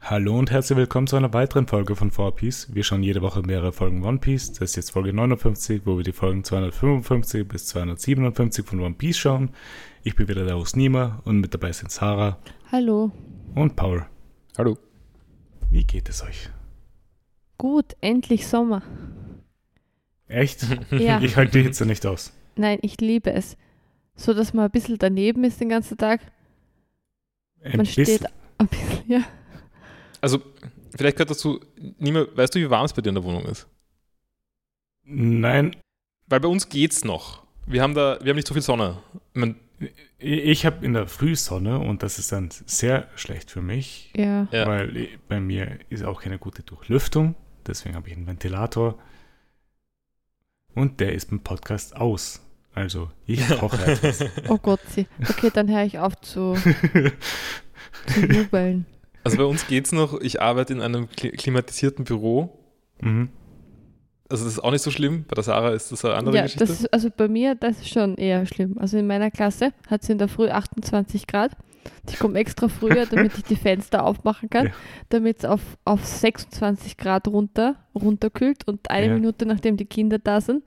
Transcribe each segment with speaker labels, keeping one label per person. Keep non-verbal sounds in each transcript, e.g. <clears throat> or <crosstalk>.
Speaker 1: Hallo und herzlich willkommen zu einer weiteren Folge von 4Piece. Wir schauen jede Woche mehrere Folgen One Piece. Das ist jetzt Folge 59, wo wir die Folgen 255 bis 257 von One Piece schauen. Ich bin wieder der Host Nima und mit dabei sind Sarah
Speaker 2: Hallo.
Speaker 1: und Paul.
Speaker 3: Hallo.
Speaker 1: Wie geht es euch?
Speaker 2: Gut,
Speaker 1: <laughs>
Speaker 2: endlich Sommer. <laughs>
Speaker 1: Echt?
Speaker 2: Ja,
Speaker 1: Ich halte die Hitze nicht aus.
Speaker 2: nein, ich liebe es. So, dass man ein bisschen daneben ist den ganzen Tag.
Speaker 1: Ein
Speaker 2: Man steht
Speaker 1: bisschen-
Speaker 2: ein bisschen, ja.
Speaker 3: Also, vielleicht gehört dazu, Nima, weißt du, wie warm es bei dir in der Wohnung ist?
Speaker 1: Nein,
Speaker 3: Weil bei uns geht's noch. Wir haben da, wir haben nicht so viel Sonne. Ich mein,
Speaker 1: ich habe in der Frühsonne und das ist dann sehr schlecht für mich,
Speaker 2: Ja,
Speaker 3: Ja.
Speaker 1: weil i- bei mir ist auch keine gute Durchlüftung. Deswegen habe ich einen Ventilator und der ist beim Podcast aus. Also ich koche etwas. <laughs>
Speaker 3: <laughs>
Speaker 2: oh Gott. sie. Okay, dann höre ich auf zu, zu
Speaker 1: <laughs>
Speaker 2: jubeln.
Speaker 3: also bei uns geht's noch. Ich arbeite in einem kli- klimatisierten Büro.
Speaker 1: mhm.
Speaker 3: Also das ist auch nicht so schlimm. Bei der Sarah ist das eine andere
Speaker 2: ja,
Speaker 3: Geschichte.
Speaker 2: das ist, also bei mir, das ist schon eher schlimm. Also in meiner Klasse hat es in der Früh 28 Grad. Ich komme extra früher, damit ich die Fenster aufmachen kann,
Speaker 1: Ja.
Speaker 2: damit es auf, auf 26 Grad runter, runterkühlt und eine
Speaker 1: Ja.
Speaker 2: Minute nachdem die Kinder da sind,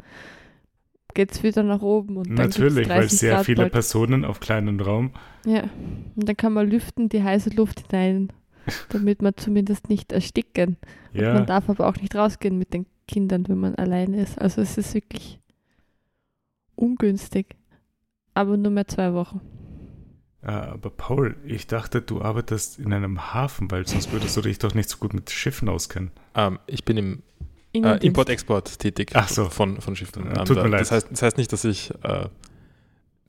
Speaker 2: geht es wieder nach oben. Und dann gibt's
Speaker 1: Natürlich, weil
Speaker 2: 30
Speaker 1: sehr
Speaker 2: Grad
Speaker 1: viele
Speaker 2: bald.
Speaker 1: Personen auf kleinen Raum.
Speaker 2: Ja, und dann kann man lüften, die heiße Luft hinein, damit man zumindest nicht ersticken. Und
Speaker 1: Ja,
Speaker 2: man darf aber auch nicht rausgehen mit den Kindern, wenn man alleine ist. Also es ist wirklich ungünstig. Aber nur mehr zwei Wochen.
Speaker 1: äh, aber Paul, ich dachte, du arbeitest in einem Hafen, weil sonst würdest du dich doch nicht so gut mit Schiffen auskennen.
Speaker 3: ähm, ich bin im äh,
Speaker 2: Innendienst.
Speaker 3: Import-Export tätig
Speaker 1: Ach so.
Speaker 3: von, von Schiffen. Ähm,
Speaker 1: Ja, tut
Speaker 3: da-
Speaker 1: mir leid.
Speaker 3: Das heißt, das heißt nicht, dass ich, äh,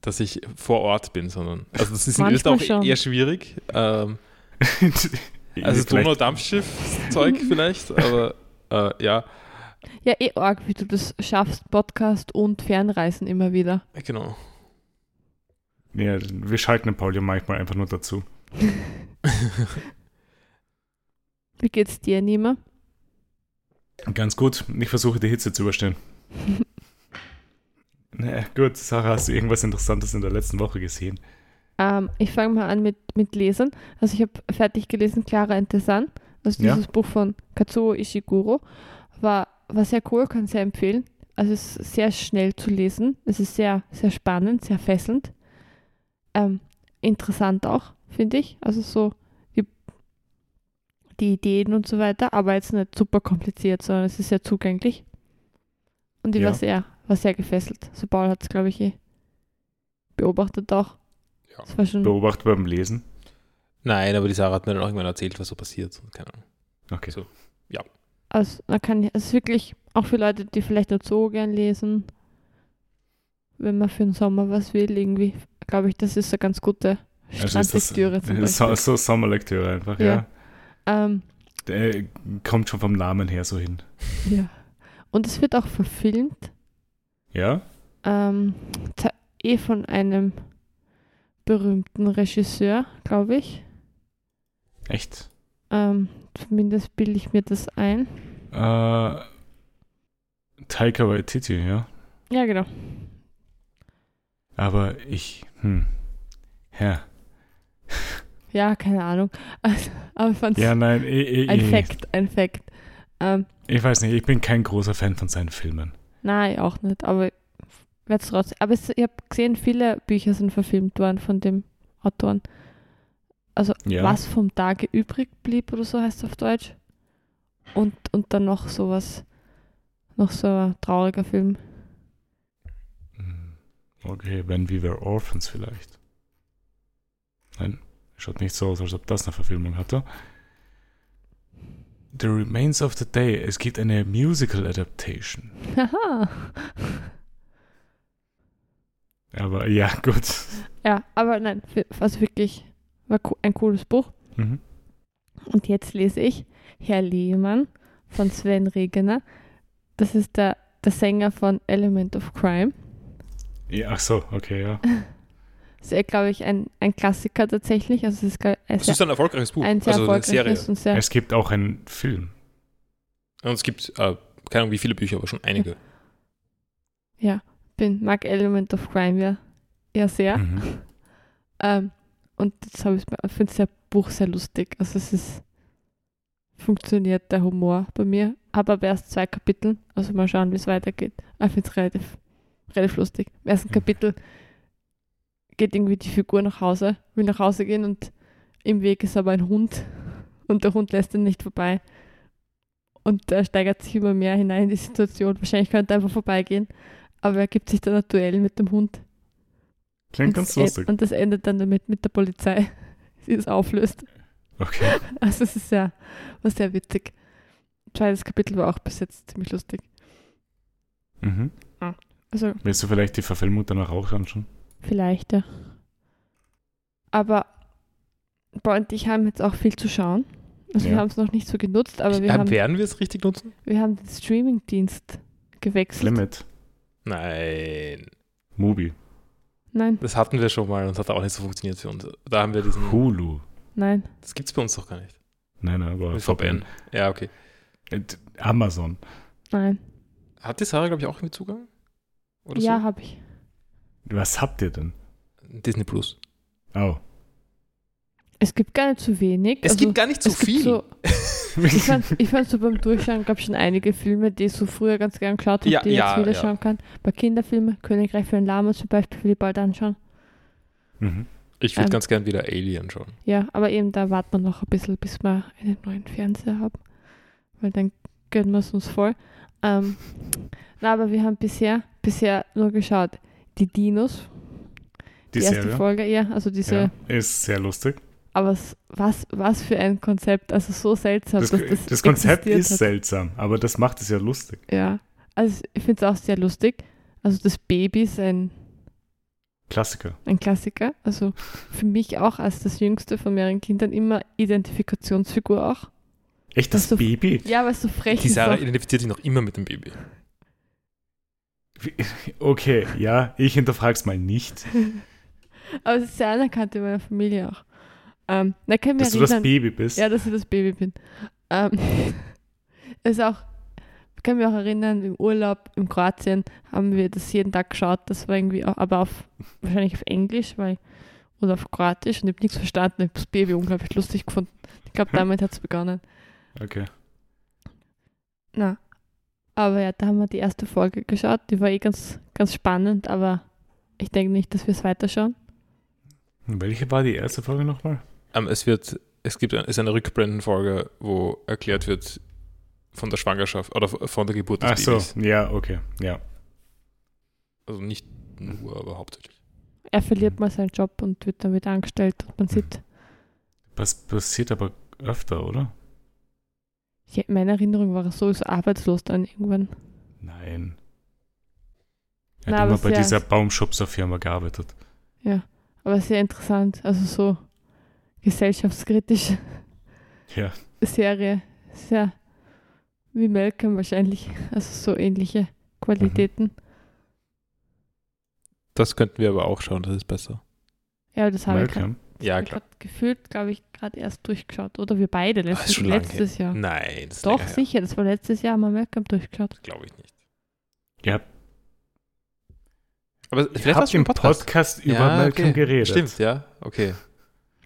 Speaker 3: dass ich vor Ort bin, sondern also das ist in
Speaker 1: <laughs>
Speaker 2: Manchmal
Speaker 3: Österreich
Speaker 2: schon.
Speaker 3: eher schwierig. Ähm, Also
Speaker 1: Vielleicht- <laughs>
Speaker 3: Donau-Dampfschiff-Zeug vielleicht, aber äh, ja,
Speaker 2: Ja, eh arg, wie du das schaffst, Podcast und Fernreisen immer wieder.
Speaker 3: genau. <laughs>
Speaker 1: Ja, wir schalten den Paul ja manchmal einfach nur dazu.
Speaker 2: Wie geht's dir, Nima?
Speaker 1: Ganz gut. Ich versuche die Hitze zu
Speaker 2: <laughs>
Speaker 1: überstehen. Na gut, Sarah, hast du irgendwas Interessantes in der letzten Woche gesehen?
Speaker 2: Ähm, ich fange mal an mit, mit Lesen. Also ich habe fertig gelesen Clara and the Sun. Also
Speaker 1: Ja.
Speaker 2: dieses Buch von Kazuo Ishiguro. War, war sehr cool, kann sehr empfehlen. Also es ist sehr schnell zu lesen. Es ist sehr, sehr spannend, sehr fesselnd. Ähm, interessant auch, finde ich. Also so die, die Ideen und so weiter. Aber jetzt nicht super kompliziert, sondern es ist sehr zugänglich. Und ich
Speaker 1: Ja.
Speaker 2: war, sehr, war sehr gefesselt. So Paul hat es, glaube ich, eh beobachtet auch.
Speaker 3: Ja.
Speaker 2: Es war schon
Speaker 1: Beobachte beim Lesen.
Speaker 3: Nein, aber die Sarah hat mir dann auch irgendwann erzählt, was so passiert. und Keine Ahnung.
Speaker 1: Okay.
Speaker 3: So.
Speaker 2: Also, man kann, es ist wirklich auch für Leute, die vielleicht nicht so gern lesen, wenn man für den Sommer was will, irgendwie, glaube ich, das ist eine ganz gute
Speaker 1: Also <laughs> ist das-
Speaker 2: Strandlektüre zum
Speaker 1: So,
Speaker 2: Beispiel.
Speaker 1: so Sommerlektüre einfach, ja.
Speaker 2: Ja. Ähm,
Speaker 1: Der äh, kommt schon vom Namen her so hin.
Speaker 2: ja. Und es wird auch verfilmt,
Speaker 1: Ja?
Speaker 2: ähm, ta- eh von einem berühmten Regisseur, glaube ich.
Speaker 1: Echt?
Speaker 2: Ähm, zumindest bilde ich mir das ein.
Speaker 1: Äh, Taika Waititi, ja.
Speaker 2: Ja, genau.
Speaker 1: Aber ich, hm.
Speaker 2: <laughs>
Speaker 1: Ja.
Speaker 2: Ja, keine Ahnung. <laughs> Also, Aber ich fand es
Speaker 1: Ja, nein, ich, ich,
Speaker 2: ein
Speaker 1: ich,
Speaker 2: Fact, ein Fact. Ähm,
Speaker 1: ich weiß nicht, ich bin kein großer Fan von seinen Filmen.
Speaker 2: Nein, auch nicht, aber werde trotzdem. Aber es, ich habe gesehen, viele Bücher sind verfilmt worden von dem Autoren.
Speaker 1: Ja.
Speaker 2: Was vom Tage übrig blieb oder so heißt es auf Deutsch. Und, und dann noch sowas, noch so ein trauriger Film. <laughs>
Speaker 1: Hm. Okay, wenn We Were Orphans vielleicht. Nein, schaut nicht so aus, als ob das eine Verfilmung hatte. The Remains of the Day. Es gibt eine Musical Adaptation.
Speaker 2: Haha.
Speaker 1: Aber ja, gut.
Speaker 2: ja, aber nein, fi- also wirklich war co- ein cooles Buch.
Speaker 1: Mhm.
Speaker 2: Und jetzt lese ich Herr Lehmann von Sven Regener. Das ist der, der Sänger von Element of Crime.
Speaker 1: Ja, ach so, okay, ja.
Speaker 2: Das ist, glaube ich, ein, ein Klassiker tatsächlich. Also es ist, glaub- ein
Speaker 3: Es
Speaker 2: sehr,
Speaker 3: ist ein erfolgreiches Buch,
Speaker 2: ein sehr
Speaker 3: also eine
Speaker 2: erfolgreiches
Speaker 3: Serie.
Speaker 2: und sehr.
Speaker 1: Es gibt auch einen Film.
Speaker 3: Und es gibt, äh, keine Ahnung wie viele Bücher, aber schon einige.
Speaker 2: bin, mag Element of Crime ja, ja sehr. <laughs>
Speaker 1: Mhm.
Speaker 2: Ähm, und jetzt habe ich finde das Buch sehr lustig. Also es ist funktioniert der Humor bei mir. Habe aber erst zwei Kapitel, also mal schauen, wie es weitergeht. Aber Ich finde es relativ, relativ lustig. Im ersten
Speaker 1: Mhm.
Speaker 2: Kapitel geht irgendwie die Figur nach Hause, will nach Hause gehen und im Weg ist aber ein Hund und der Hund lässt ihn nicht vorbei. Und er steigert sich immer mehr hinein in die Situation. Wahrscheinlich könnte er einfach vorbeigehen, aber er gibt sich dann ein Duell mit dem Hund.
Speaker 1: Klingt
Speaker 2: Und
Speaker 1: ganz
Speaker 2: das en-
Speaker 1: lustig.
Speaker 2: Und das endet dann damit mit der Polizei, <laughs> die es
Speaker 3: <laughs>
Speaker 2: auflöst.
Speaker 1: Okay.
Speaker 2: Also es ist ja war sehr witzig. Zweites Kapitel war auch bis jetzt ziemlich lustig.
Speaker 1: Mhm.
Speaker 2: Also
Speaker 1: Willst du vielleicht die Verfilmung danach auch anschauen?
Speaker 2: vielleicht, ja. Aber Boy und ich haben jetzt auch viel zu schauen. Also
Speaker 1: Ja.
Speaker 2: wir haben es noch nicht so genutzt, aber
Speaker 3: Ich,
Speaker 2: wir,
Speaker 3: äh,
Speaker 2: haben,
Speaker 3: werden wir es richtig nutzen?
Speaker 2: wir haben den Streaming-Dienst gewechselt.
Speaker 1: Limit.
Speaker 3: Nein.
Speaker 1: Mubi.
Speaker 2: Nein,
Speaker 3: Das hatten wir schon mal und hat auch nicht so funktioniert für uns. Da haben wir diesen.
Speaker 1: Hulu.
Speaker 2: nein.
Speaker 3: Das gibt's bei uns doch gar nicht.
Speaker 1: Nein, nein, aber
Speaker 3: Mit VPN. Ja, okay.
Speaker 1: Äh, d- Amazon.
Speaker 2: Nein.
Speaker 3: Hat die Sarah, glaube ich, auch irgendwie Zugang? Oder
Speaker 2: Ja, habe ich.
Speaker 1: Was habt ihr denn?
Speaker 3: so? Disney Plus.
Speaker 1: Oh.
Speaker 2: Es gibt gar nicht zu wenig.
Speaker 3: Es
Speaker 2: also,
Speaker 3: gibt gar nicht so
Speaker 2: es gibt
Speaker 3: viel.
Speaker 2: So, Ich fand, ich fand so beim Durchschauen gab es schon einige Filme, die ich so früher ganz gern geschaut habe,
Speaker 3: Ja,
Speaker 2: die ich
Speaker 3: ja,
Speaker 2: jetzt wieder
Speaker 3: ja.
Speaker 2: schauen kann. Bei Kinderfilmen, Königreich für den Lama zum Beispiel, will ich bald anschauen.
Speaker 1: <laughs> mhm.
Speaker 3: ich würde
Speaker 2: ähm,
Speaker 3: ganz gern wieder Alien schauen.
Speaker 2: Ja, aber eben da warten wir noch ein bisschen, bis wir einen neuen Fernseher haben. Weil dann gönnen wir es uns voll. Ähm, na, aber wir haben bisher, bisher nur geschaut, die Dinos,
Speaker 1: Die,
Speaker 2: die, erste
Speaker 1: Serie.
Speaker 2: Folge, ja, also diese,
Speaker 1: Ja, ist sehr lustig.
Speaker 2: aber s- was, was für ein Konzept, also so seltsam,
Speaker 1: Das,
Speaker 2: dass das,
Speaker 1: das, Konzept
Speaker 2: existiert
Speaker 1: ist
Speaker 2: hat.
Speaker 1: seltsam, aber das macht es ja lustig.
Speaker 2: Ja, also ich finde es auch sehr lustig. Also das Baby ist ein,
Speaker 1: Klassiker.
Speaker 2: ein Klassiker. Also für mich auch als das jüngste von mehreren Kindern immer Identifikationsfigur auch.
Speaker 1: Echt das
Speaker 2: Hast du-
Speaker 1: Baby?
Speaker 2: Ja, weil es so frech
Speaker 3: Die
Speaker 2: ist.
Speaker 3: Sarah
Speaker 2: Auch.
Speaker 3: identifiziert sich noch immer mit dem Baby.
Speaker 1: Wie- Okay, ja, ich hinterfrag's mal nicht.
Speaker 2: Aber es ist sehr anerkannt in meiner Familie auch. Ähm, da kann ich
Speaker 1: Dass
Speaker 2: mich
Speaker 1: du das
Speaker 2: erinnern,
Speaker 1: Baby bist.
Speaker 2: ja, dass ich das Baby bin. Ähm, <laughs> ist auch, ich kann mich auch erinnern, im Urlaub in Kroatien haben wir das jeden Tag geschaut. Das war irgendwie auch, aber auf, wahrscheinlich auf Englisch, weil oder auf Kroatisch und ich habe nichts verstanden. Ich habe das Baby unglaublich lustig gefunden. Ich glaube, damit hat es begonnen.
Speaker 1: Okay.
Speaker 2: Na. Aber ja, da haben wir die erste Folge geschaut. Die war eh ganz, ganz spannend, aber ich denke nicht, dass wir es weiterschauen.
Speaker 1: Welche war die erste Folge nochmal?
Speaker 3: Ähm, es wird, es gibt ein, es ist eine Rückblendenfolge, wo erklärt wird von der Schwangerschaft oder von der Geburt des
Speaker 1: Ach so,
Speaker 3: Babys.
Speaker 1: ja, okay, ja.
Speaker 3: Also nicht nur, aber hauptsächlich.
Speaker 2: Er verliert mal seinen Job und wird dann wieder angestellt und man sieht,
Speaker 1: Das passiert aber öfter, oder?
Speaker 2: ich, in meiner Erinnerung war er so, ist arbeitslos dann irgendwann.
Speaker 1: Nein. Er
Speaker 2: Na,
Speaker 1: hat
Speaker 2: aber
Speaker 1: immer bei
Speaker 2: sehr-
Speaker 1: dieser Baumschubserfirma gearbeitet.
Speaker 2: Aber sehr interessant, also so gesellschaftskritische
Speaker 1: Ja.
Speaker 2: <laughs> Serie, sehr wie Malcolm wahrscheinlich, also so ähnliche Qualitäten.
Speaker 3: Mhm. Das könnten wir aber auch schauen, das ist besser.
Speaker 2: Ja, das habe ich gerade
Speaker 1: Malcolm.
Speaker 3: Ja,
Speaker 2: hab ich
Speaker 3: klar.
Speaker 2: grad gefühlt, glaube ich, gerade erst durchgeschaut. Oder wir beide
Speaker 3: Ah, ist
Speaker 2: letztes,
Speaker 3: schon lang
Speaker 2: letztes Jahr.
Speaker 3: Nein, das ist
Speaker 2: Doch,
Speaker 3: länger her.
Speaker 2: sicher. Das war letztes Jahr mal Welcome durchgeschaut.
Speaker 3: Glaube ich nicht.
Speaker 1: Ja.
Speaker 3: Aber
Speaker 1: Ihr
Speaker 3: vielleicht
Speaker 1: habt
Speaker 3: hast du
Speaker 1: im
Speaker 3: einen
Speaker 1: Podcast,
Speaker 3: Podcast.
Speaker 1: über
Speaker 3: Ja,
Speaker 1: Malcolm
Speaker 3: okay.
Speaker 1: geredet.
Speaker 3: Stimmt, ja, okay.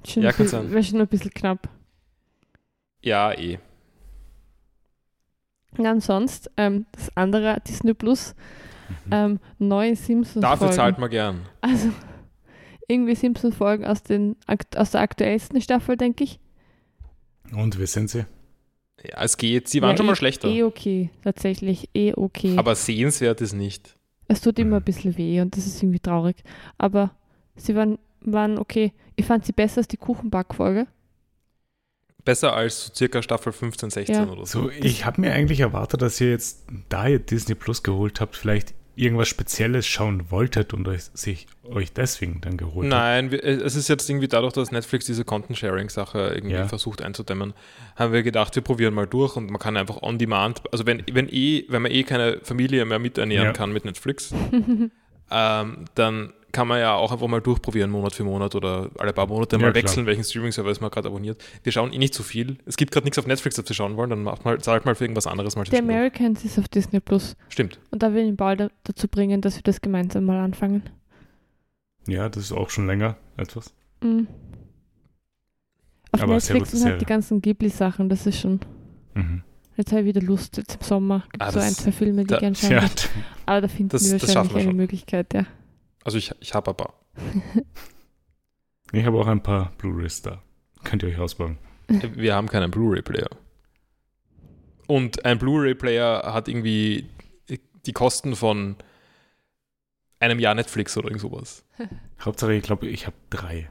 Speaker 2: Schon
Speaker 3: Ja,
Speaker 2: ein
Speaker 3: kann
Speaker 2: bisschen-
Speaker 3: sein.
Speaker 2: Wäre schon ein bisschen knapp.
Speaker 3: Ja, eh.
Speaker 2: Und ansonsten, ähm, das andere Disney Plus,
Speaker 1: Mhm.
Speaker 2: ähm, neue Simpsons-Folgen.
Speaker 3: Dafür zahlt man gern.
Speaker 2: Also, <laughs> irgendwie Simpsons-Folgen aus, den, akt- aus der aktuellsten Staffel, denke ich.
Speaker 1: Und wie sind sie?
Speaker 3: Ja, es geht. Sie waren
Speaker 2: Ja,
Speaker 3: schon
Speaker 2: eh-
Speaker 3: mal schlechter.
Speaker 2: Eh okay, tatsächlich. Eh okay.
Speaker 3: Aber sehenswert ist nicht.
Speaker 2: es tut
Speaker 1: Mhm.
Speaker 2: immer ein bisschen weh und das ist irgendwie traurig. Aber sie waren, waren okay. Ich fand sie besser als die Kuchenback-Folge.
Speaker 3: Besser als so circa Staffel 15, 16
Speaker 2: Ja.
Speaker 3: oder so.
Speaker 1: So, ich habe mir eigentlich erwartet, dass ihr jetzt, da ihr Disney Plus geholt habt, vielleicht irgendwas Spezielles schauen wolltet und euch, sich euch deswegen dann geholt habt.
Speaker 3: Nein, wir, äh, es ist jetzt irgendwie dadurch, dass Netflix diese Content-Sharing-Sache irgendwie
Speaker 1: Ja.
Speaker 3: versucht einzudämmen, haben wir gedacht, wir probieren mal durch und man kann einfach on demand, also wenn, wenn, eh, wenn man eh keine Familie mehr miternähren
Speaker 1: Ja.
Speaker 3: kann
Speaker 1: <laughs>
Speaker 3: mit Netflix, ähm, dann kann man ja auch einfach mal durchprobieren, Monat für Monat oder alle paar Monate mal
Speaker 1: Ja, klar.
Speaker 3: wechseln, welchen Streaming-Service man gerade abonniert. Wir schauen eh nicht so viel. Es gibt gerade nichts auf Netflix, das wir schauen wollen, dann macht mal, zahlt mal für irgendwas anderes mal
Speaker 2: The
Speaker 3: zwischendurch.
Speaker 2: Americans ist auf Disney Plus.
Speaker 3: Stimmt.
Speaker 2: Und da will ich ihn bald da- dazu bringen, dass wir das gemeinsam mal anfangen.
Speaker 1: Ja, das ist auch schon länger etwas.
Speaker 2: Mhm. Auf
Speaker 1: Aber sehr
Speaker 2: Netflix
Speaker 1: gute
Speaker 2: sind
Speaker 1: Serie.
Speaker 2: halt die ganzen Ghibli-Sachen, das ist schon
Speaker 1: Mhm.
Speaker 2: Jetzt habe ich wieder Lust, jetzt im Sommer gibt
Speaker 3: Ah,
Speaker 2: so
Speaker 3: das-
Speaker 2: ein, zwei Filme, die
Speaker 3: da-
Speaker 2: ich gerne schauen
Speaker 1: Ja,
Speaker 2: würde. Aber da finden
Speaker 3: das-
Speaker 2: wir
Speaker 3: das schaffen
Speaker 2: wahrscheinlich
Speaker 3: wir
Speaker 2: eine
Speaker 3: schon.
Speaker 2: Möglichkeit, ja. <laughs>
Speaker 3: Also ich, ich habe ein paar.
Speaker 1: <laughs> ich habe auch ein paar Blu-rays da. Könnt ihr euch ausbauen.
Speaker 3: Wir haben keinen Blu-ray-Player. Und ein Blu-ray-Player hat irgendwie die Kosten von einem Jahr Netflix oder irgend sowas.
Speaker 1: Hauptsache, ich glaube, ich habe drei.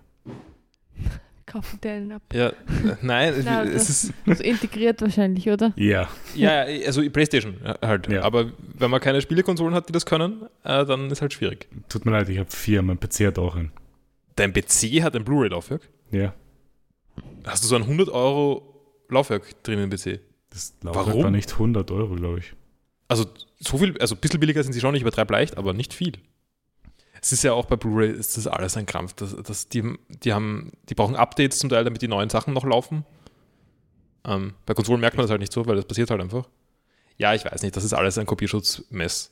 Speaker 2: Kaufen die einen ab.
Speaker 3: Ja, äh, nein, es-
Speaker 2: Na,
Speaker 3: es ist
Speaker 2: So integriert wahrscheinlich, oder?
Speaker 1: Ja,
Speaker 3: ja, ja, also PlayStation halt.
Speaker 1: Ja.
Speaker 3: Aber wenn man keine Spielekonsolen hat, die das können, äh, dann ist halt schwierig.
Speaker 1: tut mir leid, ich habe vier. Mein PC hat auch einen.
Speaker 3: Dein PC hat ein Blu-ray-Laufwerk.
Speaker 1: Ja,
Speaker 3: Hast du so ein 100 Euro Laufwerk drin im PC?
Speaker 1: das Laufwerk
Speaker 3: Warum?
Speaker 1: war nicht 100 Euro, glaube ich.
Speaker 3: Also so viel, also ein bisschen billiger sind sie schon, ich übertreibe leicht, aber nicht viel. Es ist ja auch bei Blu-ray ist das alles ein Krampf. Das, das, die, die, haben, die brauchen Updates zum Teil, damit die neuen Sachen noch laufen. Ähm, bei Konsolen merkt man das halt nicht so, weil das passiert halt einfach. Ja, ich weiß nicht, das ist alles ein Kopierschutzmess.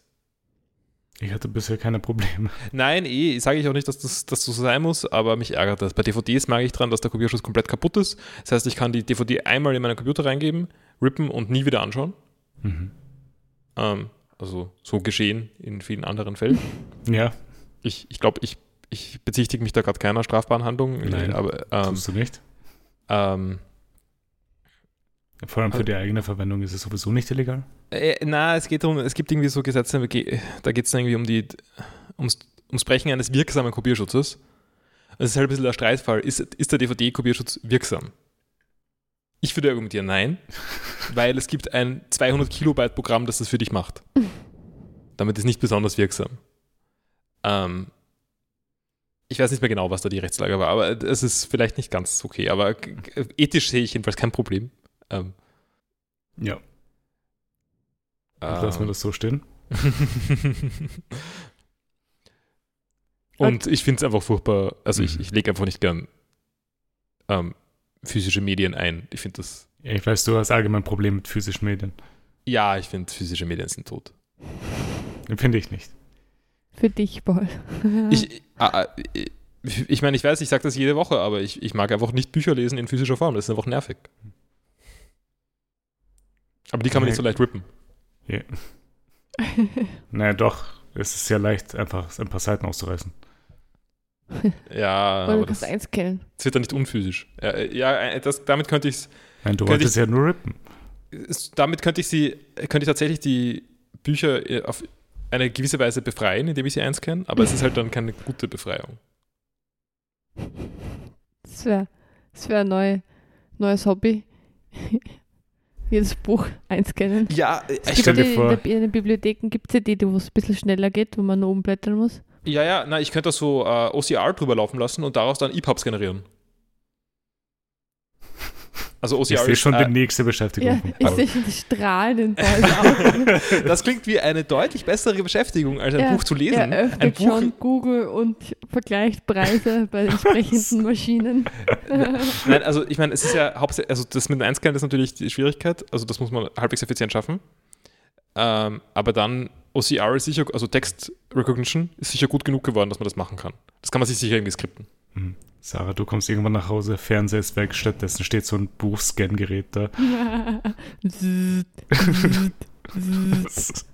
Speaker 1: Ich hatte bisher keine Probleme. <laughs>
Speaker 3: Nein, eh, sage ich auch nicht, dass das, dass das so sein muss, aber mich ärgert das. Bei DVDs merke ich dran, dass der Kopierschutz komplett kaputt ist. Das heißt, ich kann die DVD einmal in meinen Computer reingeben, rippen und nie wieder anschauen.
Speaker 1: Mhm.
Speaker 3: Ähm, also so geschehen in vielen anderen
Speaker 2: <laughs>
Speaker 3: Fällen.
Speaker 1: Ja,
Speaker 3: Ich, ich glaube, ich, ich bezichtige mich da gerade keiner strafbaren Handlung.
Speaker 1: Nein,
Speaker 3: aber ähm,
Speaker 1: tust du nicht.
Speaker 3: ähm,
Speaker 1: Vor allem für die eigene Verwendung ist es sowieso nicht illegal.
Speaker 3: äh, na, es geht darum, es gibt irgendwie so Gesetze, da geht es irgendwie um die, ums, ums Brechen eines wirksamen Kopierschutzes. Das ist halt ein bisschen der Streitfall. Ist, ist der DVD-Kopierschutz wirksam? Ich würde argumentieren, nein, weil es gibt ein 200 Kilobyte Programm, das das für dich macht. Damit ist nicht besonders wirksam. Ähm, ich weiß nicht mehr genau, was da die Rechtslage war, aber es ist vielleicht nicht ganz okay. Aber g- g- ethisch sehe ich jedenfalls kein Problem. Ähm,
Speaker 1: <laughs> Ja. Lassen wir
Speaker 3: ähm,
Speaker 1: das so stehen.
Speaker 3: <laughs> Und ich finde es einfach furchtbar. Also ich,
Speaker 1: Mhm.
Speaker 3: ich lege einfach nicht gern ähm, physische Medien ein. Ich finde das.
Speaker 1: Ich weiß, du hast allgemein Probleme mit physischen Medien.
Speaker 3: Ja, ich finde physische Medien sind tot.
Speaker 1: Finde ich nicht.
Speaker 2: <laughs> Für dich, Paul.
Speaker 3: Ich, ah, ah, ich, ich meine, ich weiß, ich sage das jede Woche, aber ich, ich mag einfach nicht Bücher lesen in physischer Form. Das ist einfach nervig. Aber die kann man nicht so leicht rippen.
Speaker 1: Naja, doch. Es ist sehr leicht, einfach ein paar Seiten auszureißen.
Speaker 3: Ja,
Speaker 2: Oder du
Speaker 3: aber
Speaker 2: kannst
Speaker 3: das,
Speaker 2: einscannen.
Speaker 3: das wird dann nicht unphysisch. Ja, äh, ja das, damit könnte ich es
Speaker 1: Nein, du
Speaker 3: Könnte
Speaker 1: wolltest ja nur rippen.
Speaker 3: ist- damit könnte ich sie, könnte ich tatsächlich die Bücher äh, auf eine gewisse Weise befreien, indem ich sie einscanne, aber es ist halt dann keine gute Befreiung.
Speaker 2: Das wäre das wär ein neu, neues Hobby. <laughs> Jedes Buch einscannen.
Speaker 3: Ja,
Speaker 2: äh, Es
Speaker 1: stell
Speaker 2: gibt
Speaker 1: dir
Speaker 2: die-
Speaker 1: vor-
Speaker 2: in, der, in den Bibliotheken gibt es ja die, die- wo es ein bisschen schneller geht, wo man nur umblättern muss.
Speaker 3: ja, ja, na, ich könnte das so äh, OCR drüber laufen lassen und daraus dann E EPUBs generieren. Also
Speaker 1: Ich
Speaker 3: OCR
Speaker 1: sehe schon die
Speaker 3: <laughs> äh,
Speaker 1: nächste Beschäftigung.
Speaker 2: Ja,
Speaker 1: von
Speaker 2: ich
Speaker 1: Paul.
Speaker 2: sehe schon die Strahlen in Pauls Augen.
Speaker 3: genau. das klingt wie eine deutlich bessere Beschäftigung, als ein
Speaker 2: Ja,
Speaker 3: Buch zu
Speaker 2: Er
Speaker 3: lesen. ein
Speaker 2: öffnet
Speaker 3: Buch,
Speaker 2: schon Google und vergleicht Preise bei entsprechenden Maschinen. <laughs>
Speaker 3: Nein, also ich meine, es ist ja hauptsächlich, also das mit dem Einscannen ist natürlich die Schwierigkeit, also das muss man halbwegs effizient schaffen. Ähm, aber dann OCR ist sicher, also Text Recognition ist sicher gut genug geworden, dass man das machen kann. Das kann man sich sicher irgendwie skripten.
Speaker 1: Mhm. Sarah, du kommst irgendwann nach Hause, Fernseher ist weg, stattdessen steht so ein Buchscan-Gerät da.
Speaker 2: <laughs> Zzt, zzt, zzt.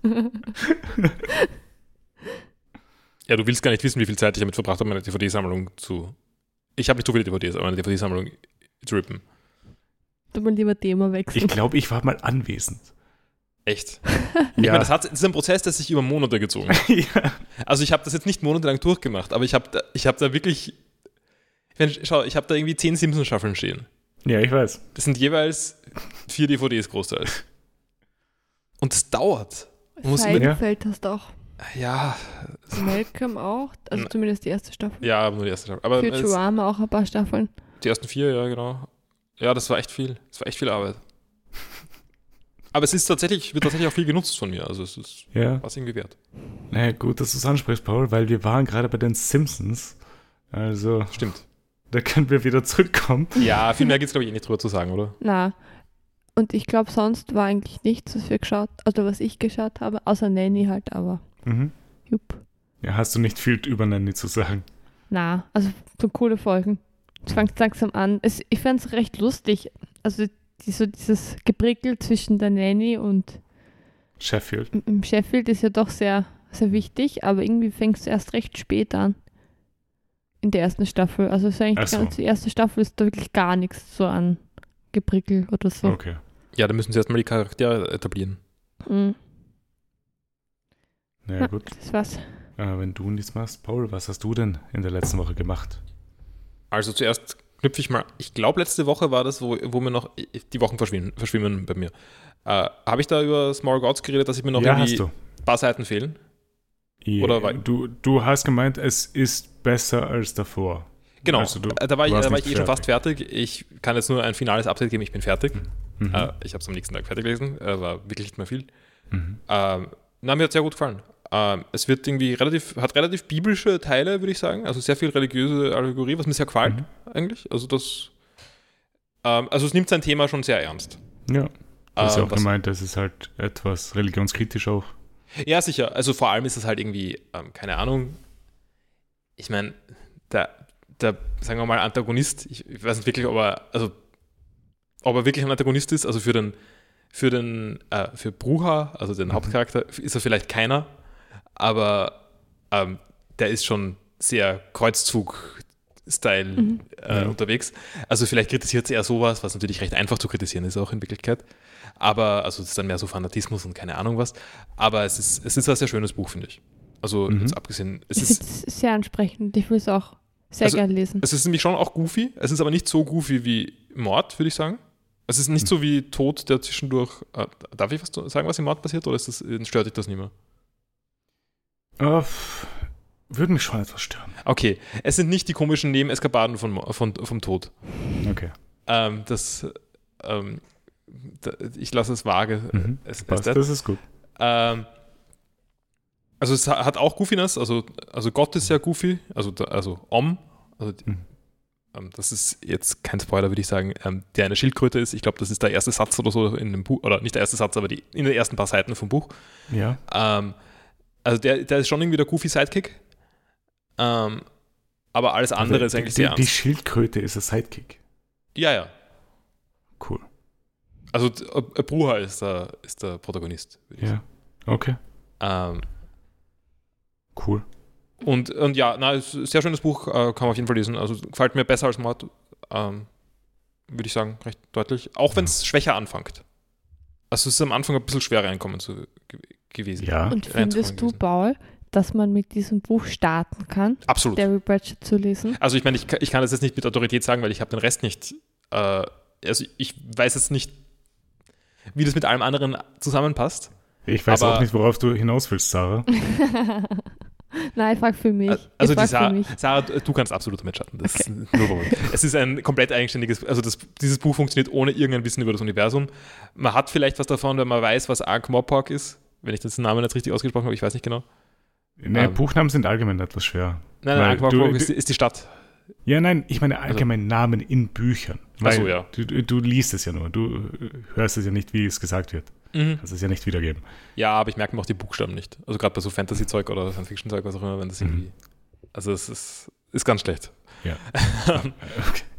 Speaker 3: Ja, du willst gar nicht wissen, wie viel Zeit ich damit verbracht habe, meine DVD-Sammlung zu. Ich habe nicht so viele DVDs, aber meine DVD-Sammlung zu rippen.
Speaker 2: Du mal lieber Thema
Speaker 1: Ich
Speaker 2: wechseln.
Speaker 1: glaube, ich war mal anwesend. <laughs>
Speaker 3: <laughs> Echt? Ich
Speaker 1: Ja.
Speaker 3: meine, das, hat, das ist ein Prozess, der sich über Monate gezogen hat.
Speaker 1: ja.
Speaker 3: Also ich habe das jetzt nicht monatelang durchgemacht, aber ich habe da, ich hab da wirklich. Ich meine, schau, ich habe da irgendwie zehn Simpsons-Staffeln stehen.
Speaker 1: ja, ich weiß.
Speaker 3: Das sind jeweils vier DVDs großteils. Und das dauert. Man muss immer,
Speaker 1: Zeit.
Speaker 2: Seinfeld hast du auch.
Speaker 3: ja,
Speaker 2: Malcolm auch. Also
Speaker 3: Na.
Speaker 2: zumindest die erste Staffel.
Speaker 3: ja, aber nur die erste Staffel. Aber es,
Speaker 2: Futurama auch ein paar Staffeln.
Speaker 3: die ersten vier, ja, genau. Ja, das war echt viel. Das war echt viel <laughs> Arbeit. Aber es ist tatsächlich, wird tatsächlich auch viel genutzt von mir. Also es ist
Speaker 1: Ja.
Speaker 3: was irgendwie wert.
Speaker 1: Naja, gut, dass du es ansprichst, Paul, weil wir waren gerade bei den Simpsons. Also,
Speaker 3: Stimmt.
Speaker 1: da können wir wieder zurückkommen.
Speaker 3: Ja, viel mehr gibt es, glaube ich, eh nicht drüber zu sagen, oder?
Speaker 2: Na. Und ich glaube, sonst war eigentlich nichts, was wir geschaut, also was ich geschaut habe, außer Nanny halt, aber
Speaker 1: Mhm.
Speaker 2: jupp.
Speaker 1: Ja, hast du nicht viel über Nanny zu sagen.
Speaker 2: Na, also so coole Folgen. Es fängt langsam an. Es, ich fand es recht lustig. Also die, so dieses Geprickel zwischen der Nanny und
Speaker 1: Sheffield.
Speaker 2: im- im Sheffield ist ja doch sehr, sehr wichtig, aber irgendwie fängst du erst recht spät an. In der ersten Staffel. Also es ist eigentlich
Speaker 1: Ach so.
Speaker 2: ganz, die erste Staffel ist da wirklich gar nichts so an Geprickel oder so.
Speaker 1: Okay.
Speaker 3: Ja, da müssen sie erstmal die Charaktere etablieren.
Speaker 2: Mm.
Speaker 1: Na
Speaker 2: Ja,
Speaker 1: ja, gut.
Speaker 2: Das war's.
Speaker 1: Äh, wenn du nichts machst, Paul, was hast du denn in der letzten Woche gemacht?
Speaker 3: Also zuerst knüpfe ich mal, ich glaube letzte Woche war das, wo, wo mir noch, äh, die Wochen verschwimmen, verschwimmen bei mir. Äh, Habe ich da über Small Gods geredet, dass ich mir noch
Speaker 1: ja, hast
Speaker 3: irgendwie
Speaker 1: du.
Speaker 3: ein paar Seiten fehlen?
Speaker 1: Ja,
Speaker 3: Oder wei-
Speaker 1: du, du hast gemeint, es ist besser als davor.
Speaker 3: Genau,
Speaker 1: Also du-
Speaker 3: äh, da war ich,
Speaker 1: du warst
Speaker 3: da war ich
Speaker 1: nicht
Speaker 3: eh schon fast fertig. Ich kann jetzt nur ein finales Update geben, ich bin fertig.
Speaker 1: Mhm.
Speaker 3: Äh, ich habe es am nächsten Tag fertig gelesen, äh, war wirklich nicht mehr viel.
Speaker 1: Mhm.
Speaker 3: Ähm, na, mir hat sehr gut gefallen. Ähm, es wird irgendwie relativ, hat relativ biblische Teile, würde ich sagen. Also sehr viel religiöse Allegorie, was mir sehr gefällt
Speaker 1: Mhm.
Speaker 3: eigentlich. Also das, ähm, also es nimmt sein Thema schon sehr ernst.
Speaker 1: Mhm. Ja. Du hast
Speaker 3: Ähm,
Speaker 1: ja auch
Speaker 3: was-
Speaker 1: gemeint, es ist halt etwas religionskritisch auch.
Speaker 3: Ja, sicher. Also vor allem ist es halt irgendwie, ähm, keine Ahnung, ich meine, der, der, sagen wir mal, Antagonist, ich, ich weiß nicht wirklich, ob er, also, ob er wirklich ein Antagonist ist, also für den, für den, äh, für Bruha, also den Hauptcharakter, ist er vielleicht keiner, aber ähm, der ist schon sehr Kreuzzug-Style äh,
Speaker 1: Ja.
Speaker 3: unterwegs. Also vielleicht kritisiert sie eher sowas, was natürlich recht einfach zu kritisieren ist auch in Wirklichkeit. Aber, also es ist dann mehr so Fanatismus und keine Ahnung was. Aber es ist, es ist ein sehr schönes Buch, finde ich. Also
Speaker 1: Mhm.
Speaker 3: jetzt abgesehen, es
Speaker 2: Ich
Speaker 3: ist,
Speaker 1: <laughs>
Speaker 2: finde es sehr ansprechend. Ich will es auch sehr
Speaker 3: Also,
Speaker 2: gern lesen.
Speaker 3: es ist nämlich schon auch goofy. Es ist aber nicht so goofy wie Mord, würde ich sagen. Es ist nicht
Speaker 1: Mhm.
Speaker 3: so wie Tod, der zwischendurch. Äh, darf ich was zu- sagen, was im Mord passiert? Oder ist das, äh, stört dich das nicht mehr?
Speaker 1: Ah, pff, würde mich schon etwas stören.
Speaker 3: Okay, es sind nicht die komischen Nebeneskapaden von, Mo- von, vom Tod.
Speaker 1: Okay.
Speaker 3: Ähm, das. Ähm, da, ich lasse es vage.
Speaker 1: Mhm.
Speaker 3: Es, es,
Speaker 1: Passt, das ist gut.
Speaker 3: Ähm, also es ha- hat auch Goofiness, also, also Gott ist ja Goofy, also, da- also Om, also die-
Speaker 1: Mhm.
Speaker 3: ähm, das ist jetzt kein Spoiler, würde ich sagen, ähm, der eine Schildkröte ist. Ich glaube, das ist der erste Satz oder so in dem Buch, oder nicht der erste Satz, aber die, in den ersten paar Seiten vom Buch.
Speaker 1: Ja.
Speaker 3: Ähm, also der, der ist schon irgendwie der Goofy-Sidekick, ähm, aber alles andere ist eigentlich
Speaker 1: die,
Speaker 3: sehr
Speaker 1: die
Speaker 3: ernst.
Speaker 1: Schildkröte ist ein Sidekick.
Speaker 3: Ja, ja.
Speaker 1: Cool.
Speaker 3: Also d- äh, Bruha ist der, ist der Protagonist. würd ich
Speaker 1: Ja. Okay.
Speaker 3: sagen. Ähm,
Speaker 1: Cool.
Speaker 3: Und, und ja, na, es ist ein sehr schönes Buch, äh, kann man auf jeden Fall lesen. Also gefällt mir besser als Mord, ähm, würde ich sagen, recht deutlich. Auch wenn es schwächer anfängt. Also es ist am Anfang ein bisschen schwerer reinkommen zu, ge gewesen.
Speaker 1: Ja.
Speaker 2: Und
Speaker 3: reinzukommen
Speaker 2: findest du,
Speaker 3: gewesen.
Speaker 2: Paul, dass man mit diesem Buch starten kann,
Speaker 3: Absolut.
Speaker 2: Terry Pratchett zu lesen? <laughs>
Speaker 3: Also ich meine, ich, ka- ich kann das jetzt nicht mit Autorität sagen, weil ich habe den Rest nicht. Äh, also ich weiß jetzt nicht, wie das mit allem anderen zusammenpasst.
Speaker 1: Ich weiß
Speaker 3: Aber-
Speaker 1: auch nicht, worauf du hinaus willst,
Speaker 3: <laughs>
Speaker 1: Sarah.
Speaker 2: Nein, ich frage für mich. ich
Speaker 3: Also die
Speaker 2: frag für
Speaker 3: Sarah,
Speaker 2: mich.
Speaker 3: Sarah, du du kannst absolut damit schatten. Das ist nur Problem. es ist ein komplett eigenständiges, also das, dieses Buch funktioniert ohne irgendein Wissen über das Universum. Man hat vielleicht was davon, wenn man weiß, was Ark Morpork ist, wenn ich den Namen jetzt richtig ausgesprochen habe, ich weiß nicht genau.
Speaker 1: Nee,
Speaker 3: Ähm.
Speaker 1: Ne, Buchnamen sind allgemein etwas schwer.
Speaker 3: Nein, nein,
Speaker 1: Weil
Speaker 3: Ark Morpork
Speaker 1: du-
Speaker 3: ist, die- ist die Stadt.
Speaker 1: Ja, nein, ich meine allgemein Namen in Büchern.
Speaker 3: Also Ach
Speaker 1: Weil
Speaker 3: so, ja.
Speaker 1: du, du du liest es ja nur. Du äh, hörst es ja nicht, wie es gesagt wird. Kannst es ja nicht wiedergeben.
Speaker 3: Mhm. Ja, aber ich merke mir auch die Buchstaben nicht. Also gerade bei so Fantasy-Zeug oder Science-Fiction-Zeug, was auch immer, wenn das
Speaker 1: Mhm.
Speaker 3: irgendwie. Also es ist, ist ganz schlecht. <laughs>
Speaker 1: Ja. Ah,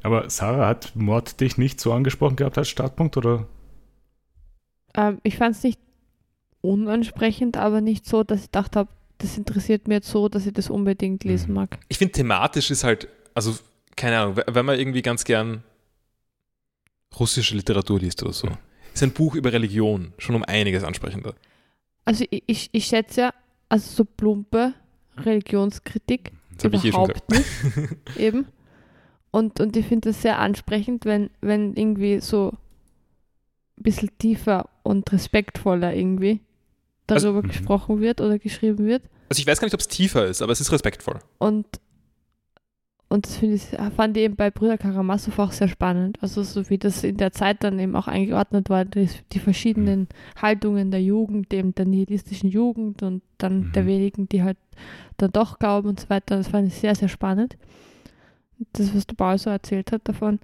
Speaker 1: Aber Sarah, hat Mord dich nicht so angesprochen gehabt als Startpunkt, oder?
Speaker 2: Ähm, ich fand es nicht unansprechend, aber nicht so, dass ich dachte habe, das interessiert mir jetzt so, dass ich das unbedingt lesen
Speaker 1: Mhm.
Speaker 2: mag.
Speaker 3: Ich finde thematisch ist halt, also keine Ahnung, we- wenn man irgendwie ganz gern russische Literatur liest oder so,
Speaker 1: Mhm.
Speaker 3: ist ein Buch über Religion schon um einiges ansprechender.
Speaker 2: Also ich, ich, ich schätze ja, also so plumpe Religionskritik
Speaker 3: Das habe ich hier schon gesagt.
Speaker 2: überhaupt nicht.
Speaker 3: <laughs>
Speaker 2: Eben. Und, und ich finde es sehr ansprechend, wenn, wenn irgendwie so ein bisschen tiefer und respektvoller irgendwie
Speaker 3: Also-
Speaker 2: darüber
Speaker 1: Mhm.
Speaker 2: gesprochen wird oder geschrieben wird.
Speaker 3: Also ich weiß gar nicht, ob es tiefer ist, aber es ist respektvoll.
Speaker 2: Und, und das finde ich, fand ich eben bei Brüder Karamassow auch sehr spannend. Also so wie das in der Zeit dann eben auch eingeordnet war, die, die verschiedenen
Speaker 3: Mhm.
Speaker 2: Haltungen der Jugend, eben der nihilistischen Jugend und dann
Speaker 1: Mhm.
Speaker 2: der wenigen, die halt dann doch glauben und so weiter. Das fand ich sehr, sehr spannend. Das, was der Paul so erzählt hat davon,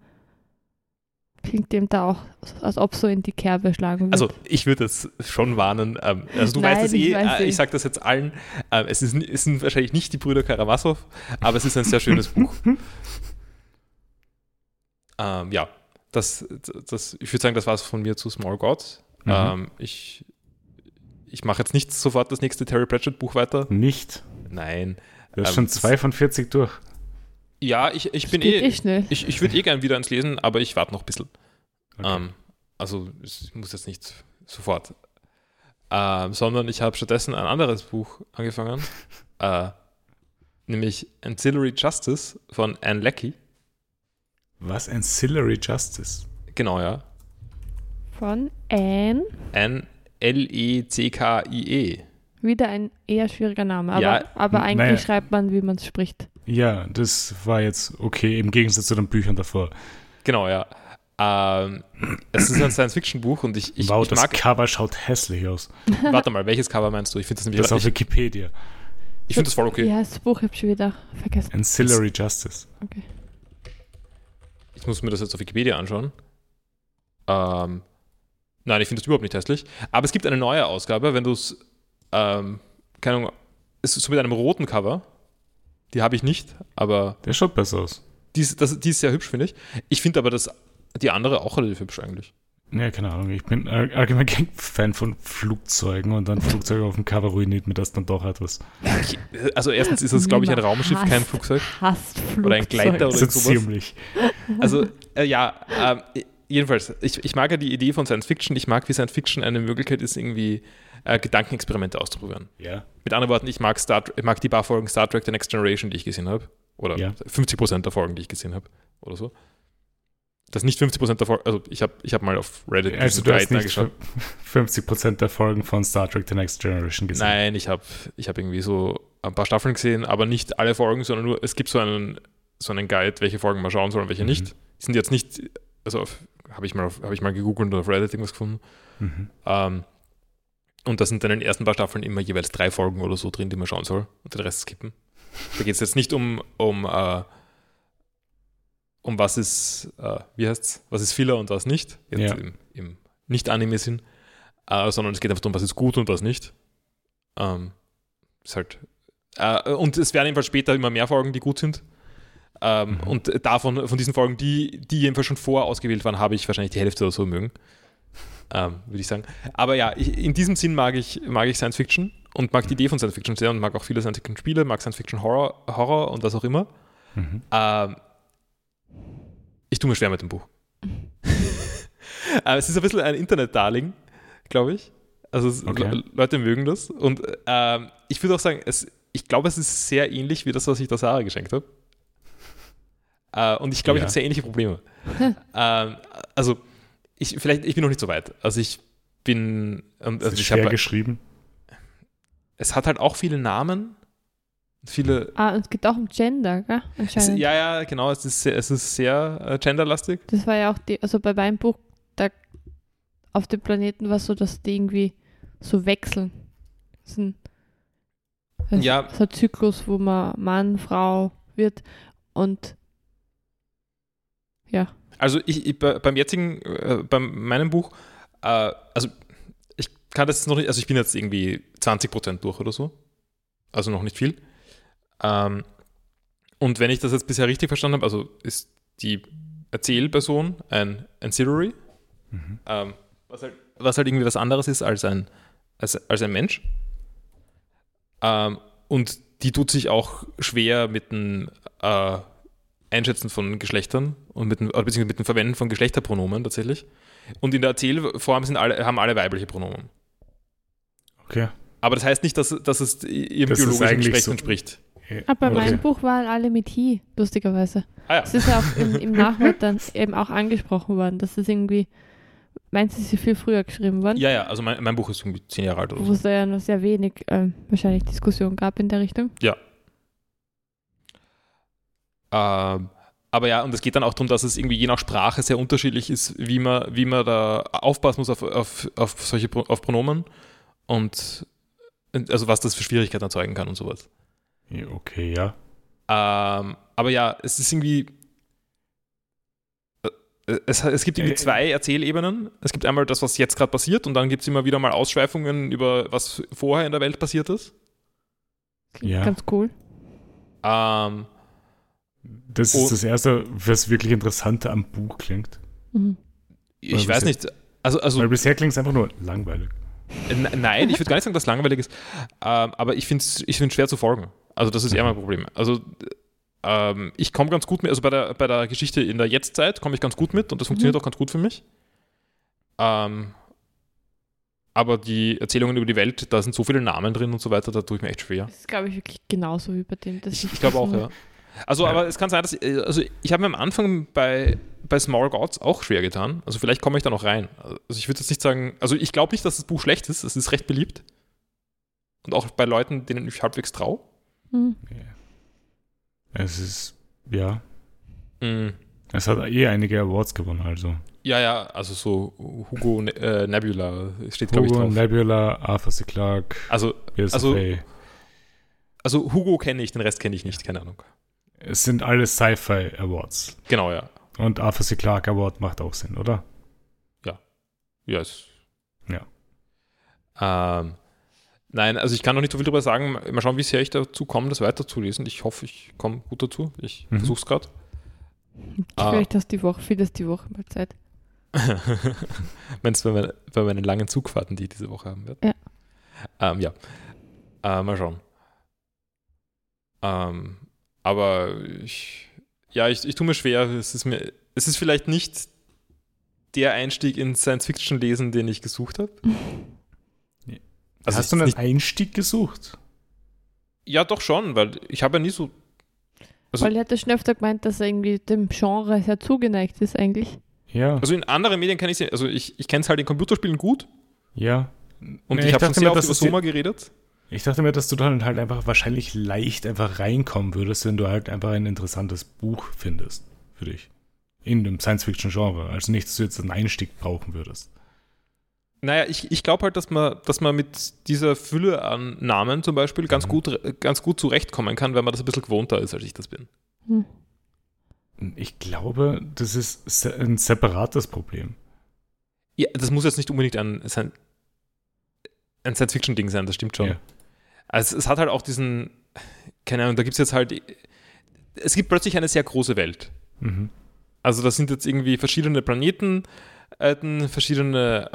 Speaker 2: klingt dem da auch, als ob so in die Kerbe schlagen wird.
Speaker 3: Also ich würde das schon warnen. Ähm, also du
Speaker 2: Nein,
Speaker 3: weißt es
Speaker 2: ich
Speaker 3: eh,
Speaker 2: weiß
Speaker 3: äh,
Speaker 2: eh.
Speaker 3: ich sage das jetzt allen. Ähm, es, ist, ni- es sind wahrscheinlich nicht die Brüder Karamassow,
Speaker 2: <laughs>
Speaker 3: aber es ist ein sehr schönes Buch. Ähm, ja, das, das, ich würde sagen, das war es von mir zu Small God.
Speaker 1: Mhm.
Speaker 3: Ähm, ich ich mache jetzt nicht sofort das nächste Terry Pratchett-Buch weiter.
Speaker 1: Nicht.
Speaker 3: Nein.
Speaker 1: Du hast
Speaker 3: Ähm,
Speaker 1: schon
Speaker 3: das-
Speaker 1: zwei von 40 durch.
Speaker 3: Ja, ich, ich bin
Speaker 2: Geht
Speaker 3: eh.
Speaker 2: eh schnell.
Speaker 3: Ich, ich würde eh gern wieder ans Lesen, aber ich warte noch ein bisschen.
Speaker 1: Okay.
Speaker 3: Ähm, also ich muss jetzt nicht sofort. Ähm, sondern ich habe stattdessen ein anderes Buch
Speaker 1: <laughs>
Speaker 3: angefangen, äh, nämlich Ancillary Justice von Anne Leckie.
Speaker 1: Was? Ancillary Justice.
Speaker 3: Genau, ja.
Speaker 2: Von Anne.
Speaker 3: Anne E L-E-C-K-I-E.
Speaker 2: Wieder ein eher schwieriger Name, aber,
Speaker 3: Ja,
Speaker 2: aber
Speaker 1: n-
Speaker 2: eigentlich
Speaker 1: naja.
Speaker 2: schreibt man, wie man es spricht.
Speaker 1: Ja, das war jetzt okay, im Gegensatz zu den Büchern davor.
Speaker 3: Genau, ja. Ähm, es ist ein Science-Fiction-Buch und ich, ich,
Speaker 1: wow,
Speaker 3: ich
Speaker 1: das
Speaker 3: mag.
Speaker 1: Cover schaut hässlich aus.
Speaker 3: <laughs> Warte mal, welches Cover meinst du? Ich finde das nämlich.
Speaker 1: Das auf
Speaker 3: ich
Speaker 1: Wikipedia.
Speaker 3: ich finde das voll okay.
Speaker 2: Ja, das Buch habe ich schon wieder vergessen.
Speaker 1: Ancillary Justice.
Speaker 2: Okay.
Speaker 3: Ich muss mir das jetzt auf Wikipedia anschauen. Ähm, nein, ich finde das überhaupt nicht hässlich. Aber es gibt eine neue Ausgabe, wenn du es, ähm, keine Ahnung, es ist so mit einem roten Cover. Die habe ich nicht, aber
Speaker 1: Der schaut besser aus.
Speaker 3: die ist, das, die ist sehr hübsch, finde ich. Ich finde aber das, die andere auch relativ hübsch eigentlich.
Speaker 1: Ja, keine Ahnung. Ich bin all- allgemein kein Fan von Flugzeugen und dann Flugzeuge auf dem Cover ruiniert mir das dann doch etwas.
Speaker 3: Ich, also erstens ist das, glaube ich, ein
Speaker 2: Niemand
Speaker 3: Raumschiff, kein
Speaker 2: <laughs> hasst-
Speaker 3: Flugzeug.
Speaker 2: Hasst Flugzeug.
Speaker 3: Oder ein Gleiter oder
Speaker 1: So
Speaker 3: sowas.
Speaker 1: ziemlich.
Speaker 3: Also, äh, ja, ähm, jedenfalls, ich, ich mag ja die Idee von Science Fiction. Ich mag, wie Science Fiction eine Möglichkeit ist, irgendwie äh, Gedankenexperimente auszuprobieren.
Speaker 1: Ja.
Speaker 3: Mit anderen Worten, ich mag, Star, ich mag die paar Folgen Star Trek The Next Generation, die ich gesehen habe. Oder
Speaker 1: Ja.
Speaker 3: 50% der Folgen, die ich gesehen habe. Oder so. Das nicht 50% der Folgen, also ich habe ich hab mal auf Reddit
Speaker 1: Also
Speaker 3: diesen
Speaker 1: du hast
Speaker 3: Guide
Speaker 1: nicht 50% der Folgen von Star Trek The Next Generation gesehen.
Speaker 3: Nein, ich habe ich hab irgendwie so ein paar Staffeln gesehen, aber nicht alle Folgen, sondern nur, es gibt so einen, so einen Guide, welche Folgen man schauen soll und welche
Speaker 1: Mhm.
Speaker 3: nicht. Die sind jetzt nicht, also habe ich, mal auf- hab ich mal gegoogelt und auf Reddit irgendwas gefunden.
Speaker 1: Mhm.
Speaker 3: Ähm, und da sind dann in den ersten paar Staffeln immer jeweils drei Folgen oder so drin, die man schauen soll und den Rest skippen. Da geht es jetzt nicht um, um, äh, um was ist, äh, wie heißt's, was ist Filler und was nicht, jetzt
Speaker 1: Ja.
Speaker 3: im, im Nicht-Anime-Sinn, äh, sondern es geht einfach darum, was ist gut und was nicht. Ähm, ist halt, äh, und es werden jedenfalls später immer mehr Folgen, die gut sind. Ähm,
Speaker 1: Mhm.
Speaker 3: Und davon, von diesen Folgen, die, die jedenfalls schon vorausgewählt waren, habe ich wahrscheinlich die Hälfte oder so mögen. Ähm, würde ich sagen. Aber ja, ich, in diesem Sinn mag ich, mag ich Science Fiction und mag die Idee von Science Fiction sehr und mag auch viele Science Fiction Spiele, mag Science Fiction Horror, Horror und was auch immer.
Speaker 1: Mhm.
Speaker 3: Ähm, ich tue mir schwer mit dem <laughs> Buch. Aber Äh, es ist ein bisschen ein Internet-Darling, glaube ich. Also es,
Speaker 1: Okay.
Speaker 3: Le- Leute mögen das. Und ähm, ich würde auch sagen, es, ich glaube, es ist sehr ähnlich wie das, was ich der Sarah geschenkt habe. Äh, und ich glaube, ich
Speaker 1: Ja.
Speaker 3: habe sehr ähnliche Probleme. ähm, also ich, vielleicht, ich bin noch nicht so weit. Also ich bin, ähm,
Speaker 1: Das
Speaker 3: also
Speaker 1: ist
Speaker 3: ich
Speaker 1: schwer
Speaker 3: hab,
Speaker 1: geschrieben.
Speaker 3: es hat halt auch viele Namen, viele
Speaker 2: <laughs> Ah, und es geht auch um Gender, gell?
Speaker 3: Es,
Speaker 2: Anscheinend.
Speaker 3: ja, ja, genau. Es ist sehr, es ist sehr äh, genderlastig.
Speaker 2: Das war ja auch die, also bei meinem Buch, da auf dem Planeten war es so, dass die irgendwie so wechseln. Das ist ein, das
Speaker 3: Ja.
Speaker 2: ist ein Zyklus, wo man Mann, Frau wird und ja.
Speaker 3: Also ich, ich bei- beim jetzigen, äh, bei meinem Buch, äh, also ich kann das jetzt noch nicht, also ich bin jetzt irgendwie 20% durch oder so. Also noch nicht viel. Ähm, und wenn ich das jetzt bisher richtig verstanden habe, also ist die Erzählperson ein Ancillary,
Speaker 1: Mhm.
Speaker 3: ähm, was, halt, was halt irgendwie was anderes ist als ein, als, als ein Mensch. Ähm, und die tut sich auch schwer mit dem äh, Einschätzen von Geschlechtern und mit dem, oder beziehungsweise mit dem Verwenden von Geschlechterpronomen tatsächlich. Und in der Erzählform sind alle, haben alle weibliche Pronomen.
Speaker 1: Okay.
Speaker 3: Aber das heißt nicht, dass, dass es ihrem
Speaker 1: Das ist
Speaker 3: biologischen
Speaker 1: eigentlich
Speaker 3: Geschlecht
Speaker 1: so.
Speaker 3: entspricht.
Speaker 2: Aber bei
Speaker 1: okay.
Speaker 2: meinem Buch waren alle mit He, lustigerweise.
Speaker 3: Ah ja.
Speaker 2: Es ist ja auch im, im Nachwort dann eben auch angesprochen worden, dass das irgendwie, meinst du, sie viel früher geschrieben worden?
Speaker 3: Ja, ja, also mein, mein Buch ist irgendwie zehn Jahre alt oder
Speaker 2: Wo
Speaker 3: so.
Speaker 2: es da ja noch sehr wenig ähm, wahrscheinlich Diskussion gab in der Richtung.
Speaker 3: Ähm, aber ja, und es geht dann auch darum, dass es irgendwie je nach Sprache sehr unterschiedlich ist, wie man, wie man da aufpassen muss auf, auf, auf solche Pro, auf Pronomen und und also was das für Schwierigkeiten erzeugen kann und sowas.
Speaker 1: Ja, Okay, ja.
Speaker 3: Ähm, aber ja, es ist irgendwie. äh, Es, es gibt irgendwie
Speaker 1: Äh,
Speaker 3: zwei Erzählebenen. Es gibt einmal das, was jetzt gerade passiert, und dann gibt es immer wieder mal Ausschweifungen über was vorher in der Welt passiert ist.
Speaker 2: Klingt
Speaker 1: Ja.
Speaker 2: ganz cool.
Speaker 3: Ähm,
Speaker 1: Das ist
Speaker 3: Oh.
Speaker 1: das Erste, was wirklich interessant am Buch klingt.
Speaker 2: Mhm.
Speaker 1: Weil
Speaker 3: Ich weiß
Speaker 1: bisher-
Speaker 3: nicht. Also, also
Speaker 1: Weil bisher klingt es einfach nur langweilig.
Speaker 3: N- Nein, ich würde gar nicht sagen, dass es langweilig ist, ähm, aber ich finde es ich find's schwer zu folgen. Also das ist eher mein Problem. Also ähm, ich komme ganz gut mit, also bei der, bei der Geschichte in der Jetztzeit komme ich ganz gut mit und das funktioniert
Speaker 2: Mhm.
Speaker 3: auch ganz gut für mich. Ähm, aber die Erzählungen über die Welt, da sind so viele Namen drin und so weiter, da tue ich mir echt schwer.
Speaker 2: Das ist, glaube ich, wirklich genauso wie bei dem. Das
Speaker 3: Ich, ich glaube auch, ja. Also,
Speaker 1: Ja.
Speaker 3: aber es kann sein, dass ich, also ich habe mir am Anfang bei, bei Small Gods auch schwer getan. Also vielleicht komme ich da noch rein. Also ich würde jetzt nicht sagen, also ich glaube nicht, dass das Buch schlecht ist. Es ist recht beliebt. Und auch bei Leuten, denen ich halbwegs traue.
Speaker 2: Mhm.
Speaker 1: Es ist, ja.
Speaker 3: Mhm.
Speaker 1: Es hat eh einige Awards gewonnen, also.
Speaker 3: Ja, ja, also so Hugo Ne- äh, Nebula steht, glaube ich,
Speaker 1: Hugo, Ne-
Speaker 3: drauf.
Speaker 1: Nebula, Arthur C. Clarke,
Speaker 3: also,
Speaker 1: Pierce
Speaker 3: Also-
Speaker 1: Fay.
Speaker 3: also Hugo kenne ich, den Rest kenne ich nicht, keine Ahnung.
Speaker 1: Es sind alles Sci-Fi Awards.
Speaker 3: Genau, ja.
Speaker 1: Und Arthur C. Clarke Award macht auch Sinn, oder?
Speaker 3: Ja, es-
Speaker 1: Ja.
Speaker 3: Ähm, nein, also ich kann noch nicht so viel darüber sagen. Mal schauen, wie sehr ich dazu komme, das weiterzulesen. Ich hoffe, ich komme gut dazu. Ich
Speaker 1: Mhm.
Speaker 3: versuche es gerade. Ah.
Speaker 2: Vielleicht hast du die Woche, findest die Woche mal Zeit.
Speaker 3: <laughs> Wenn es bei, meine, bei meinen langen Zugfahrten, die ich diese Woche haben werde.
Speaker 2: Ja.
Speaker 3: Ähm, ja. Äh, mal schauen. Ähm, aber ich, ja, ich, ich tue mir schwer. Es ist mir, es ist vielleicht nicht der Einstieg in Science-Fiction-Lesen, den ich gesucht habe. Also
Speaker 1: Hast du
Speaker 3: es
Speaker 1: einen
Speaker 3: ist
Speaker 1: Einstieg gesucht?
Speaker 3: Ja, doch schon, weil ich habe ja nie so Also-
Speaker 2: Weil er hat ja schon öfter gemeint, dass er irgendwie dem Genre sehr zugeneigt ist eigentlich.
Speaker 1: Ja,
Speaker 3: Also in anderen Medien kann ich sehen. Also ich, ich kenne es halt in Computerspielen gut
Speaker 1: ja.
Speaker 3: und
Speaker 1: Nee,
Speaker 3: ich, habe schon
Speaker 1: dachte
Speaker 3: sehr
Speaker 1: mir,
Speaker 3: oft
Speaker 1: das
Speaker 3: über
Speaker 1: ist die-
Speaker 3: Soma geredet.
Speaker 1: Ich dachte mir, dass du dann halt einfach wahrscheinlich leicht einfach reinkommen würdest, wenn du halt einfach ein interessantes Buch findest für dich. In dem Science-Fiction-Genre. Also nicht, dass du jetzt einen Einstieg brauchen würdest.
Speaker 3: Naja, ich, ich glaube halt, dass man, dass man mit dieser Fülle an Namen zum Beispiel ganz,
Speaker 1: Mhm.
Speaker 3: gut, ganz gut zurechtkommen kann, wenn man das ein bisschen gewohnter ist, als ich das bin.
Speaker 2: Hm.
Speaker 1: Ich glaube, das ist se- ein separates Problem.
Speaker 3: Ja, das muss jetzt nicht unbedingt ein, Sci- ein Science-Fiction-Ding sein, das stimmt schon.
Speaker 1: Ja.
Speaker 3: Also es hat halt auch diesen, keine Ahnung, da gibt es jetzt halt, es gibt plötzlich eine sehr große Welt.
Speaker 1: Mhm.
Speaker 3: Also das sind jetzt irgendwie verschiedene Planeten, äh, verschiedene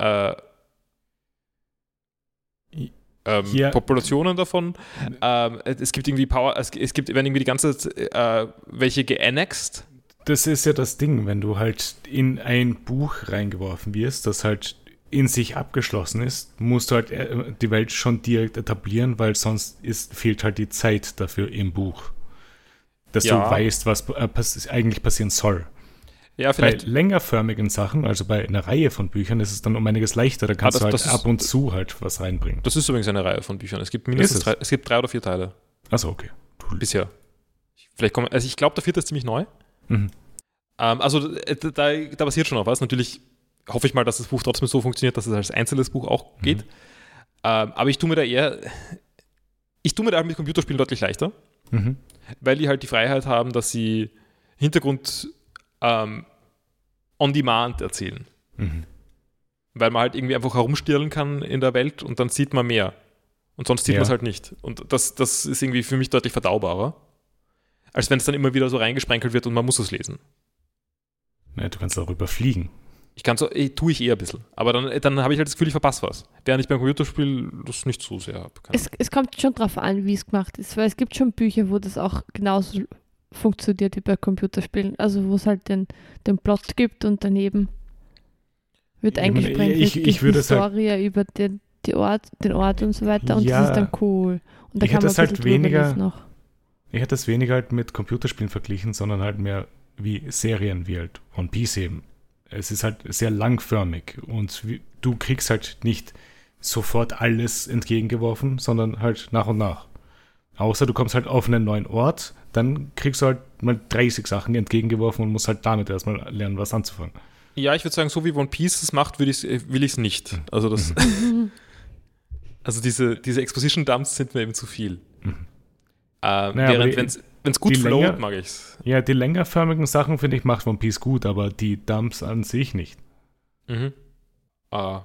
Speaker 3: äh,
Speaker 1: I-
Speaker 3: ähm,
Speaker 1: hier- Mhm.
Speaker 3: Populationen davon. Ähm, es gibt irgendwie Power, es, es gibt werden irgendwie die ganze äh, welche geannext.
Speaker 1: Das ist ja das Ding, wenn du halt in ein Buch reingeworfen wirst, das halt in sich abgeschlossen ist, musst du halt äh, die Welt schon direkt etablieren, weil sonst ist, fehlt halt die Zeit dafür im Buch. Dass
Speaker 3: Ja.
Speaker 1: du weißt, was äh, pass eigentlich passieren soll.
Speaker 3: Ja, vielleicht.
Speaker 1: Bei längerförmigen Sachen, also bei einer Reihe von Büchern, ist es dann um einiges leichter. Da kannst
Speaker 3: Ah, das-
Speaker 1: du
Speaker 3: das
Speaker 1: halt
Speaker 3: ist-
Speaker 1: ab und zu halt was reinbringen.
Speaker 3: das ist übrigens eine Reihe von Büchern. Es gibt mindestens
Speaker 1: es?
Speaker 3: drei, es gibt drei oder vier Teile
Speaker 1: Achso, Also, okay.
Speaker 3: bisher. Ich- Vielleicht kommen, also ich glaube, der vierte ist ziemlich neu.
Speaker 1: Mhm.
Speaker 3: Ähm, also äh, da, da passiert schon noch was. Natürlich hoffe ich mal, dass das Buch trotzdem so funktioniert, dass es als einzelnes Buch auch geht. Ähm, aber ich tue mir da eher, ich tue mir da halt mit Computerspielen deutlich leichter,
Speaker 1: Mhm.
Speaker 3: weil die halt die Freiheit haben, dass sie Hintergrund ähm, on demand erzählen.
Speaker 1: Mhm.
Speaker 3: Weil man halt irgendwie einfach herumstirlen kann in der Welt und dann sieht man mehr. Und sonst sieht
Speaker 1: Ja.
Speaker 3: man es halt nicht. Und das, das ist irgendwie für mich deutlich verdaubarer, als wenn es dann immer wieder so reingesprenkelt wird und man muss es lesen.
Speaker 1: Ja, du kannst darüber fliegen.
Speaker 3: Ich kann so, eh, tue ich eher ein bisschen. Aber dann, dann habe ich halt das Gefühl, ich verpasse was. Während ich beim Computerspiel das nicht so sehr habe.
Speaker 2: Es, es kommt schon drauf an, wie es gemacht ist, weil es gibt schon Bücher, wo das auch genauso funktioniert wie bei Computerspielen. Also wo es halt den, den Plot gibt und daneben wird
Speaker 1: Ich meine,
Speaker 2: eingesprengt.
Speaker 1: ich-
Speaker 2: wird
Speaker 1: ich
Speaker 2: die
Speaker 1: würde es halt-
Speaker 2: Historie über den, die Ort, den Ort und so weiter und
Speaker 1: Ja.
Speaker 2: das ist dann cool. Und da
Speaker 1: Ich
Speaker 2: kann
Speaker 1: hätte
Speaker 2: man
Speaker 1: es halt
Speaker 2: ein bisschen drüber
Speaker 1: weniger-
Speaker 2: lesen noch.
Speaker 1: Ich hätte es weniger halt mit Computerspielen verglichen, sondern halt mehr wie Serien wie halt One Piece eben. Es ist halt sehr langförmig und wie, du kriegst halt nicht sofort alles entgegengeworfen, sondern halt nach und nach. Außer du kommst halt auf einen neuen Ort, dann kriegst du halt mal 30 Sachen entgegengeworfen und musst halt damit erstmal lernen, was anzufangen.
Speaker 3: Ja, ich würde sagen, so wie One Piece es macht, würd ich's, äh, will ich es nicht. Also, das, <laughs> also diese, diese Exposition-Dumps sind mir eben zu viel. Äh,
Speaker 1: aber
Speaker 3: während,
Speaker 1: die-
Speaker 3: wenn es gut
Speaker 1: die
Speaker 3: flowt,
Speaker 1: Länge-
Speaker 3: mag ich es.
Speaker 1: Ja, die längerförmigen Sachen, finde ich, macht One Piece gut, aber die Dumps an sich nicht.
Speaker 3: Mhm. Äh,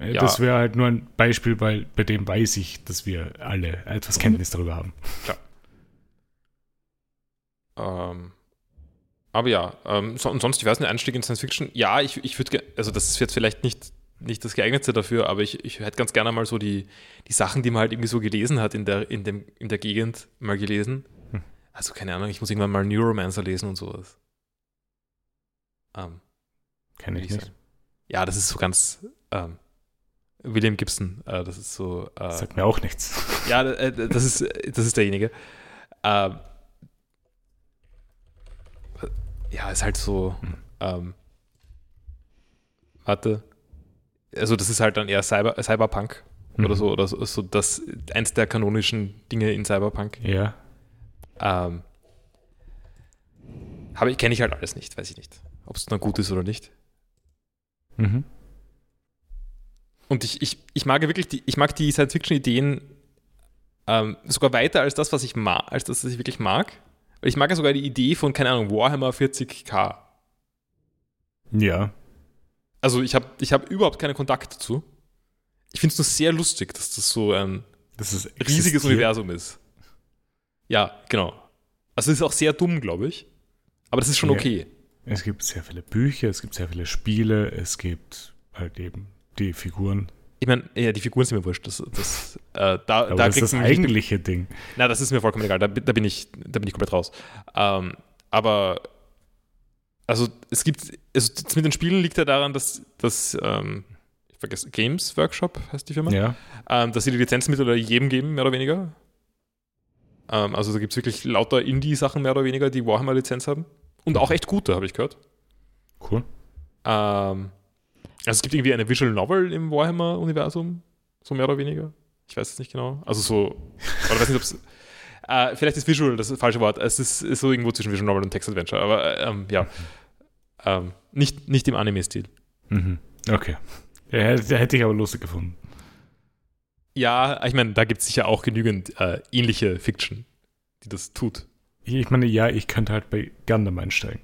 Speaker 1: Äh,
Speaker 3: Ja.
Speaker 1: Das wäre halt nur ein Beispiel, weil bei dem weiß ich, dass wir alle etwas Kenntnis darüber haben.
Speaker 3: ähm, Aber ja, ähm, so, und sonst, ich weiß nicht, Einstieg in Science Fiction, ja, ich, ich würde, also das ist jetzt vielleicht nicht, nicht das Geeignetste dafür, aber ich, ich hätte ganz gerne mal so die, die Sachen, die man halt irgendwie so gelesen hat in der, in dem, in der Gegend, mal gelesen.
Speaker 1: Hm.
Speaker 3: Also keine Ahnung, ich muss irgendwann mal Neuromancer lesen und sowas. Ähm,
Speaker 1: Kenne ich
Speaker 3: würd
Speaker 1: nicht.
Speaker 3: sagen. Ja, das ist so ganz ähm, William Gibson, äh, das ist so. Äh,
Speaker 1: Sagt mir auch nichts.
Speaker 3: ja, äh, das ist, das ist derjenige. Ähm, ja, ist halt so.
Speaker 1: Hm.
Speaker 3: Ähm, warte. Also, das ist halt dann eher Cyber, Cyberpunk oder
Speaker 1: Mhm.
Speaker 3: so, oder so, so das, eins der kanonischen Dinge in Cyberpunk.
Speaker 1: <laughs> Ja.
Speaker 3: Ähm, habe ich, kenne ich halt alles nicht, weiß ich nicht, ob es dann gut ist oder nicht.
Speaker 1: Mhm.
Speaker 3: Und ich, ich, ich mag ja wirklich die, ich mag die Science-Fiction-Ideen ähm, sogar weiter als das, was ich mag, als das, was ich wirklich mag. Weil ich mag ja sogar die Idee von, keine Ahnung, Warhammer 40k.
Speaker 1: Ja.
Speaker 3: Also ich habe ich hab überhaupt keinen Kontakt dazu. Ich finde es nur sehr lustig, dass das so ein
Speaker 1: Das ist
Speaker 3: riesiges
Speaker 1: existiert.
Speaker 3: Universum ist. Ja, genau. Also es ist auch sehr dumm, glaube ich. Aber das ist schon
Speaker 1: Ja.
Speaker 3: okay.
Speaker 1: Es gibt sehr viele Bücher, es gibt sehr viele Spiele, es gibt halt eben die Figuren.
Speaker 3: Ich meine, ja, die Figuren sind mir wurscht. Das, das, äh, da,
Speaker 1: Aber
Speaker 3: da
Speaker 1: das ist
Speaker 3: kriegt's
Speaker 1: das
Speaker 3: mich nicht
Speaker 1: eigentliche Ding.
Speaker 3: Na, das ist mir vollkommen egal. Da, bi- da, bin, ich, da bin ich komplett raus. Ähm, aber also es gibt, also das mit den Spielen liegt ja daran, dass, dass ähm, ich vergesse, Games Workshop heißt die Firma,
Speaker 1: Ja.
Speaker 3: ähm, dass sie die Lizenzmittel jedem geben, mehr oder weniger. Ähm, also da gibt es wirklich lauter Indie-Sachen, mehr oder weniger, die Warhammer-Lizenz haben. Und auch echt gute, habe ich gehört.
Speaker 1: Cool.
Speaker 3: Ähm, also es gibt irgendwie eine Visual Novel im Warhammer-Universum, so mehr oder weniger. Ich weiß es nicht genau. Also so, oder weiß nicht, ob es. <laughs> Äh, vielleicht ist Visual das falsche Wort. Es ist, ist so irgendwo zwischen Visual Novel und Text Adventure, aber äh, ähm, ja. Ähm, nicht, nicht im Anime-Stil.
Speaker 1: Mhm. Okay. Ja, hätte hätte ich aber lustig gefunden.
Speaker 3: Ja, ich meine, da gibt es sicher auch genügend äh, ähnliche Fiction, die das tut.
Speaker 1: Ich- Ich meine, ja, ich könnte halt bei Gundam einsteigen.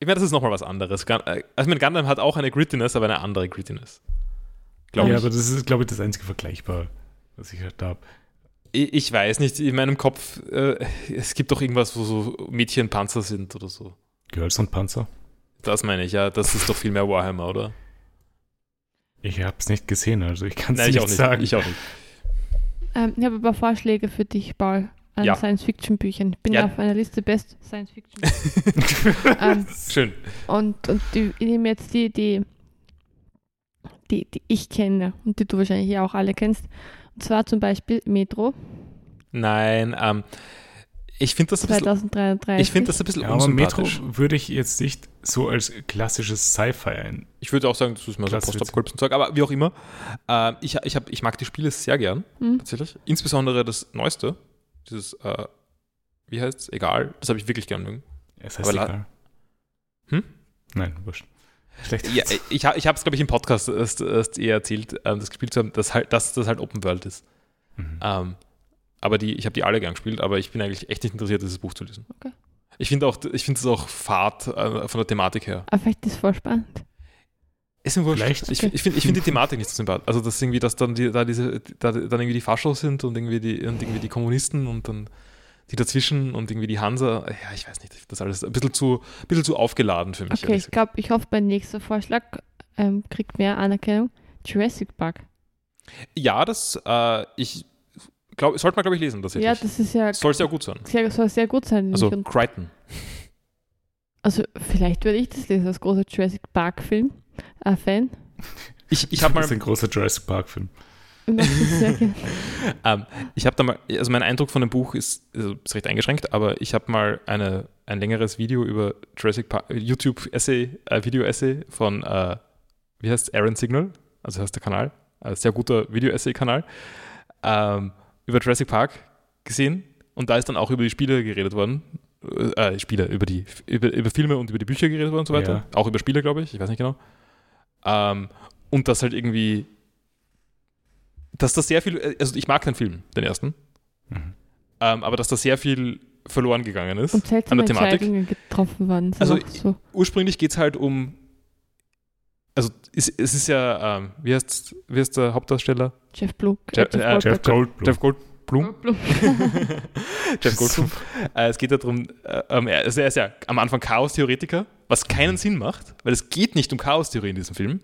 Speaker 3: Ich meine, das ist nochmal was anderes. Gun äh, also, ich meine, Gundam hat auch eine Grittiness, aber eine andere Grittiness. Glaube
Speaker 1: ja,
Speaker 3: ich.
Speaker 1: aber das ist, glaube ich, das einzige Vergleichbare, was ich halt da habe.
Speaker 3: Ich, ich weiß nicht, in meinem Kopf, äh, es gibt doch irgendwas, wo so Mädchen Panzer sind oder so.
Speaker 1: Girls und Panzer?
Speaker 3: Das meine ich, ja. Das ist doch viel mehr Warhammer, oder?
Speaker 1: Ich habe es nicht gesehen, also ich kann es
Speaker 3: ich
Speaker 1: nicht,
Speaker 3: auch nicht.
Speaker 1: sagen. <laughs>
Speaker 3: Ich auch nicht.
Speaker 2: Ähm, ich habe aber Vorschläge für dich, Paul, an
Speaker 3: Ja.
Speaker 2: Science-Fiction-Büchern. Ich bin
Speaker 3: Ja.
Speaker 2: auf einer Liste Best Science-Fiction.
Speaker 1: <laughs>
Speaker 2: ähm,
Speaker 3: Schön.
Speaker 2: und und die, ich nehme jetzt die, die, die, die ich kenne und die du wahrscheinlich ja auch alle kennst. Und zwar zum Beispiel Metro
Speaker 3: Nein, ähm, ich finde das ein bisschen,
Speaker 2: 2033.
Speaker 3: ich find das ein bisschen
Speaker 1: ja, aber Metro
Speaker 3: unsympathisch.
Speaker 1: würde ich jetzt nicht so als klassisches Sci-Fi ein.
Speaker 3: Ich würde auch sagen, das ist mal so
Speaker 1: Klasse,
Speaker 3: Postapokalypsen-Zeug, aber wie auch immer. Ähm, ich, ich, hab, ich mag die Spiele sehr gern,
Speaker 2: Hm.
Speaker 3: tatsächlich. Insbesondere das Neueste, dieses, äh, wie heißt es? Egal, das habe ich wirklich gern mögen.
Speaker 1: Es heißt
Speaker 3: Aber la-
Speaker 1: egal.
Speaker 3: Hm?
Speaker 1: Nein, wurscht. Schlecht.
Speaker 3: Ja, äh, ich, ha- ich habe es, glaube ich, im Podcast erst, erst eher erzählt, ähm, das gespielt zu haben, dass, halt, dass das halt Open World ist.
Speaker 1: Mhm.
Speaker 3: Ähm, aber die, ich habe die alle gern gespielt, aber ich bin eigentlich echt nicht interessiert, dieses Buch zu lesen.
Speaker 2: Okay.
Speaker 3: Ich finde auch, ich finde es auch fad äh, von der Thematik her.
Speaker 2: Aber Ah, vielleicht ist es voll spannend.
Speaker 3: Ist mir wurscht.
Speaker 1: Vielleicht.
Speaker 3: Ich, ich finde ich find die Thematik nicht so sympathisch. Also, dass irgendwie, dass dann die, da diese, da, dann irgendwie die Faschos sind und irgendwie die, und irgendwie die Kommunisten und dann die dazwischen und irgendwie die Hansa. Ja, ich weiß nicht, ich find das alles ein bisschen zu, ein bisschen zu aufgeladen für mich.
Speaker 2: Okay,
Speaker 3: ehrlich
Speaker 2: ich glaube, ich hoffe, mein nächster Vorschlag ähm, kriegt mehr Anerkennung. Jurassic Park.
Speaker 3: Ja, das, äh, ich glaube, sollte man, glaube ich, lesen tatsächlich.
Speaker 2: Ja, das ist ja
Speaker 3: Soll es ja gut sein.
Speaker 2: sehr, soll sehr gut sein.
Speaker 3: Also
Speaker 2: nämlich. Und,
Speaker 3: Crichton.
Speaker 2: also vielleicht würde ich das lesen, als großer Jurassic Park-Film. Äh, Fan.
Speaker 3: Ich, ich habe mal,
Speaker 1: Das ist ein großer Jurassic Park-Film.
Speaker 2: Ich
Speaker 3: <laughs>
Speaker 2: mag das sehr gerne.
Speaker 3: ähm, ich habe da mal, also mein Eindruck von dem Buch ist, also ist recht eingeschränkt, aber ich habe mal eine, ein längeres Video über Jurassic Park, YouTube-Essay, äh, Video-Essay von, äh, wie heißt Aaron Signal, also heißt der Kanal, ein sehr guter Video-Essay-Kanal, ähm, über Jurassic Park gesehen und da ist dann auch über die Spiele geredet worden. Äh, äh, Spiele, über die, über, über Filme und über die Bücher geredet worden und so weiter.
Speaker 1: Ja.
Speaker 3: Auch über Spiele, glaube ich, ich weiß nicht genau. Ähm, und das halt irgendwie, dass das sehr viel, also ich mag den Film, den ersten,
Speaker 1: Mhm.
Speaker 3: ähm, aber dass da sehr viel verloren gegangen ist
Speaker 2: Und
Speaker 3: an
Speaker 2: seltsame
Speaker 3: der Thematik
Speaker 2: Entscheidungen getroffen worden. sind
Speaker 3: Also,
Speaker 2: auch so.
Speaker 3: ursprünglich geht es halt um. Also, es, es ist ja, ähm, wie heißt wie heißt der Hauptdarsteller?
Speaker 2: Jeff Blue.
Speaker 3: Jeff-
Speaker 2: äh, Jeff
Speaker 3: äh,
Speaker 2: Goldblum.
Speaker 1: Jeff Goldblum.
Speaker 3: Jeff Gold, Blum.
Speaker 1: <laughs>
Speaker 3: Jeff Goldblum. Äh, es geht darum, äh, ähm, er also er ist ja am Anfang Chaos-Theoretiker, was keinen Sinn macht, weil es geht nicht um Chaos-Theorie in diesem Film.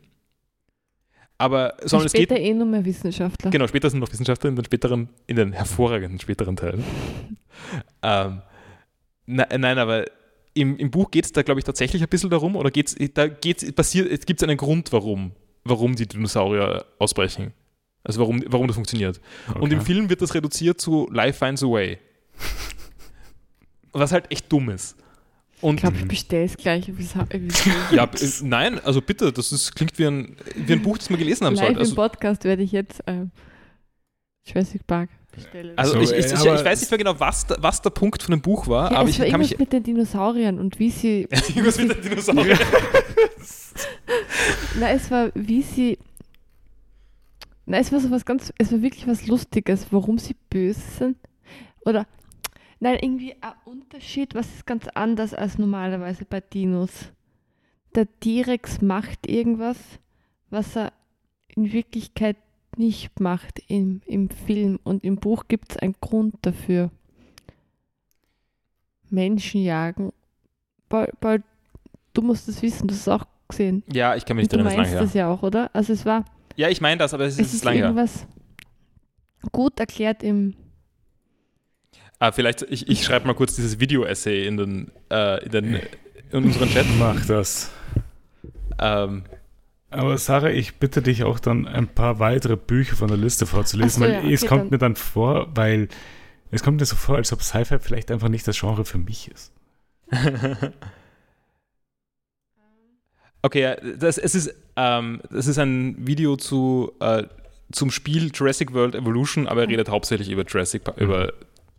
Speaker 3: Aber, <laughs> sondern es
Speaker 2: Später
Speaker 3: geht,
Speaker 2: eh nur mehr Wissenschaftler.
Speaker 3: genau, später sind noch Wissenschaftler in den späteren, in den hervorragenden späteren Teilen. ähm, na, nein, aber im, im Buch geht es da, glaube ich, tatsächlich ein bisschen darum, oder geht's, da geht's, passiert, es gibt einen Grund, warum, warum die Dinosaurier ausbrechen. Also warum, warum das funktioniert. Und im Film wird das reduziert zu Life Finds a Way. Was halt echt dumm ist.
Speaker 2: Ich
Speaker 3: Und
Speaker 2: glaube, ich bestelle es gleich. ob ich's ha- ob
Speaker 3: <laughs>
Speaker 2: ich's will.
Speaker 3: ja, b- äh, nein, also bitte, das ist, klingt wie ein, wie ein Buch, das man gelesen haben
Speaker 2: Live
Speaker 3: sollte.
Speaker 2: im
Speaker 3: Also,
Speaker 2: Podcast werde ich jetzt ähm, Jurassic Park bestellen.
Speaker 3: also
Speaker 1: So,
Speaker 3: ich,
Speaker 1: äh,
Speaker 3: ich, ich, ich
Speaker 1: aber-
Speaker 3: weiß nicht mehr genau, was, da, was der Punkt von dem Buch war,
Speaker 2: ja,
Speaker 3: aber
Speaker 2: es
Speaker 3: ich
Speaker 2: war
Speaker 3: kann
Speaker 2: irgendwas
Speaker 3: mich.
Speaker 2: mit den Dinosauriern und wie sie,
Speaker 3: <laughs> Irgendwas mit den Dinosauriern.
Speaker 2: na es war, wie sie, na es war so was ganz, es war wirklich was Lustiges, warum sie böse sind oder, nein, irgendwie ein Unterschied, was ist ganz anders als normalerweise bei Dinos. Der T-Rex macht irgendwas, was er in Wirklichkeit nicht macht im, im Film und im Buch gibt es einen Grund dafür. Menschen jagen. Paul, Paul, du musst es wissen, du hast es auch gesehen.
Speaker 3: Ja, ich kann mich nicht
Speaker 2: du
Speaker 3: erinnern, ist lange
Speaker 2: meinst
Speaker 3: her.
Speaker 2: das ja auch, oder? Also es war,
Speaker 3: Ja, ich meine das, aber es
Speaker 2: es
Speaker 3: ist,
Speaker 2: ist
Speaker 3: lange her.
Speaker 2: irgendwas gut erklärt im,
Speaker 3: Ah, vielleicht, ich, ich schreibe mal kurz dieses Video-Essay in, den, äh, in, den, in unseren Chat.
Speaker 1: Mach das.
Speaker 3: Ähm,
Speaker 1: Aber Sarah, ich bitte dich auch dann ein paar weitere Bücher von der Liste vorzulesen,
Speaker 2: Ach so,
Speaker 1: weil
Speaker 2: ja,
Speaker 1: es
Speaker 2: okay,
Speaker 1: kommt
Speaker 2: dann.
Speaker 1: mir dann vor, weil es kommt mir so vor, als ob Sci-Fi vielleicht einfach nicht das Genre für mich ist.
Speaker 3: okay, ja, das, es ist, ähm, das ist ein Video zu, äh, zum Spiel Jurassic World Evolution, aber er redet hauptsächlich über Jurassic Pa- über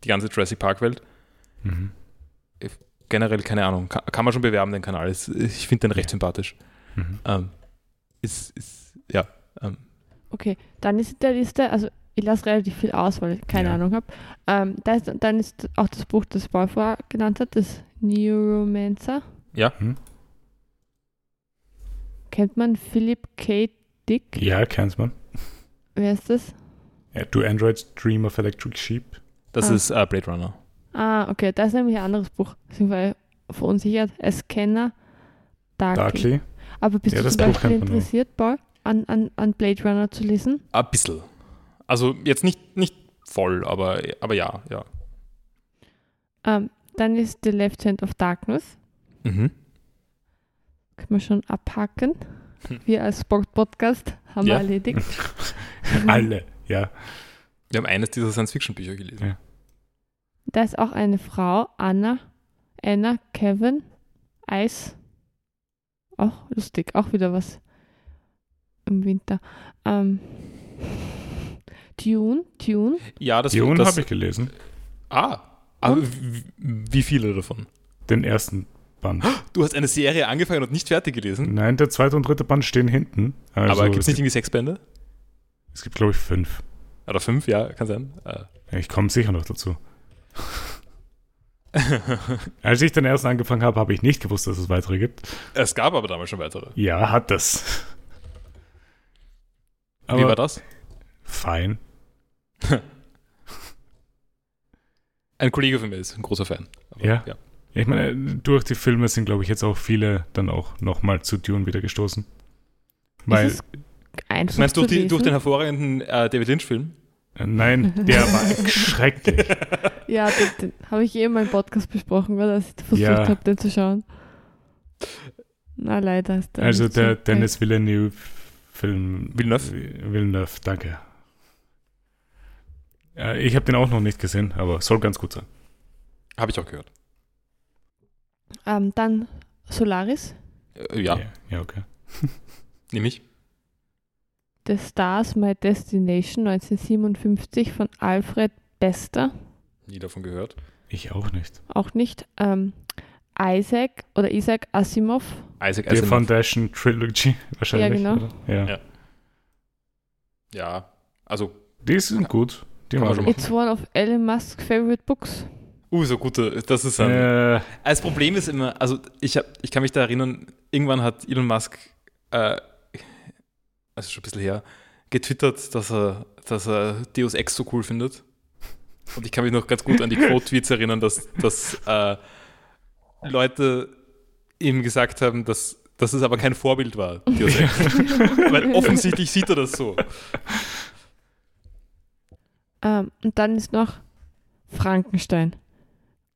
Speaker 3: die ganze Jurassic Park Welt.
Speaker 1: Mhm.
Speaker 3: Generell, keine Ahnung, kann, kann man schon bewerben, den Kanal. Ist- Ich finde den recht sympathisch.
Speaker 1: Mhm.
Speaker 3: Ähm, ist, ist, ja. Ähm,
Speaker 2: okay, dann ist in der Liste, also ich lasse relativ viel aus, weil ich keine
Speaker 1: Ja.
Speaker 2: Ahnung habe. Ähm, da ist, dann ist auch das Buch, das Paul vorher genannt hat, das Neuromancer.
Speaker 1: Mhm.
Speaker 2: Kennt man Philip K. Dick?
Speaker 1: Ja, kennt man.
Speaker 2: Wer ist das?
Speaker 1: Ja, du Android Dream of Electric Sheep.
Speaker 3: das
Speaker 2: Ah.
Speaker 3: ist äh, Blade Runner.
Speaker 2: Ah, okay, das ist nämlich ein anderes Buch. Deswegen war ich verunsichert. Als Kenner Darkly.
Speaker 1: Darkly.
Speaker 2: Aber bist
Speaker 1: Ja,
Speaker 2: du
Speaker 1: das
Speaker 2: zum
Speaker 1: Buch
Speaker 2: Beispiel
Speaker 1: kennt man auch.
Speaker 2: interessiert, Paul, an, an, an Blade Runner zu lesen?
Speaker 3: Ein bisschen. Also jetzt nicht, nicht voll, aber, aber ja, ja.
Speaker 2: Ähm, dann ist The Left Hand of Darkness.
Speaker 3: Mhm.
Speaker 2: Können wir schon abhaken.
Speaker 3: Hm.
Speaker 2: Wir als Sport-Podcast haben
Speaker 3: Ja.
Speaker 1: <laughs>
Speaker 2: wir erledigt.
Speaker 1: Alle, ja.
Speaker 3: Wir haben eines dieser Science-Fiction-Bücher gelesen.
Speaker 2: Da ist auch eine Frau, Anna, Anna, Kevin, Eis. Auch lustig, auch wieder was im Winter. Ähm, Dune, Dune.
Speaker 3: Ja, das,
Speaker 1: Dune
Speaker 3: das
Speaker 1: habe ich gelesen.
Speaker 3: Ah, aber w- wie viele davon?
Speaker 1: Den ersten Band.
Speaker 3: Du hast eine Serie angefangen und nicht fertig gelesen,
Speaker 1: Nein, der zweite und dritte Band stehen hinten. Also
Speaker 3: aber gibt es
Speaker 1: es
Speaker 3: nicht
Speaker 1: gibt,
Speaker 3: irgendwie sechs Bände?
Speaker 1: es gibt, glaube ich, fünf.
Speaker 3: Oder fünf, ja, kann sein. Äh,
Speaker 1: Ja, Ich komme sicher noch dazu.
Speaker 3: Äh.
Speaker 1: Als ich den ersten angefangen habe, habe ich nicht gewusst, dass es weitere gibt.
Speaker 3: <laughs> es gab aber damals schon weitere.
Speaker 1: Ja, hat das. Aber
Speaker 3: wie war das?
Speaker 1: Fein.
Speaker 3: Ein Kollege von mir ist ein großer Fan. Aber,
Speaker 1: Ja.
Speaker 3: ja.
Speaker 1: Ich meine, durch die Filme sind, glaube ich, jetzt auch viele dann auch nochmal zu Dune wieder gestoßen. Weil,
Speaker 2: Es ist einfach
Speaker 3: Du meinst durch,
Speaker 2: zu
Speaker 3: die, durch den
Speaker 2: lesen.
Speaker 3: hervorragenden äh,
Speaker 1: <laughs>
Speaker 3: David Lynch-Film?
Speaker 1: äh, nein,
Speaker 2: <laughs>
Speaker 1: der war schrecklich.
Speaker 2: Ja, den, den habe ich eh in meinem Podcast besprochen, weil ich versucht
Speaker 1: Ja.
Speaker 2: habe, den zu schauen. Na, leider ist der.
Speaker 1: Also
Speaker 2: nicht
Speaker 1: der
Speaker 2: so
Speaker 1: Dennis Villeneuve-Film.
Speaker 3: Villeneuve?
Speaker 1: Villeneuve, danke. Äh, Ich habe den auch noch nicht gesehen, aber soll ganz gut sein.
Speaker 3: Habe ich auch gehört.
Speaker 2: geil. Ähm, dann Solaris,
Speaker 3: Äh, ja,
Speaker 1: Ja, ja okay.
Speaker 3: nämlich.
Speaker 2: The Stars, My Destination 1957 von Alfred Bester,
Speaker 3: Nie davon gehört.
Speaker 1: Ich auch nicht.
Speaker 2: auch nicht. Ähm, Isaac oder Isaac Asimov,
Speaker 3: Isaac
Speaker 1: Die
Speaker 3: Asimov.
Speaker 1: Foundation Trilogy <laughs> wahrscheinlich.
Speaker 2: Ja, genau.
Speaker 1: Oder? Ja.
Speaker 3: Ja. Ja, also,
Speaker 1: Die sind gut. Die
Speaker 3: Kann man
Speaker 1: machen.
Speaker 3: schon
Speaker 2: It's one of Elon Musk's favorite books.
Speaker 3: uh, so gute, das ist ein...
Speaker 1: Äh,
Speaker 3: Also, Das Problem ist immer, also ich, hab, ich kann mich da erinnern, irgendwann hat Elon Musk, äh, also schon ein bisschen her, getwittert, dass er, dass er Deus Ex so cool findet. Und ich kann mich noch ganz gut an die Quote-Tweets erinnern, dass, dass äh, Leute ihm gesagt haben, dass, dass es aber kein Vorbild war, Josef.
Speaker 2: <laughs>
Speaker 3: Weil offensichtlich sieht er das so.
Speaker 2: Ähm, und dann ist noch Frankenstein.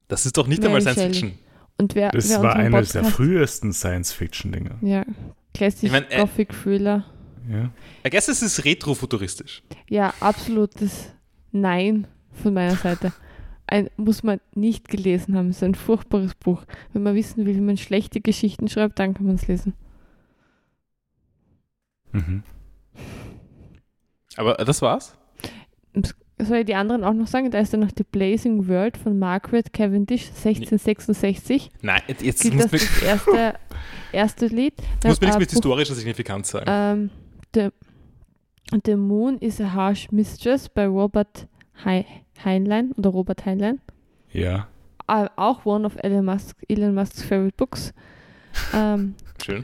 Speaker 3: Das ist doch nicht
Speaker 2: Mary
Speaker 3: einmal Science
Speaker 2: Shelley.
Speaker 3: Fiction.
Speaker 2: Und wer,
Speaker 1: Das
Speaker 2: wer
Speaker 1: war
Speaker 2: unseren
Speaker 1: eines der
Speaker 2: Podcast-
Speaker 1: frühesten Science-Fiction-Dinger.
Speaker 2: Ja, Classic
Speaker 3: Ich mein, äh,
Speaker 2: Gothic Thriller.
Speaker 1: Ja. <laughs>
Speaker 3: I guess es ist retrofuturistisch.
Speaker 2: Ja, absolutes Nein von meiner Seite. Ein, muss man nicht gelesen haben. Es ist ein furchtbares Buch. Wenn man wissen will, wie man schlechte Geschichten schreibt, dann kann man es lesen.
Speaker 1: Mhm.
Speaker 3: Aber äh, das war's?
Speaker 2: Soll ich die anderen auch noch sagen? Da ist dann noch The Blazing World von Margaret Cavendish 1666.
Speaker 3: Nein, jetzt- jetzt
Speaker 2: Gilt
Speaker 3: muss
Speaker 2: das
Speaker 3: mir,
Speaker 2: das erste, erste Lied?
Speaker 3: muss mir nichts
Speaker 2: Äh,
Speaker 3: mit
Speaker 2: Buch-
Speaker 3: historischer Signifikanz sagen.
Speaker 2: Ähm, the, the Moon is a Harsh Mistress bei Robert Hei- Heinlein oder Robert Heinlein.
Speaker 1: Ja.
Speaker 2: Ah, auch one of Elon, Musk, Elon Musk's favorite books.
Speaker 1: <laughs>
Speaker 2: Ähm,
Speaker 3: Schön.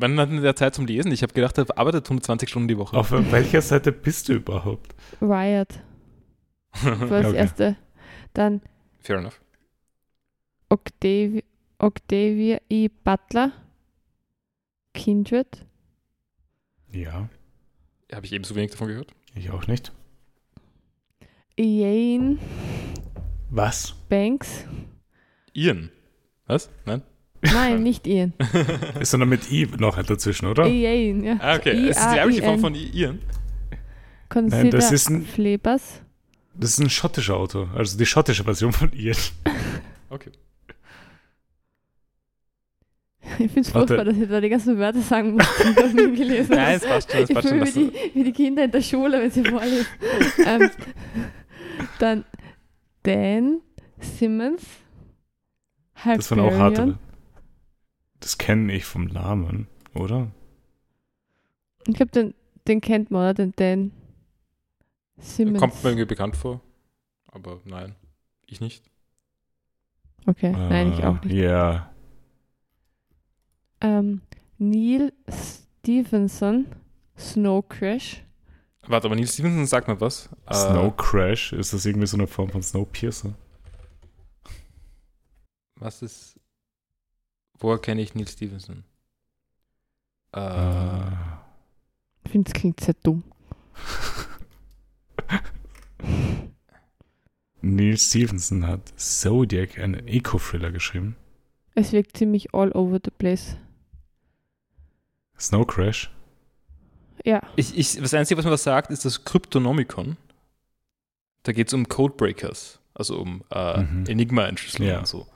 Speaker 3: Wann hatten wir da Zeit zum Lesen? Ich habe gedacht, er arbeitet 120 Stunden die Woche.
Speaker 1: Auf welcher Seite bist du überhaupt?
Speaker 2: Riot war das
Speaker 1: Okay.
Speaker 2: erste. Dann
Speaker 3: <laughs> Fair enough.
Speaker 2: Octavia, Octavia E. Butler. Kindred.
Speaker 1: Ja,
Speaker 3: Habe ich eben so wenig davon gehört.
Speaker 1: ich auch nicht.
Speaker 2: Ian
Speaker 1: Was?
Speaker 2: Banks.
Speaker 3: Ian. Was? <laughs> Nein?
Speaker 1: <laughs>
Speaker 2: Nein, nicht Ian.
Speaker 1: Ist dann mit I noch dazwischen, oder?
Speaker 2: Ian, ja.
Speaker 3: <laughs> Ah, okay. Es ist die
Speaker 2: I-A-I-N.
Speaker 3: weibliche Form von I- Ian.
Speaker 2: Consider
Speaker 1: Nein, das ist ein-
Speaker 2: Flebers. <laughs>
Speaker 1: Das ist ein schottischer Auto, also die schottische Version von ihr.
Speaker 2: <laughs>
Speaker 3: Okay.
Speaker 2: Ich finde es
Speaker 1: Warte.
Speaker 2: furchtbar, dass ich da die ganzen Wörter sagen muss, die ich noch nie gelesen habe.
Speaker 3: Nein, es passt schon. Es
Speaker 2: Ich
Speaker 3: passt schon
Speaker 2: fühle
Speaker 3: dass
Speaker 2: mich wie,
Speaker 3: du,
Speaker 2: die- wie die Kinder in der Schule, wenn sie vorlesen. ähm, dann Dan Simmons.
Speaker 1: Das waren auch
Speaker 2: Hyperion.
Speaker 1: harte. ne? Das kenne ich vom Namen, oder?
Speaker 2: Ich glaube, den, den kennt man, oder? Den Dan Simmons.
Speaker 3: kommt mir irgendwie bekannt vor. Aber nein, ich nicht.
Speaker 2: okay, nein, ich auch
Speaker 1: Ah,
Speaker 2: nicht.
Speaker 1: Ja.
Speaker 2: Ähm, Neil Stevenson, Snow Crash.
Speaker 3: Warte, aber Neil Stevenson sagt mir was. Äh,
Speaker 1: Snow Crash, ist das irgendwie so eine Form von Snowpiercer?
Speaker 3: Was ist. Woher kenne ich Neil Stevenson? Äh,
Speaker 1: Ah.
Speaker 2: Ich finde, das klingt sehr dumm.
Speaker 1: <laughs> Neil Stevenson hat Zodiac, einen Eco-Thriller geschrieben.
Speaker 2: Es wirkt ziemlich all over the place.
Speaker 1: Snow Crash?
Speaker 2: Ja,
Speaker 3: Ich, ich, das Einzige, was mir was sagt, ist das Kryptonomicon. Da geht es um Codebreakers, also um äh,
Speaker 1: Mhm.
Speaker 3: Enigma-Entschlüsselung
Speaker 1: Ja.
Speaker 3: und so.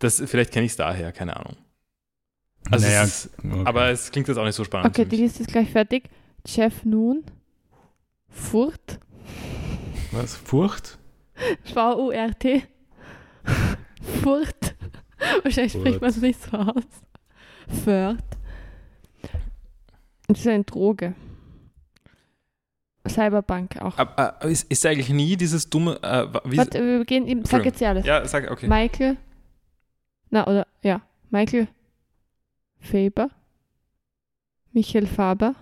Speaker 3: Das, vielleicht kenne ich es daher, keine Ahnung. Also
Speaker 1: naja,
Speaker 3: es ist,
Speaker 1: okay.
Speaker 3: Aber es klingt jetzt auch nicht so spannend.
Speaker 2: okay,
Speaker 3: für
Speaker 2: die
Speaker 3: mich.
Speaker 2: Liste ist gleich fertig. Jeff Noon,
Speaker 1: <laughs>
Speaker 2: Furt.
Speaker 1: Was? Furcht?
Speaker 2: V-U-R-T. Furt. Wahrscheinlich
Speaker 1: Furt.
Speaker 2: spricht man es nicht so aus. Furt. Das ist eine Droge. Cyberbank auch.
Speaker 3: Aber, aber ist, ist eigentlich nie dieses dumme. Äh, wa- wie,
Speaker 2: Warte, wir gehen eben. Sag
Speaker 3: Entschuldigung.
Speaker 2: jetzt ja alles.
Speaker 3: ja, sag, okay.
Speaker 2: Michael. Na, oder, ja. Michael Faber. Michael Faber.